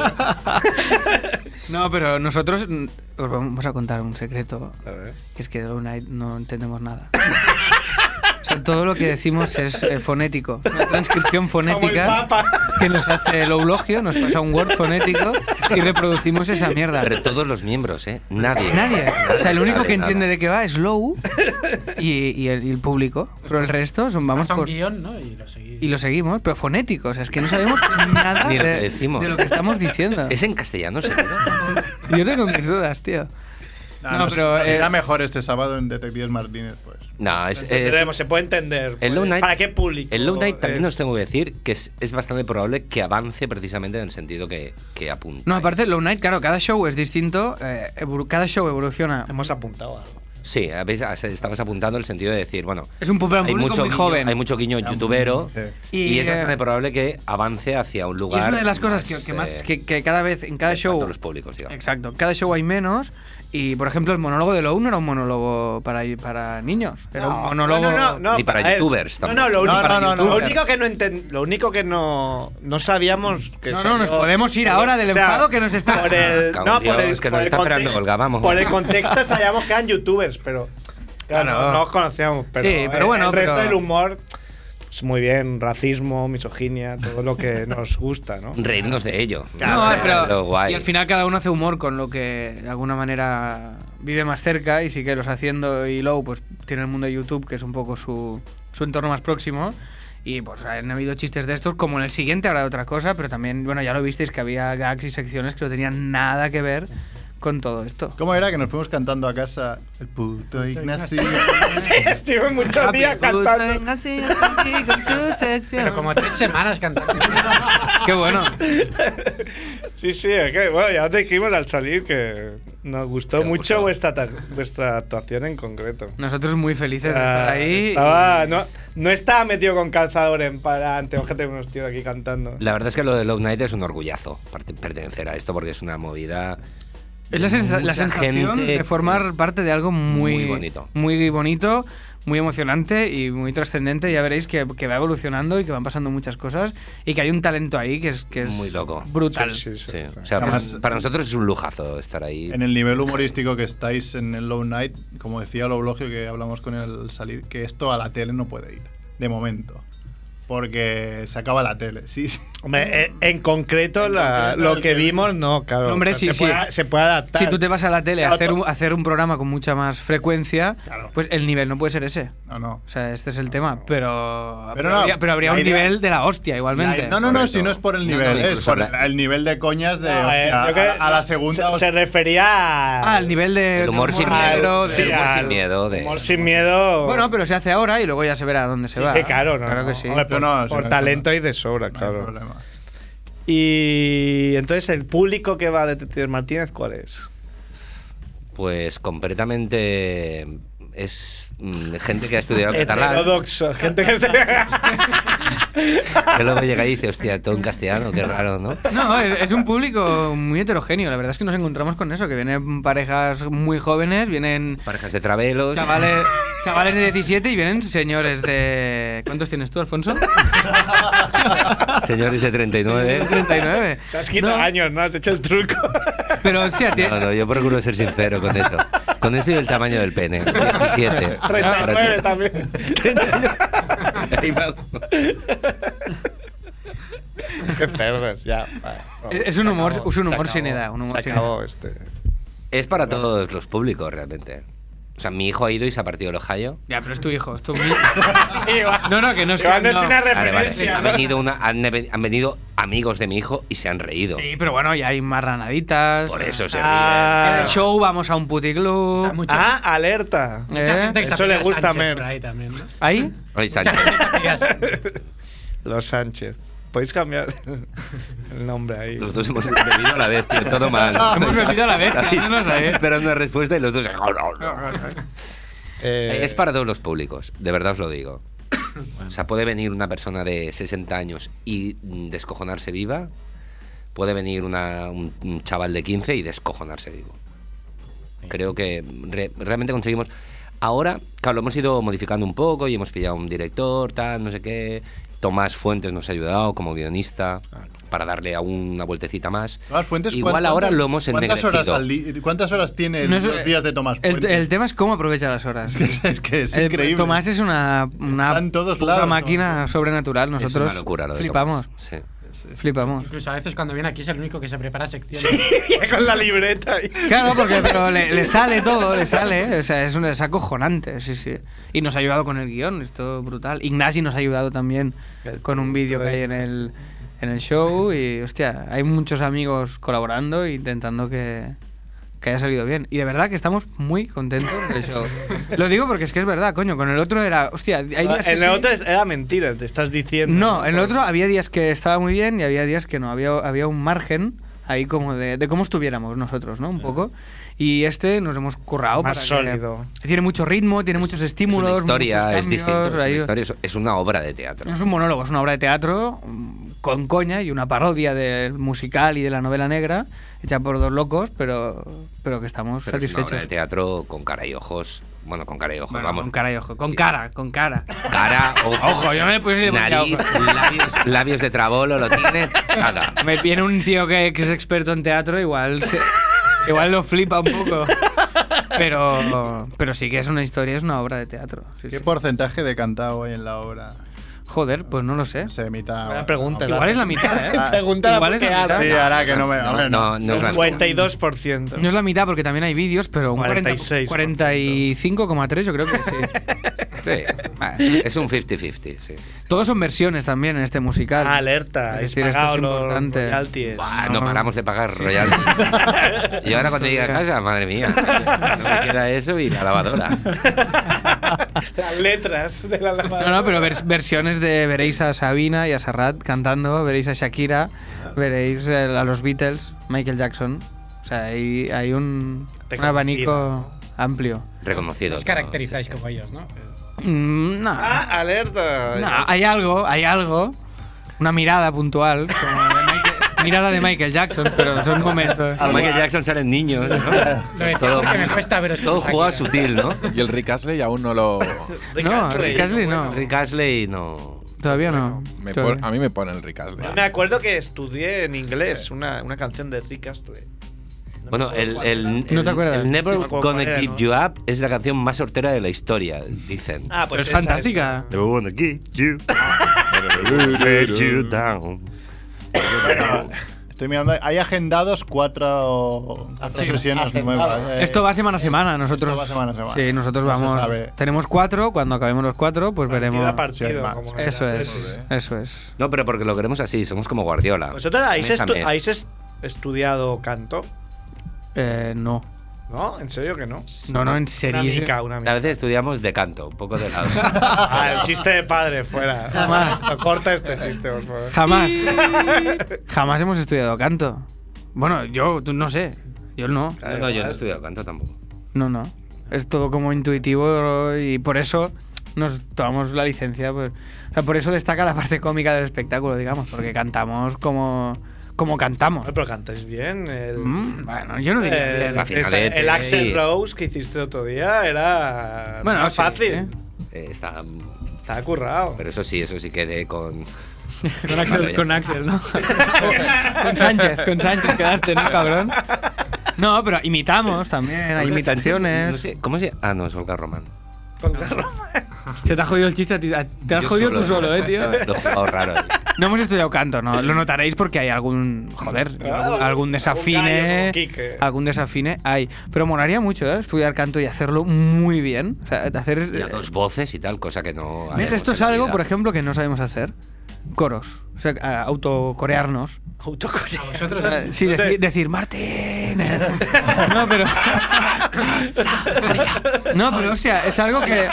[SPEAKER 4] No, pero nosotros mm, os vamos a contar un secreto.
[SPEAKER 1] A ver.
[SPEAKER 4] Es que de Low Night no entendemos nada. O sea, todo lo que decimos es eh, fonético. Una transcripción fonética que nos hace el eulogio, nos pasa un Word fonético y reproducimos esa mierda.
[SPEAKER 3] Pero todos los miembros, ¿eh? Nadie.
[SPEAKER 4] Nadie. O sea, el único
[SPEAKER 3] sabe
[SPEAKER 4] que
[SPEAKER 3] nada.
[SPEAKER 4] entiende de qué va es Low y, y el, y el público. Pero el resto son, vamos
[SPEAKER 5] Hasta un
[SPEAKER 4] por.
[SPEAKER 5] guión, ¿no? Y lo seguís.
[SPEAKER 4] Y lo seguimos, pero fonético. O sea, es que no sabemos nada
[SPEAKER 3] Ni lo
[SPEAKER 4] de,
[SPEAKER 3] que decimos.
[SPEAKER 4] de lo que estamos diciendo.
[SPEAKER 3] ¿Es en castellano, seguro?
[SPEAKER 4] Yo tengo mis dudas, tío.
[SPEAKER 6] ah,
[SPEAKER 4] No,
[SPEAKER 6] nos-
[SPEAKER 4] pero,
[SPEAKER 6] nos
[SPEAKER 4] eh,
[SPEAKER 6] irá mejor este sábado en Detectives Martínez, pues.
[SPEAKER 3] No, es... es-
[SPEAKER 1] Veremos, se puede entender.
[SPEAKER 3] el Low Night,
[SPEAKER 1] ¿Para qué público?
[SPEAKER 3] El Low Night también
[SPEAKER 1] es?
[SPEAKER 3] os tengo que decir que es, es bastante probable que avance precisamente en el sentido que, que apunta.
[SPEAKER 4] No, aparte, Low Night, claro, cada show es distinto. eh, evolu- cada show evoluciona.
[SPEAKER 1] Hemos apuntado algo.
[SPEAKER 3] Sí, habéis- estabas apuntando el sentido de decir, bueno...
[SPEAKER 4] Es un público
[SPEAKER 3] Hay mucho,
[SPEAKER 4] muy
[SPEAKER 3] guiño,
[SPEAKER 4] joven.
[SPEAKER 3] hay mucho guiño youtubero
[SPEAKER 6] Sí.
[SPEAKER 3] y,
[SPEAKER 4] Y,
[SPEAKER 3] es
[SPEAKER 4] eh,
[SPEAKER 3] bastante probable que avance hacia un
[SPEAKER 4] y
[SPEAKER 3] lugar.
[SPEAKER 4] es una de las cosas que, que más.
[SPEAKER 3] eh,
[SPEAKER 4] Que, que cada vez, en cada
[SPEAKER 3] en cuanto
[SPEAKER 4] show.
[SPEAKER 3] a los públicos, digamos.
[SPEAKER 4] Exacto, en cada show hay menos. Y, por ejemplo, el monólogo de Low no era un monólogo para, para niños. Era un monólogo.
[SPEAKER 3] Ni para
[SPEAKER 1] a ver,
[SPEAKER 3] youtubers
[SPEAKER 1] No, no, lo
[SPEAKER 3] tampoco.
[SPEAKER 6] No,
[SPEAKER 1] único,
[SPEAKER 6] no, no,
[SPEAKER 1] lo
[SPEAKER 6] no.
[SPEAKER 1] único que no enten- lo único que no, no sabíamos que
[SPEAKER 4] No,
[SPEAKER 1] salió-
[SPEAKER 4] no, nos podemos ir ahora del enfado que nos está-
[SPEAKER 1] por el,
[SPEAKER 3] Cago
[SPEAKER 1] no,
[SPEAKER 3] en Ah, Dios,
[SPEAKER 1] por el,
[SPEAKER 3] que nos
[SPEAKER 1] por el
[SPEAKER 3] está esperando
[SPEAKER 1] conte-
[SPEAKER 3] Olga, vamos.
[SPEAKER 1] Por el contexto sabíamos que eran youtubers, pero claro, no
[SPEAKER 4] Claro.
[SPEAKER 1] nos conocíamos, pero,
[SPEAKER 4] Sí, pero
[SPEAKER 1] el-
[SPEAKER 4] bueno,
[SPEAKER 1] el resto
[SPEAKER 4] pero-
[SPEAKER 1] del humor es muy bien, racismo, misoginia, todo lo que nos gusta, ¿no?
[SPEAKER 3] Reírnos de ello.
[SPEAKER 4] No, pero-
[SPEAKER 3] Lo guay.
[SPEAKER 4] Y al final cada uno hace humor con lo que de alguna manera vive más cerca y sí que los haciendo y Low pues tiene el mundo de YouTube que es un poco su, su entorno más próximo y pues han habido chistes de estos como en el siguiente habrá otra cosa pero también bueno ya lo visteis que había gags y secciones que no tenían nada que ver con todo esto.
[SPEAKER 6] ¿Cómo era que nos fuimos cantando a casa? El puto Ignacio.
[SPEAKER 1] sí, estuve
[SPEAKER 4] Ah,
[SPEAKER 1] muchos días cantando.
[SPEAKER 5] Pero como tres semanas cantando.
[SPEAKER 4] Qué bueno.
[SPEAKER 1] Sí, sí, es que, bueno, ya os dijimos al salir que nos gustó mucho vuestra, ta- vuestra actuación en concreto.
[SPEAKER 4] Nosotros muy felices de
[SPEAKER 1] Ah,
[SPEAKER 4] estar ahí.
[SPEAKER 1] estaba- no, no estaba metido con calzador en para ante ojete unos tíos aquí cantando.
[SPEAKER 3] La verdad es que lo de Love Night es un orgullazo parte- pertenecer a esto porque es una movida.
[SPEAKER 4] Es la, sensa- la
[SPEAKER 3] mucha
[SPEAKER 4] sensación
[SPEAKER 3] gente
[SPEAKER 4] de formar parte de algo muy,
[SPEAKER 3] Muy bonito.
[SPEAKER 4] muy bonito, muy emocionante y muy trascendente. Ya veréis que, que va evolucionando y que van pasando muchas cosas y que hay un talento ahí que es, que es
[SPEAKER 3] Muy loco.
[SPEAKER 4] brutal.
[SPEAKER 1] Sí, sí, sí.
[SPEAKER 3] Sí, o sea,
[SPEAKER 6] Además-
[SPEAKER 3] para, para nosotros es un lujazo estar ahí.
[SPEAKER 6] En el nivel humorístico que estáis en el Low Night, como decía Loblogio que hablamos con él al salir, que esto a la tele no puede ir, de momento. Porque se acaba la tele, sí. sí.
[SPEAKER 1] Hombre, eh, en concreto,
[SPEAKER 6] En
[SPEAKER 1] la-
[SPEAKER 6] concreto,
[SPEAKER 1] lo
[SPEAKER 6] el
[SPEAKER 1] que
[SPEAKER 6] que-
[SPEAKER 1] vimos, no, claro.
[SPEAKER 4] Hombre,
[SPEAKER 1] Pero
[SPEAKER 4] sí,
[SPEAKER 1] se,
[SPEAKER 4] sí.
[SPEAKER 1] Puede, se puede adaptar.
[SPEAKER 4] Si tú te vas a la tele a
[SPEAKER 1] Claro,
[SPEAKER 4] hacer un,
[SPEAKER 1] to-
[SPEAKER 4] hacer un programa con mucha más frecuencia,
[SPEAKER 6] Claro.
[SPEAKER 4] pues el nivel no puede ser ese.
[SPEAKER 6] No, no.
[SPEAKER 4] O sea, este es el tema, pero
[SPEAKER 6] Pero no,
[SPEAKER 4] habría, pero habría
[SPEAKER 6] la
[SPEAKER 4] un
[SPEAKER 6] idea-
[SPEAKER 4] nivel de la hostia igualmente.
[SPEAKER 6] La- no, no, no,
[SPEAKER 3] Correcto.
[SPEAKER 6] si no es por el
[SPEAKER 3] No, no,
[SPEAKER 6] nivel, es
[SPEAKER 3] incluso
[SPEAKER 6] por
[SPEAKER 3] la-
[SPEAKER 6] el nivel de coñas de.
[SPEAKER 1] No, eh,
[SPEAKER 6] hostia,
[SPEAKER 1] yo creo-
[SPEAKER 6] a, a la segunda.
[SPEAKER 1] Se,
[SPEAKER 6] hostia,
[SPEAKER 1] se refería a-
[SPEAKER 4] Ah, el nivel de
[SPEAKER 3] El humor sin
[SPEAKER 1] al-
[SPEAKER 4] negro,
[SPEAKER 3] miedo.
[SPEAKER 4] de-
[SPEAKER 1] sí,
[SPEAKER 3] el humor sin
[SPEAKER 1] al-
[SPEAKER 3] miedo de-
[SPEAKER 1] humor sin miedo.
[SPEAKER 4] Bueno, pero se hace ahora y luego ya se verá a dónde se
[SPEAKER 1] Sí,
[SPEAKER 4] va.
[SPEAKER 1] sí, claro, no,
[SPEAKER 4] Claro
[SPEAKER 1] no.
[SPEAKER 4] que sí.
[SPEAKER 1] Hombre,
[SPEAKER 6] No,
[SPEAKER 1] por,
[SPEAKER 6] no, sí,
[SPEAKER 1] por
[SPEAKER 6] no,
[SPEAKER 1] talento
[SPEAKER 6] no.
[SPEAKER 1] y de sobra,
[SPEAKER 6] no hay
[SPEAKER 1] claro.
[SPEAKER 6] problema.
[SPEAKER 1] Y entonces, ¿el público que va a Detectives Martínez cuál es?
[SPEAKER 3] Pues completamente es mm, gente que ha estudiado catalán,
[SPEAKER 6] ah.
[SPEAKER 1] Heterodoxo. Gente que...
[SPEAKER 3] que luego llega y dice, hostia, todo en castellano, qué raro, ¿no?
[SPEAKER 4] No, es es un público muy heterogéneo. La verdad es que nos encontramos con eso, que vienen parejas muy jóvenes, vienen
[SPEAKER 3] Parejas de travelos.
[SPEAKER 4] chavales, chavales de 17 y vienen señores de... ¿Cuántos tienes tú, Alfonso?
[SPEAKER 3] Señores de 39.
[SPEAKER 4] 39.
[SPEAKER 1] Te has quitado
[SPEAKER 4] No,
[SPEAKER 1] años, ¿no? Has hecho el truco.
[SPEAKER 4] Pero, hostia, ti-
[SPEAKER 3] No, no, yo procuro ser sincero con eso. Con eso y el tamaño del pene. 17.
[SPEAKER 1] 39 también.
[SPEAKER 3] Ahí va.
[SPEAKER 1] Qué cerdos, ya. vale.
[SPEAKER 4] Es- es un
[SPEAKER 1] Se
[SPEAKER 4] humor-
[SPEAKER 1] acabó,
[SPEAKER 4] es un
[SPEAKER 1] se
[SPEAKER 4] humor
[SPEAKER 1] acabó,
[SPEAKER 4] sin edad, un humor
[SPEAKER 1] se
[SPEAKER 4] sin
[SPEAKER 1] acabó este.
[SPEAKER 3] Es para todos los públicos, realmente. O sea, mi hijo ha ido y se ha partido el Ohio.
[SPEAKER 4] Ya, pero es tu hijo, es tu mi-
[SPEAKER 1] Sí, va.
[SPEAKER 4] No, no, que no es
[SPEAKER 1] Iván
[SPEAKER 4] que-
[SPEAKER 1] es
[SPEAKER 4] no.
[SPEAKER 1] una
[SPEAKER 3] Vale, vale.
[SPEAKER 1] referencia.
[SPEAKER 3] Han venido, una, han, han venido amigos de mi hijo y se han reído.
[SPEAKER 4] Sí, pero bueno, ya hay marranaditas.
[SPEAKER 3] Por eso se ríen.
[SPEAKER 4] En
[SPEAKER 1] Ah,
[SPEAKER 4] el show vamos a un
[SPEAKER 5] O sea,
[SPEAKER 4] puticlub.
[SPEAKER 5] mucha-
[SPEAKER 1] ah, alerta.
[SPEAKER 4] Eh,
[SPEAKER 5] mucha gente que se
[SPEAKER 1] Eso le
[SPEAKER 5] apellida
[SPEAKER 1] gusta a
[SPEAKER 5] Sánchez
[SPEAKER 1] Merck.
[SPEAKER 5] por ahí también, ¿no?
[SPEAKER 4] ¿Ahí?
[SPEAKER 3] Ay, Sánchez.
[SPEAKER 5] Se apellida Sánchez.
[SPEAKER 1] Los Sánchez. Podéis cambiar el nombre ahí.
[SPEAKER 3] Los dos hemos bebido a la vez, tío, todo mal.
[SPEAKER 4] Hemos bebido a la vez,
[SPEAKER 3] David,
[SPEAKER 4] que no nos la
[SPEAKER 3] estás
[SPEAKER 4] vez.
[SPEAKER 3] esperando una respuesta y los dos.
[SPEAKER 1] Eh,
[SPEAKER 3] Es para todos los públicos, de verdad os lo digo. O sea, puede venir una persona de 60 años y mm, descojonarse viva. Puede venir una- un, un chaval de 15 y descojonarse vivo. Creo que re- realmente conseguimos. Ahora, claro, lo hemos ido modificando un poco y hemos pillado un director, tal, no sé qué. Tomás Fuentes nos ha ayudado como guionista para darle aún una vueltecita más.
[SPEAKER 6] Tomás Fuentes,
[SPEAKER 3] Igual
[SPEAKER 6] ¿cuántas-
[SPEAKER 3] ahora lo hemos
[SPEAKER 6] ¿cuántas horas,
[SPEAKER 3] ennegrecido.
[SPEAKER 6] al di- ¿Cuántas horas tiene
[SPEAKER 4] No es-
[SPEAKER 6] los días de Tomás
[SPEAKER 4] El,
[SPEAKER 6] Fuentes?
[SPEAKER 4] el tema es cómo aprovecha las horas.
[SPEAKER 6] es que es
[SPEAKER 4] Eh,
[SPEAKER 6] increíble.
[SPEAKER 4] Tomás es una, una
[SPEAKER 6] Está en todos
[SPEAKER 4] puta
[SPEAKER 6] lados,
[SPEAKER 4] máquina
[SPEAKER 6] Tomás.
[SPEAKER 4] sobrenatural.
[SPEAKER 3] Es
[SPEAKER 4] Nosotros
[SPEAKER 3] una locura lo de
[SPEAKER 4] flipamos,
[SPEAKER 3] Tomás. Sí.
[SPEAKER 4] flipamos.
[SPEAKER 5] Incluso a veces cuando viene aquí es el único que se prepara sección.
[SPEAKER 1] con la libreta. ahí.
[SPEAKER 4] Claro, porque pero le, le sale todo, le sale. ¿eh? O sea, es, un, es acojonante, sí, sí. Y nos ha ayudado con el guión, esto brutal. Ignasi nos ha ayudado también con un vídeo que hay en el, en el show. Y, hostia, hay muchos amigos colaborando e intentando que, que haya salido bien. Y de verdad que estamos muy contentos del show. Lo digo porque es que es verdad, coño. Con el otro era, hostia, hay días que
[SPEAKER 1] en Ah, el
[SPEAKER 4] sí.
[SPEAKER 1] otro es- era mentira, te estás diciendo.
[SPEAKER 4] No, en el otro había días que estaba muy bien y había días que no. Había, había un margen ahí como de, de cómo estuviéramos nosotros, ¿no? Un poco. Y este nos hemos currado.
[SPEAKER 1] Más
[SPEAKER 4] para que-
[SPEAKER 1] sólido.
[SPEAKER 4] tiene mucho ritmo, tiene muchos
[SPEAKER 3] Es una
[SPEAKER 4] estímulos.
[SPEAKER 3] historia,
[SPEAKER 4] muchos
[SPEAKER 3] es
[SPEAKER 4] cambios,
[SPEAKER 3] distinto. Es una,
[SPEAKER 4] ahí-
[SPEAKER 3] historia, es- es una obra de teatro.
[SPEAKER 4] no es un monólogo, es una obra de teatro mm, con coña y una parodia del musical y de la novela negra hecha por dos locos, pero, pero que estamos
[SPEAKER 3] Pero es una
[SPEAKER 4] satisfechos.
[SPEAKER 3] obra de teatro con cara y ojos. Bueno, con cara y ojos,
[SPEAKER 4] Bueno,
[SPEAKER 3] vamos.
[SPEAKER 4] con cara y ojo, con cara, con cara.
[SPEAKER 3] Cara, ojo,
[SPEAKER 4] Ojo, yo no le puse ni
[SPEAKER 3] nariz,
[SPEAKER 4] boca.
[SPEAKER 3] labios, labios de trabolo, lo tiene, nada.
[SPEAKER 4] Me viene un tío que, que es experto en teatro, igual se- igual lo flipa un poco. Pero, pero sí que es una historia, es una obra de teatro. sí,
[SPEAKER 6] ¿Qué
[SPEAKER 4] sí.
[SPEAKER 6] porcentaje de cantado hay en la obra?
[SPEAKER 4] Joder, pues no lo sé.
[SPEAKER 6] Se mitad.
[SPEAKER 1] Buena pregunta,
[SPEAKER 4] Igual es la mitad, ¿eh?
[SPEAKER 1] Pregúntala
[SPEAKER 4] Igual
[SPEAKER 1] por
[SPEAKER 4] es
[SPEAKER 1] qué
[SPEAKER 4] la mitad.
[SPEAKER 6] Ah, Sí, ahora que no me.
[SPEAKER 3] No, no, no es la mitad.
[SPEAKER 1] 52%.
[SPEAKER 4] No es la mitad porque también hay vídeos, pero un
[SPEAKER 1] 46%.
[SPEAKER 4] 45,3 yo creo que sí.
[SPEAKER 3] Sí. Es un 50-50, sí.
[SPEAKER 4] Todos son versiones también en este musical.
[SPEAKER 1] Ah, alerta,
[SPEAKER 4] Es
[SPEAKER 1] es
[SPEAKER 4] decir, esto es
[SPEAKER 1] pagado los
[SPEAKER 4] importante.
[SPEAKER 1] royalties.
[SPEAKER 3] Buah,
[SPEAKER 4] No.
[SPEAKER 3] Ah, no paramos de pagar royalties. y ahora cuando llegue a casa, madre mía, no me queda eso y la lavadora.
[SPEAKER 1] Las letras de la lavadora.
[SPEAKER 4] No, no, pero vers- versiones de veréis a Sabina y a Serrat cantando, veréis a Shakira, veréis eh, a los Beatles, Michael Jackson. O sea, hay, hay un,
[SPEAKER 1] Te
[SPEAKER 4] un abanico amplio.
[SPEAKER 3] Reconocido.
[SPEAKER 10] Os
[SPEAKER 3] todo,
[SPEAKER 10] caracterizáis
[SPEAKER 3] sí, sí.
[SPEAKER 10] como ellos, ¿no?
[SPEAKER 4] Mm, no.
[SPEAKER 1] Ah, alerta.
[SPEAKER 4] No, hay algo, hay algo. Una mirada puntual, como de Michael- mirada de Michael Jackson, pero son momentos.
[SPEAKER 3] Con Michael Jackson salen niños,
[SPEAKER 10] Lo decía
[SPEAKER 3] ¿no?
[SPEAKER 10] porque me cuesta veros
[SPEAKER 3] todo
[SPEAKER 10] con
[SPEAKER 3] jugado
[SPEAKER 10] Shakira.
[SPEAKER 3] sutil, ¿no?
[SPEAKER 2] Y el Rick Astley aún no lo...
[SPEAKER 1] Rick
[SPEAKER 4] no,
[SPEAKER 1] Astley.
[SPEAKER 4] Rick Astley no.
[SPEAKER 3] Rick Astley no...
[SPEAKER 4] Todavía no.
[SPEAKER 2] me
[SPEAKER 4] Todavía.
[SPEAKER 2] pon- a mí me pone el Rick Astley.
[SPEAKER 1] Me acuerdo que estudié en inglés una, una canción de Rick Astley. No me
[SPEAKER 3] Bueno,
[SPEAKER 1] acuerdo
[SPEAKER 3] el,
[SPEAKER 1] cuál
[SPEAKER 3] el,
[SPEAKER 1] era.
[SPEAKER 4] ¿No
[SPEAKER 3] el-
[SPEAKER 4] te acuerdas?
[SPEAKER 3] el Never
[SPEAKER 1] Sí, me acuerdo
[SPEAKER 3] Gonna
[SPEAKER 1] cuál era,
[SPEAKER 3] Give
[SPEAKER 1] ¿no?
[SPEAKER 3] You Up es la canción más sortera de la historia, dicen.
[SPEAKER 1] Ah, pues
[SPEAKER 4] Pero es
[SPEAKER 1] esa
[SPEAKER 4] fantástica.
[SPEAKER 3] Never Gonna Give You Up, Let You Down.
[SPEAKER 6] Estoy mirando. Hay agendados cuatro, cuatro sesiones nuevas. eh.
[SPEAKER 4] Esto va semana a semana, nosotros.
[SPEAKER 6] esto va semana a semana.
[SPEAKER 4] Sí, nosotros
[SPEAKER 6] No se
[SPEAKER 4] vamos.
[SPEAKER 6] sabe.
[SPEAKER 4] Tenemos cuatro, cuando acabemos los cuatro, pues
[SPEAKER 1] Partido
[SPEAKER 4] veremos.
[SPEAKER 1] a partido,
[SPEAKER 6] Sí, va.
[SPEAKER 1] como
[SPEAKER 4] Eso
[SPEAKER 1] era.
[SPEAKER 4] es, eso es.
[SPEAKER 3] No, pero porque lo queremos así, somos como Guardiola.
[SPEAKER 1] Vosotros habéis,
[SPEAKER 3] Mes a
[SPEAKER 1] estu-
[SPEAKER 3] mes.
[SPEAKER 1] habéis es- estudiado canto,
[SPEAKER 4] Eh, no.
[SPEAKER 1] ¿no? ¿En serio que no?
[SPEAKER 4] No, no, en
[SPEAKER 1] Una
[SPEAKER 4] serio.
[SPEAKER 1] mica, una
[SPEAKER 3] A
[SPEAKER 1] mica.
[SPEAKER 3] veces estudiamos de canto, un poco de lado.
[SPEAKER 1] Ah, el chiste de padre, fuera.
[SPEAKER 4] Jamás.
[SPEAKER 1] Esto, Corta este chiste, por favor.
[SPEAKER 4] Jamás. Jamás hemos estudiado canto. Bueno, yo tú, no sé. Yo no.
[SPEAKER 3] No, no, yo no he estudiado canto tampoco.
[SPEAKER 4] No, no. Es todo como intuitivo y por eso nos tomamos la licencia. Pues, o sea, por eso destaca la parte cómica del espectáculo, digamos, porque cantamos como, como cantamos.
[SPEAKER 1] No, pero cantáis bien. El,
[SPEAKER 4] Mm, bueno, yo no diría.
[SPEAKER 1] el,
[SPEAKER 3] la finalete,
[SPEAKER 1] esa- el Axel
[SPEAKER 3] sí.
[SPEAKER 1] Rose que hiciste otro día era.
[SPEAKER 4] Bueno,
[SPEAKER 1] no era
[SPEAKER 4] sí,
[SPEAKER 1] fácil.
[SPEAKER 4] ¿eh?
[SPEAKER 3] Eh, está...
[SPEAKER 1] Estaba currado.
[SPEAKER 3] Pero eso sí, eso sí quedé con...
[SPEAKER 4] Con Axel, con Axel, ¿no? con Sánchez, con Sánchez quedaste, ¿no, cabrón? No, pero imitamos también, hay imitaciones.
[SPEAKER 3] No sé, ¿Cómo se Ah, no, es Olga Román.
[SPEAKER 1] Con Roma.
[SPEAKER 4] Se te ha jodido el chiste, a ti- a- te has
[SPEAKER 3] Yo
[SPEAKER 4] jodido tú solo, eh, tío.
[SPEAKER 3] Lo he jugado raro. eh.
[SPEAKER 4] No hemos estudiado canto, ¿no? Lo notaréis porque hay algún. Joder, algún, algún
[SPEAKER 1] Ah, gallo
[SPEAKER 4] desafine.
[SPEAKER 1] como Quique.
[SPEAKER 4] Algún desafine hay. Pero molaría mucho, ¿eh? Estudiar canto y hacerlo muy bien. O sea, de hacer. eh,
[SPEAKER 3] Y a dos voces y tal, cosa que no...
[SPEAKER 4] ¿Ves?
[SPEAKER 3] haremos
[SPEAKER 4] Esto
[SPEAKER 3] en
[SPEAKER 4] es
[SPEAKER 3] la
[SPEAKER 4] algo,
[SPEAKER 3] vida.
[SPEAKER 4] por ejemplo, que no sabemos hacer: coros. O sea, a- autocorearnos.
[SPEAKER 10] A vosotros
[SPEAKER 4] Eh, Sí, deci- decir Martín. No, pero. No, pero, o sea, es algo que.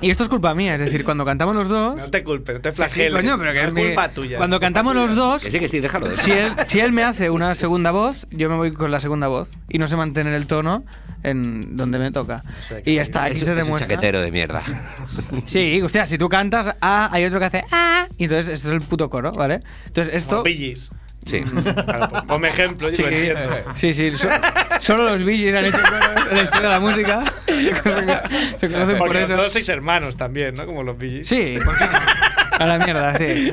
[SPEAKER 4] Y esto es culpa mía, es decir, cuando cantamos los dos.
[SPEAKER 1] No te culpes, no te
[SPEAKER 4] Sí,
[SPEAKER 1] flageles.
[SPEAKER 4] coño, pero que
[SPEAKER 1] No
[SPEAKER 4] es mi-
[SPEAKER 1] culpa tuya.
[SPEAKER 4] Cuando cantamos los dos,
[SPEAKER 3] Que sí, que sí, déjalo.
[SPEAKER 4] si él, si él me hace una segunda voz, yo me voy con la segunda voz y no sé mantener el tono en donde me toca.
[SPEAKER 1] sea, que
[SPEAKER 4] y ya está, aquí
[SPEAKER 3] es,
[SPEAKER 4] se
[SPEAKER 3] es un
[SPEAKER 4] demuestra.
[SPEAKER 3] chaquetero de mierda.
[SPEAKER 4] Sí, hostia, si tú cantas ah, hay otro que hace ah, y entonces esto es el puto coro, ¿vale? Entonces esto.
[SPEAKER 1] Como Billys.
[SPEAKER 3] Sí.
[SPEAKER 1] Claro, pon- ponme ejemplo, yo
[SPEAKER 4] Sí,
[SPEAKER 1] lo entiendo.
[SPEAKER 4] sí, sí, so- solo los Billys han hecho coro en la historia de la música. Se conocen por
[SPEAKER 1] Porque
[SPEAKER 4] eso.
[SPEAKER 1] vosotros sois hermanos también, ¿no? Como los Billys.
[SPEAKER 4] Sí, ¿por qué no? A la mierda, sí.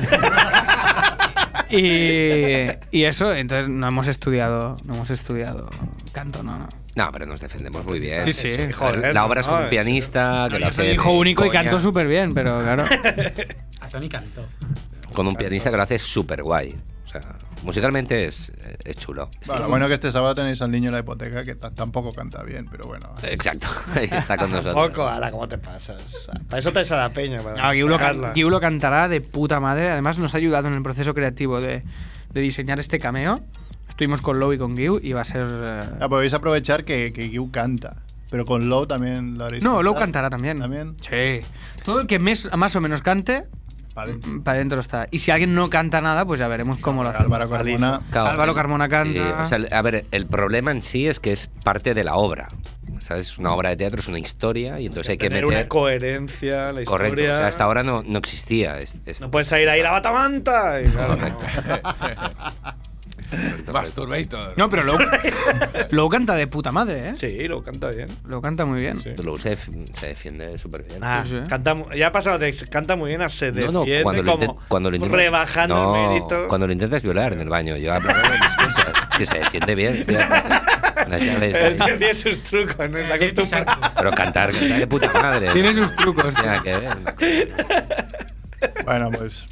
[SPEAKER 4] Y, y eso, entonces no hemos estudiado, no hemos estudiado canto, no, no.
[SPEAKER 3] No, pero nos defendemos muy bien.
[SPEAKER 4] Sí, sí.
[SPEAKER 1] Joder,
[SPEAKER 3] la obra es con
[SPEAKER 1] no,
[SPEAKER 3] un pianista que lo
[SPEAKER 4] Yo
[SPEAKER 3] hace.
[SPEAKER 4] soy
[SPEAKER 3] de
[SPEAKER 4] hijo único
[SPEAKER 3] coña,
[SPEAKER 4] y canto súper bien, pero claro.
[SPEAKER 10] A Tony cantó.
[SPEAKER 3] Con un pianista que lo hace súper guay. O sea, musicalmente es, es chulo.
[SPEAKER 6] Bueno, bueno que este sábado tenéis al niño en la hipoteca que ta- tampoco canta bien, pero bueno.
[SPEAKER 3] Exacto. Ahí Está con nosotros.
[SPEAKER 1] Poco, ala, ¿cómo te pasas? Para eso traes a la peña. Para
[SPEAKER 4] No, Guiu lo, can-
[SPEAKER 1] sacarla.
[SPEAKER 4] Guiu lo cantará de puta madre. Además, nos ha ayudado en el proceso creativo de, de diseñar este cameo. Estuvimos con Lou y con Guiu y va a ser. eh,
[SPEAKER 6] Ah, podéis aprovechar que, que Giu canta, pero con Low también lo haréis.
[SPEAKER 4] No, Lou
[SPEAKER 6] cantar.
[SPEAKER 4] cantará también.
[SPEAKER 6] ¿También?
[SPEAKER 4] Sí. Todo el que mes- más o menos cante,
[SPEAKER 6] Vale.
[SPEAKER 4] para adentro está. Y si alguien no canta nada, pues ya veremos cómo lo hace.
[SPEAKER 6] Álvaro Carmona.
[SPEAKER 3] Claro,
[SPEAKER 4] Álvaro
[SPEAKER 3] el-
[SPEAKER 4] Carmona canta.
[SPEAKER 3] sí, o sea, el- a ver, el problema en sí es que es parte de la obra. ¿Sabes? Es una obra de teatro, es una historia y entonces hay que
[SPEAKER 1] Tener
[SPEAKER 3] meter.
[SPEAKER 1] una coherencia, la historia.
[SPEAKER 3] Correcto. O sea, hasta ahora no, no existía. es- es-
[SPEAKER 1] No puedes ir ahí la batamanta. Y, claro,
[SPEAKER 3] Correcto. Correcto, correcto.
[SPEAKER 2] Masturbator.
[SPEAKER 4] No, pero Lou, Lou canta de puta madre, ¿eh?
[SPEAKER 1] no. Sí, lo canta bien.
[SPEAKER 4] Lo canta muy bien.
[SPEAKER 1] Sí.
[SPEAKER 3] Lo usé, se defiende súper bien.
[SPEAKER 1] Ah,
[SPEAKER 4] Sí, sí.
[SPEAKER 1] Canta, mu- ya ha pasado de canta muy bien a se
[SPEAKER 3] No, no,
[SPEAKER 1] defiende
[SPEAKER 3] cuando lo,
[SPEAKER 1] como
[SPEAKER 3] inten- cuando lo intentas.
[SPEAKER 1] rebajando
[SPEAKER 3] No,
[SPEAKER 1] el mérito.
[SPEAKER 3] Cuando lo intentas violar en el baño. Yo hablo de mis cosas. Que se defiende bien. tío. Las llaves,
[SPEAKER 1] Él
[SPEAKER 3] ahí.
[SPEAKER 1] tiene sus trucos, no es la costumbre.
[SPEAKER 3] Pero cantar, cantar de puta madre.
[SPEAKER 4] Tiene sus trucos.
[SPEAKER 3] Nada que ver.
[SPEAKER 6] Bueno, pues.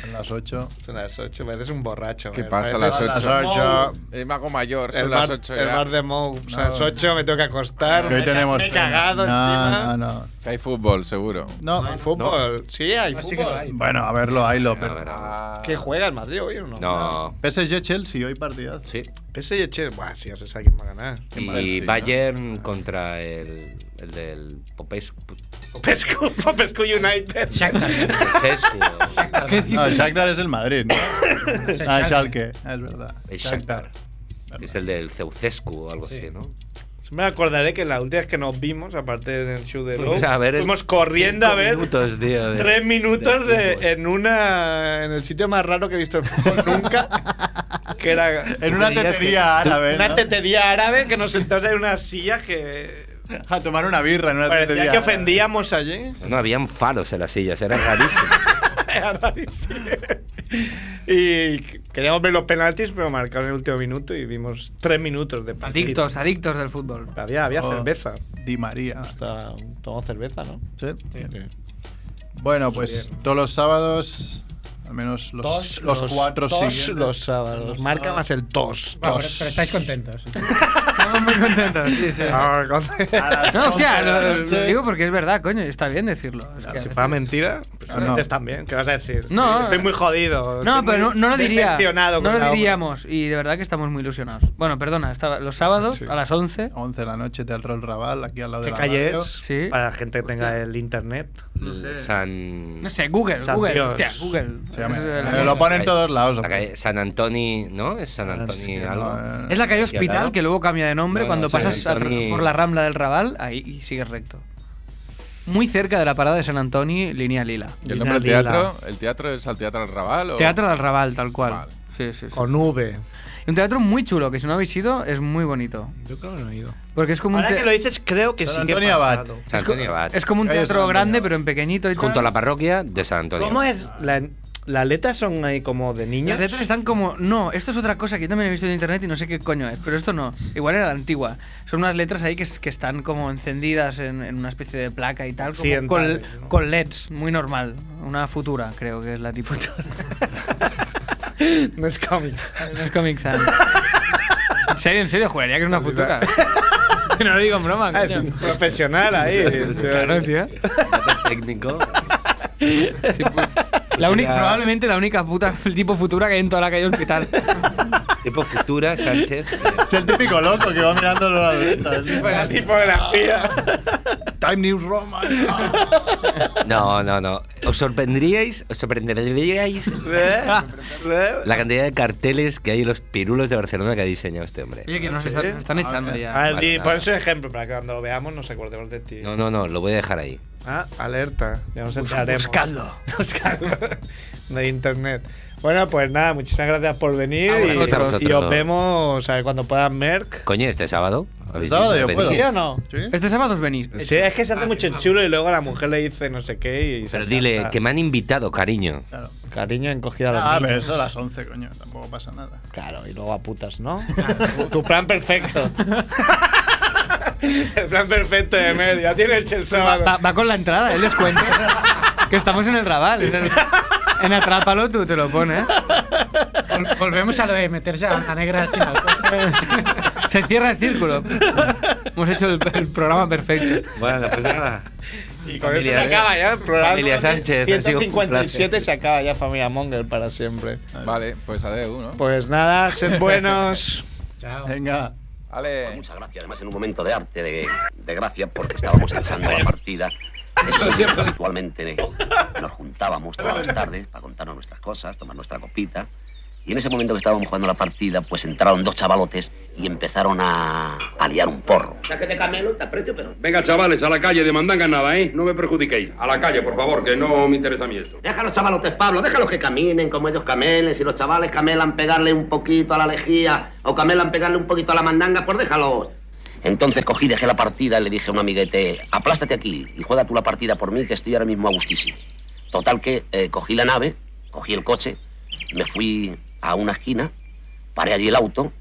[SPEAKER 6] Son las 8.
[SPEAKER 1] Son las 8, eres un borracho.
[SPEAKER 2] ¿Qué
[SPEAKER 1] me
[SPEAKER 2] pasa a las
[SPEAKER 1] parece.
[SPEAKER 2] 8?
[SPEAKER 6] Las ocho.
[SPEAKER 2] El mago mayor, son
[SPEAKER 1] El
[SPEAKER 2] las
[SPEAKER 1] bar,
[SPEAKER 2] 8
[SPEAKER 1] el
[SPEAKER 2] ya.
[SPEAKER 1] bar de Mou. O sea,
[SPEAKER 6] No.
[SPEAKER 1] las 8 me tengo que acostar.
[SPEAKER 6] Que hoy
[SPEAKER 1] me, he ca-
[SPEAKER 6] tenemos.
[SPEAKER 1] me he cagado
[SPEAKER 6] no,
[SPEAKER 1] encima.
[SPEAKER 6] No, no,
[SPEAKER 2] Que hay fútbol, seguro.
[SPEAKER 6] no.
[SPEAKER 1] No hay fútbol. Sí, hay
[SPEAKER 5] Así que no
[SPEAKER 1] fútbol.
[SPEAKER 5] hay.
[SPEAKER 6] Bueno, a verlo, ahí lo.
[SPEAKER 3] A ver, a ver.
[SPEAKER 1] ¿Qué juega el Madrid hoy o no?
[SPEAKER 3] No,
[SPEAKER 6] PSG Chelsea, hoy partidazo.
[SPEAKER 3] sí.
[SPEAKER 1] PSG y Chelsea. Buah, si ya se sabe quién va a ganar.
[SPEAKER 3] Y
[SPEAKER 2] Chelsea, ¿no?
[SPEAKER 3] Bayern contra el, el del Popescu.
[SPEAKER 1] Pescu, Pescu United.
[SPEAKER 3] Popescu.
[SPEAKER 6] No, el Shakhtar es el Madrid, ¿no? ah, el Schalke, es verdad.
[SPEAKER 3] El Shakhtar. Es el del Ceucescu o algo así, ¿no?
[SPEAKER 1] Me acordaré que la última vez que nos vimos, aparte del show de Lowe,
[SPEAKER 3] Fuimos Pues a ver el-
[SPEAKER 1] fuimos corriendo a
[SPEAKER 3] cinco
[SPEAKER 1] ver
[SPEAKER 3] Minutos, tío, de-
[SPEAKER 1] tres minutos
[SPEAKER 3] de
[SPEAKER 1] de,
[SPEAKER 3] fútbol.
[SPEAKER 1] en una en el sitio más raro que he visto en fútbol nunca, que era
[SPEAKER 6] En una
[SPEAKER 3] creías que-
[SPEAKER 6] tetería árabe.
[SPEAKER 1] una
[SPEAKER 6] ¿no?
[SPEAKER 1] tetería árabe que nos sentamos en una silla que
[SPEAKER 6] A tomar una birra en una
[SPEAKER 1] parecía
[SPEAKER 6] tetería.
[SPEAKER 1] que ofendíamos allí.
[SPEAKER 3] No, habían falos en las sillas, era rarísimo.
[SPEAKER 1] Era rarísimo. y queríamos ver los penaltis, pero marcaron el último minuto y vimos tres minutos de partido.
[SPEAKER 4] Adictos, adictos del fútbol.
[SPEAKER 1] Había, había
[SPEAKER 6] Oh.
[SPEAKER 1] cerveza.
[SPEAKER 6] Di María.
[SPEAKER 1] Hasta- Tomamos cerveza, ¿no?
[SPEAKER 6] ¿Sí? Bueno, pues todos los sábados, al menos los, los, cuatro
[SPEAKER 1] tos
[SPEAKER 6] siguientes.
[SPEAKER 1] los sábados. Marca
[SPEAKER 6] Ah.
[SPEAKER 1] más el tos.
[SPEAKER 5] Bueno, pero, pero estáis contentos.
[SPEAKER 4] Estamos muy contentos. Sí, sí.
[SPEAKER 1] Ah, con-
[SPEAKER 6] A las
[SPEAKER 4] No, hostia,
[SPEAKER 6] 11 de la
[SPEAKER 4] lo, lo
[SPEAKER 6] noche.
[SPEAKER 4] digo porque es verdad, coño, está bien decirlo. Es que-
[SPEAKER 1] si fuera mentira, pues
[SPEAKER 6] Ah, No.
[SPEAKER 1] antes también. ¿Qué vas a decir?
[SPEAKER 4] No.
[SPEAKER 1] estoy muy jodido.
[SPEAKER 4] no,
[SPEAKER 1] estoy
[SPEAKER 4] pero no,
[SPEAKER 1] muy
[SPEAKER 4] no lo diría.
[SPEAKER 1] decepcionado
[SPEAKER 4] No
[SPEAKER 1] con la
[SPEAKER 4] lo
[SPEAKER 1] obra.
[SPEAKER 4] diríamos y de verdad que estamos muy ilusionados. Bueno, perdona, estaba los sábados
[SPEAKER 1] Sí.
[SPEAKER 4] a las 11.
[SPEAKER 6] 11 de la noche, Teatro El Raval, aquí al lado
[SPEAKER 1] ¿Qué
[SPEAKER 6] de la
[SPEAKER 1] calle
[SPEAKER 6] radio.
[SPEAKER 1] es?
[SPEAKER 4] Sí.
[SPEAKER 1] Para la gente que tenga el internet.
[SPEAKER 4] No sé.
[SPEAKER 3] San.
[SPEAKER 4] No sé, Google,
[SPEAKER 1] San
[SPEAKER 4] Google.
[SPEAKER 1] Dios.
[SPEAKER 4] Hostia, Google.
[SPEAKER 6] Se llama-
[SPEAKER 4] Es, eh,
[SPEAKER 6] eh,
[SPEAKER 4] la-
[SPEAKER 6] lo pone en
[SPEAKER 3] calle-
[SPEAKER 6] todos lados. Ah,
[SPEAKER 3] la calle- San Antoni, ¿no? Es San Antoni algo.
[SPEAKER 6] eh.
[SPEAKER 4] es
[SPEAKER 3] Aquí
[SPEAKER 4] la calle
[SPEAKER 3] al lado.
[SPEAKER 4] Hospital que luego cambia de nombre
[SPEAKER 3] No, no
[SPEAKER 4] cuando
[SPEAKER 3] sé,
[SPEAKER 4] pasas al-
[SPEAKER 3] Antoni-
[SPEAKER 4] por la rambla del Raval, ahí y sigues recto. Muy cerca de la parada de San Antoni, línea lila.
[SPEAKER 2] ¿Y el nombre del
[SPEAKER 1] Lila.
[SPEAKER 2] teatro? ¿El teatro es al Teatro del Raval? O...
[SPEAKER 4] Teatro del Raval, tal cual.
[SPEAKER 2] Vale.
[SPEAKER 4] Sí, sí, sí.
[SPEAKER 1] Con V.
[SPEAKER 4] Y Un teatro muy chulo, que si no habéis ido, es muy bonito.
[SPEAKER 10] Yo creo que no he ido.
[SPEAKER 4] Porque es como un,
[SPEAKER 1] Ahora
[SPEAKER 4] te-
[SPEAKER 1] que lo dices, creo que
[SPEAKER 6] San
[SPEAKER 1] sí que he
[SPEAKER 6] Antonio Abad.
[SPEAKER 1] pasado.
[SPEAKER 3] San Antoni Abad.
[SPEAKER 4] es como un
[SPEAKER 6] Calle San
[SPEAKER 4] teatro
[SPEAKER 6] Antonio.
[SPEAKER 4] grande, pero en pequeñito y
[SPEAKER 3] Junto a
[SPEAKER 4] tal.
[SPEAKER 3] la parroquia de San Antonio.
[SPEAKER 1] ¿Cómo es? La, ¿Las letras son ahí como de niños?
[SPEAKER 4] Las letras están como. No, esto es otra cosa que yo también he visto en internet y no sé qué coño es, pero esto no. Igual era la antigua. Son unas letras ahí que, es- que están como encendidas en, en una especie de placa y tal, como con,
[SPEAKER 1] Occidentales, ¿no?
[SPEAKER 4] con LEDs, muy normal. Una futura, creo que es la tipo.
[SPEAKER 1] No es cómics.
[SPEAKER 4] no es Comic Sans. En serio, en serio, jugaría que es una futura. no lo digo en broma,
[SPEAKER 1] Ah, es
[SPEAKER 4] coño.
[SPEAKER 1] un profesional ahí.
[SPEAKER 4] Claro, tío.
[SPEAKER 3] técnico.
[SPEAKER 4] pues, La única, probablemente la única puta tipo futura que hay en toda la calle hospital.
[SPEAKER 3] Tipo Futura, Sánchez.
[SPEAKER 6] Es el típico loco que va mirando las letras.
[SPEAKER 1] La tipografía.
[SPEAKER 6] Time News Roman.
[SPEAKER 3] No, no, no. Os sorprenderíais, os sorprenderíais la cantidad de carteles que hay en los pirulos de Barcelona que ha diseñado este hombre.
[SPEAKER 4] Oye, que nos,
[SPEAKER 1] Sí. Ah,
[SPEAKER 4] están, nos
[SPEAKER 3] Ah,
[SPEAKER 4] están echando ya.
[SPEAKER 1] A ver,
[SPEAKER 3] Vale,
[SPEAKER 1] di,
[SPEAKER 3] nada.
[SPEAKER 1] pon su ejemplo para que cuando lo veamos nos acordemos de ti.
[SPEAKER 3] No, no, no, lo voy a dejar ahí.
[SPEAKER 1] Ah, alerta. Ya nos entraremos. Buscadlo. Buscadlo. De internet. Bueno, pues nada, muchísimas gracias por venir
[SPEAKER 4] A
[SPEAKER 1] y,
[SPEAKER 3] Ah, vosotros.
[SPEAKER 1] y os vemos a ver, cuando puedan Merck.
[SPEAKER 3] Coño, este sábado. ¿Habéis
[SPEAKER 6] sábado
[SPEAKER 3] dicho?
[SPEAKER 6] Pues yo
[SPEAKER 3] Venid.
[SPEAKER 6] puedo. Ah,
[SPEAKER 1] ¿Sí o no?
[SPEAKER 6] ¿Sí?
[SPEAKER 4] Este sábado os venís.
[SPEAKER 1] Sí, es que se hace mucho el chulo y luego la mujer le dice no sé qué y se
[SPEAKER 3] Pero dile
[SPEAKER 1] encanta.
[SPEAKER 3] que me han invitado, cariño.
[SPEAKER 6] Claro.
[SPEAKER 1] Cariño encogida a los
[SPEAKER 6] Ah,
[SPEAKER 1] niños.
[SPEAKER 6] pero eso a las 11, coño. Tampoco pasa nada.
[SPEAKER 1] Claro, y luego a putas, ¿no? Tu- tu plan perfecto. el plan perfecto de Mer. Ya tiene hecho el
[SPEAKER 4] Va,
[SPEAKER 1] sábado.
[SPEAKER 4] va- va con la entrada, él les cuenta que estamos en el Raval. En, el- en Atrápalo tú te lo pones.
[SPEAKER 5] Vol- volvemos a lo de meterse a la negra sin alcohol.
[SPEAKER 4] Se cierra el círculo. Hemos hecho el, el programa perfecto.
[SPEAKER 3] Bueno, pues nada.
[SPEAKER 1] Y con
[SPEAKER 3] Familia, ¿eh?
[SPEAKER 1] eso se acaba ya el programa.
[SPEAKER 3] Familia Sánchez, ha sido un
[SPEAKER 1] 157
[SPEAKER 3] placer.
[SPEAKER 1] se acaba ya Familia Monger para siempre.
[SPEAKER 2] Vale, pues adeu, ¿no?
[SPEAKER 1] Pues nada, sed buenos.
[SPEAKER 5] Chao.
[SPEAKER 6] Venga.
[SPEAKER 2] Vale.
[SPEAKER 11] Pues Muchas gracias, además en un momento de arte, de, de gracia, porque estábamos echando la partida. Eso sí, habitualmente nos juntábamos todas las tardes para contarnos nuestras cosas, tomar nuestra copita. Y en ese momento que estábamos jugando la partida, pues entraron dos chavalotes y empezaron a, a liar un porro.
[SPEAKER 12] Sáquete camelo, te aprecio, pero.
[SPEAKER 13] Venga, chavales, a la calle, de mandanga nada, ¿eh? No me perjudiquéis. A la calle, por favor, que no me interesa a mí esto.
[SPEAKER 12] Deja a los chavalotes, Pablo, déjalos que caminen como ellos camelen. Si los chavales camelan pegarle un poquito a la lejía o camelan pegarle un poquito a la mandanga, pues déjalos.
[SPEAKER 11] Entonces cogí, dejé la partida y le dije a un amiguete, aplástate aquí y juega tú la partida por mí que estoy ahora mismo a gustísimo. Total que eh, cogí la nave, cogí el coche, me fui a una esquina, paré allí el auto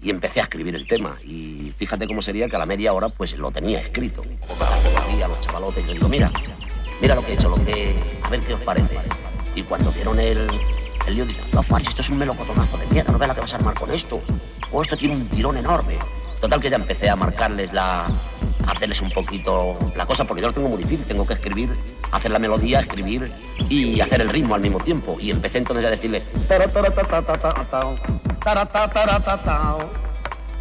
[SPEAKER 11] y empecé a escribir el tema. Y fíjate cómo sería que a la media hora pues lo tenía escrito. Cogí a los chavalotes y les digo, mira, mira lo que he hecho, lo que, ver qué os parece. Y cuando vieron el, el lío, dijeron, no, Faris, esto es un melocotonazo de mierda, no veas la que vas a armar con esto. O esto tiene un tirón enorme. Total que ya empecé a marcarles la... a hacerles un poquito la cosa, porque yo lo tengo muy difícil, tengo que escribir, hacer la melodía, escribir y hacer el ritmo al mismo tiempo. Y empecé entonces a decirle... "Tara, tara, ta, ta, ta, ta, tao. Tara, ta, tara, ta, tao.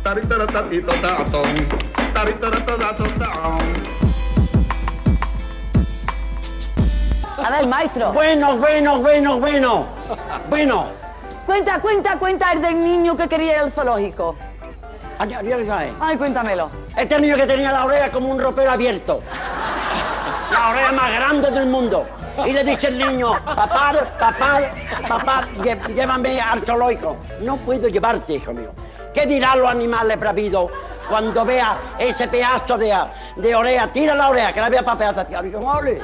[SPEAKER 11] Tari, tara, ta, ti, ta, ta, tao. Tari, tara, ta, ta, ta, tao.
[SPEAKER 14] A ver, maestro.
[SPEAKER 15] Bueno, bueno, bueno, bueno. Bueno.
[SPEAKER 14] Cuenta, cuenta, cuenta el del niño que quería ir al zoológico.
[SPEAKER 15] Aquí, aquí, aquí, ahí.
[SPEAKER 14] Ay, cuéntamelo.
[SPEAKER 15] Este niño que tenía la oreja como un ropero abierto. La oreja más grande del mundo. Y le dice el niño, papá, papá, papá, lle- llévame al zoológico. No puedo llevarte, hijo mío. ¿Qué dirán los animales bravidos cuando vea ese pedazo de, de oreja? Tira la oreja, que la vea para pedazo. Y yo, "Ole".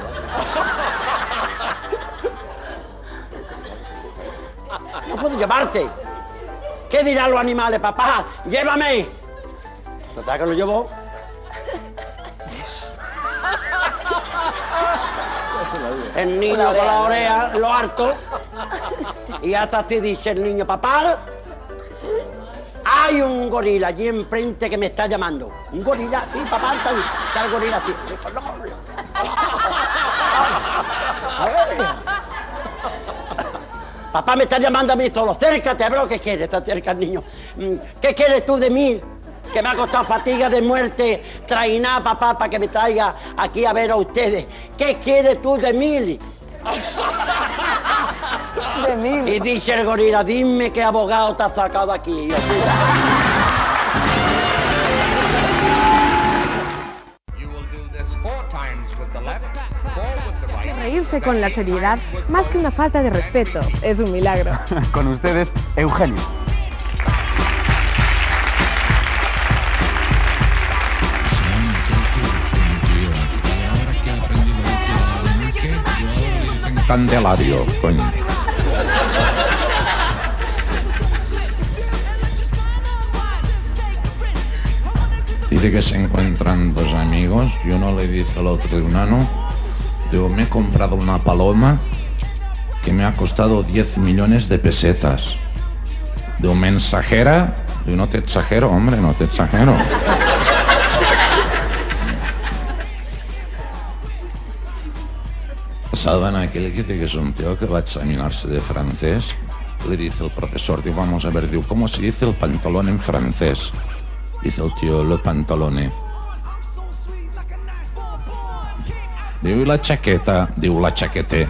[SPEAKER 15] No puedo llevarte. ¿Qué dirán los animales? Papá, llévame. Total que lo llevó. El niño
[SPEAKER 14] Una
[SPEAKER 15] con la
[SPEAKER 14] oreja,
[SPEAKER 15] oreja, lo harto. Y hasta te dice el niño, papá, hay un gorila allí enfrente que me está llamando. Un gorila, sí, papá, está, ahí, está el gorila, sí. Le dijo, "No, hombre". A ver. Papá me está llamando a mí solo. Cércate, a ver lo que quieres. Está cerca el niño. Mm, ¿Qué quieres tú de mí? Que me ha costado fatiga de muerte trainar, papá, para que me traiga aquí a ver a ustedes. ¿Qué quieres tú de mí? De mí. Y dice el gorila, dime qué abogado te ha sacado aquí. Y yo, "Mira".
[SPEAKER 16] Reírse con la seriedad, más que una falta de respeto, es un milagro.
[SPEAKER 17] Con ustedes, Eugenio.
[SPEAKER 8] Candelario, coño. Dice que se encuentran dos amigos y uno le dice al otro de un ano, digo, me he comprado una paloma que me ha costado 10 millones de pesetas. De un mensajera, digo, no te exagero, hombre, no te exagero. Salvan a aquel que dice que es un tío que va a examinarse de francés. Le dice el profesor, digo, vamos a ver, digo, ¿cómo se dice el pantalón en francés? Dice el tío, le pantalone. Diu, i la chaqueta? Diu, la chaquete.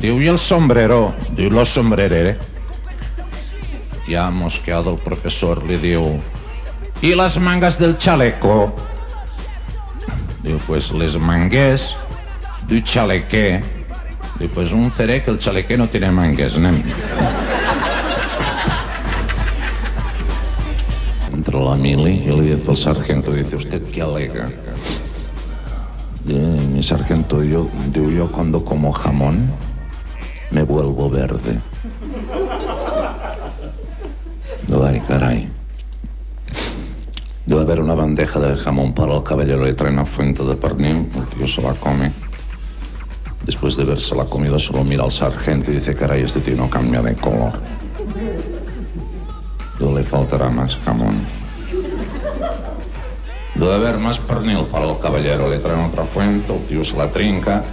[SPEAKER 8] Diu, i el sombrero? Diu, lo sombrerere. Ya mosqueado el profesor le diu, i les mangas del chaleco? Diu, pues les mangues du chalequé. Diu, pues un ceré que el chalequé no tiene mangues, nen. Entra la mili y le dice al sargento, dice, ¿usted qué alega? Dice, mi sargento, yo, digo, yo cuando como jamón me vuelvo verde. Digo, ay, caray. Debe haber una bandeja de jamón para el caballero, le trae una fuente de pernil, el tío se la come. Después de verse la comida solo mira al sargento y dice, caray, este tío no cambia de color. Digo, le faltará más jamón. Debe haber más pernil para el caballero, le traen otra fuente, el tío se la trinca.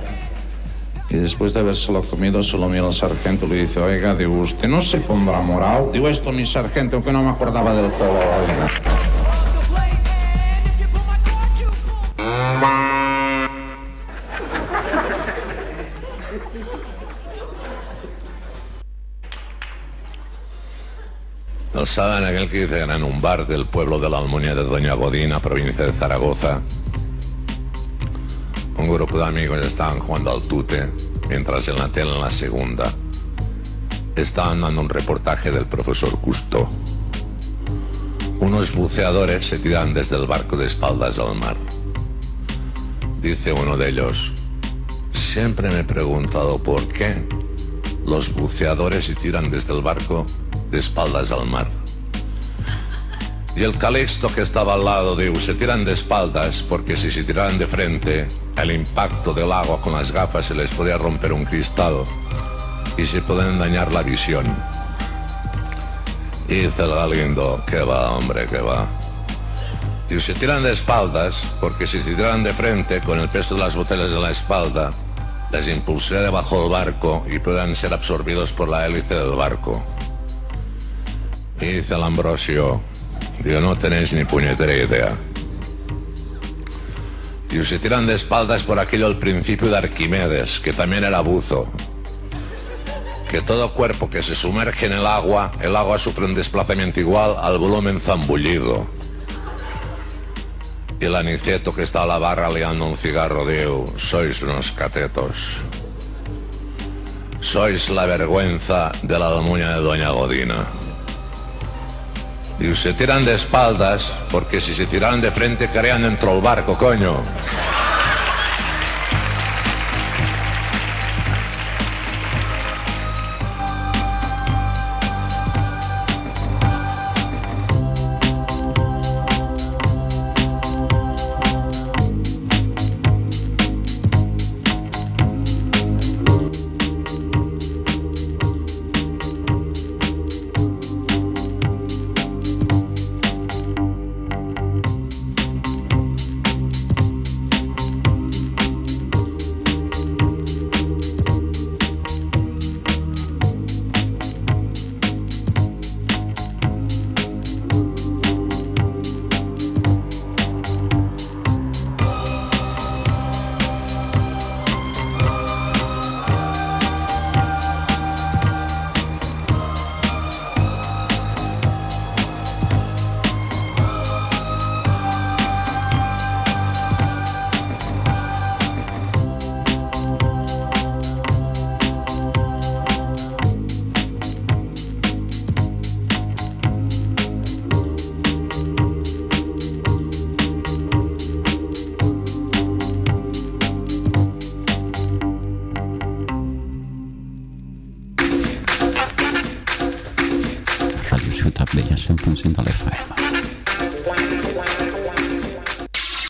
[SPEAKER 8] Y después de habérselo comido, se lo mira al sargento y le dice, oiga, digo, usted no se pondrá morado. Digo, esto mi sargento, que no me acordaba del color, oiga.
[SPEAKER 18] El sábado en aquel que dice era en un bar del pueblo de la Almunia de Doña Godina, provincia de Zaragoza. Un grupo de amigos estaban jugando al tute, mientras en la tele en la segunda estaban dando un reportaje del profesor Custo. Unos buceadores se tiran desde el barco de espaldas al mar. Dice uno de ellos, siempre me he preguntado por qué los buceadores se tiran desde el barco de espaldas al mar. y el Calixto que estaba al lado diu, se tiran de espaldas porque si se tiraran de frente, el impacto del agua con las gafas se les podía romper un cristal y se pueden dañar la visión. Y dice el Galindo, que va, hombre, que va. Diu, se tiran de espaldas porque si se tiran de frente con el peso de las botellas en la espalda, les impulsará debajo del barco y puedan ser absorbidos por la hélice del barco. Y dice el Ambrosio, Digo, no tenéis ni puñetera idea. Digo, se tiran de espaldas por aquello el principio de Arquimedes, que también era buzo. Que todo cuerpo que se sumerge en el agua, el agua sufre un desplazamiento igual al volumen zambullido. Y el aniceto que está a la barra liando un cigarro, digo, sois unos catetos. Sois la vergüenza de la almuña de Doña Godina. Diu, se tiran de espaldas porque si se tiran de frente caerían dentro del barco, coño.
[SPEAKER 19] Radio Ciutat Vella 100.5 de l'FM.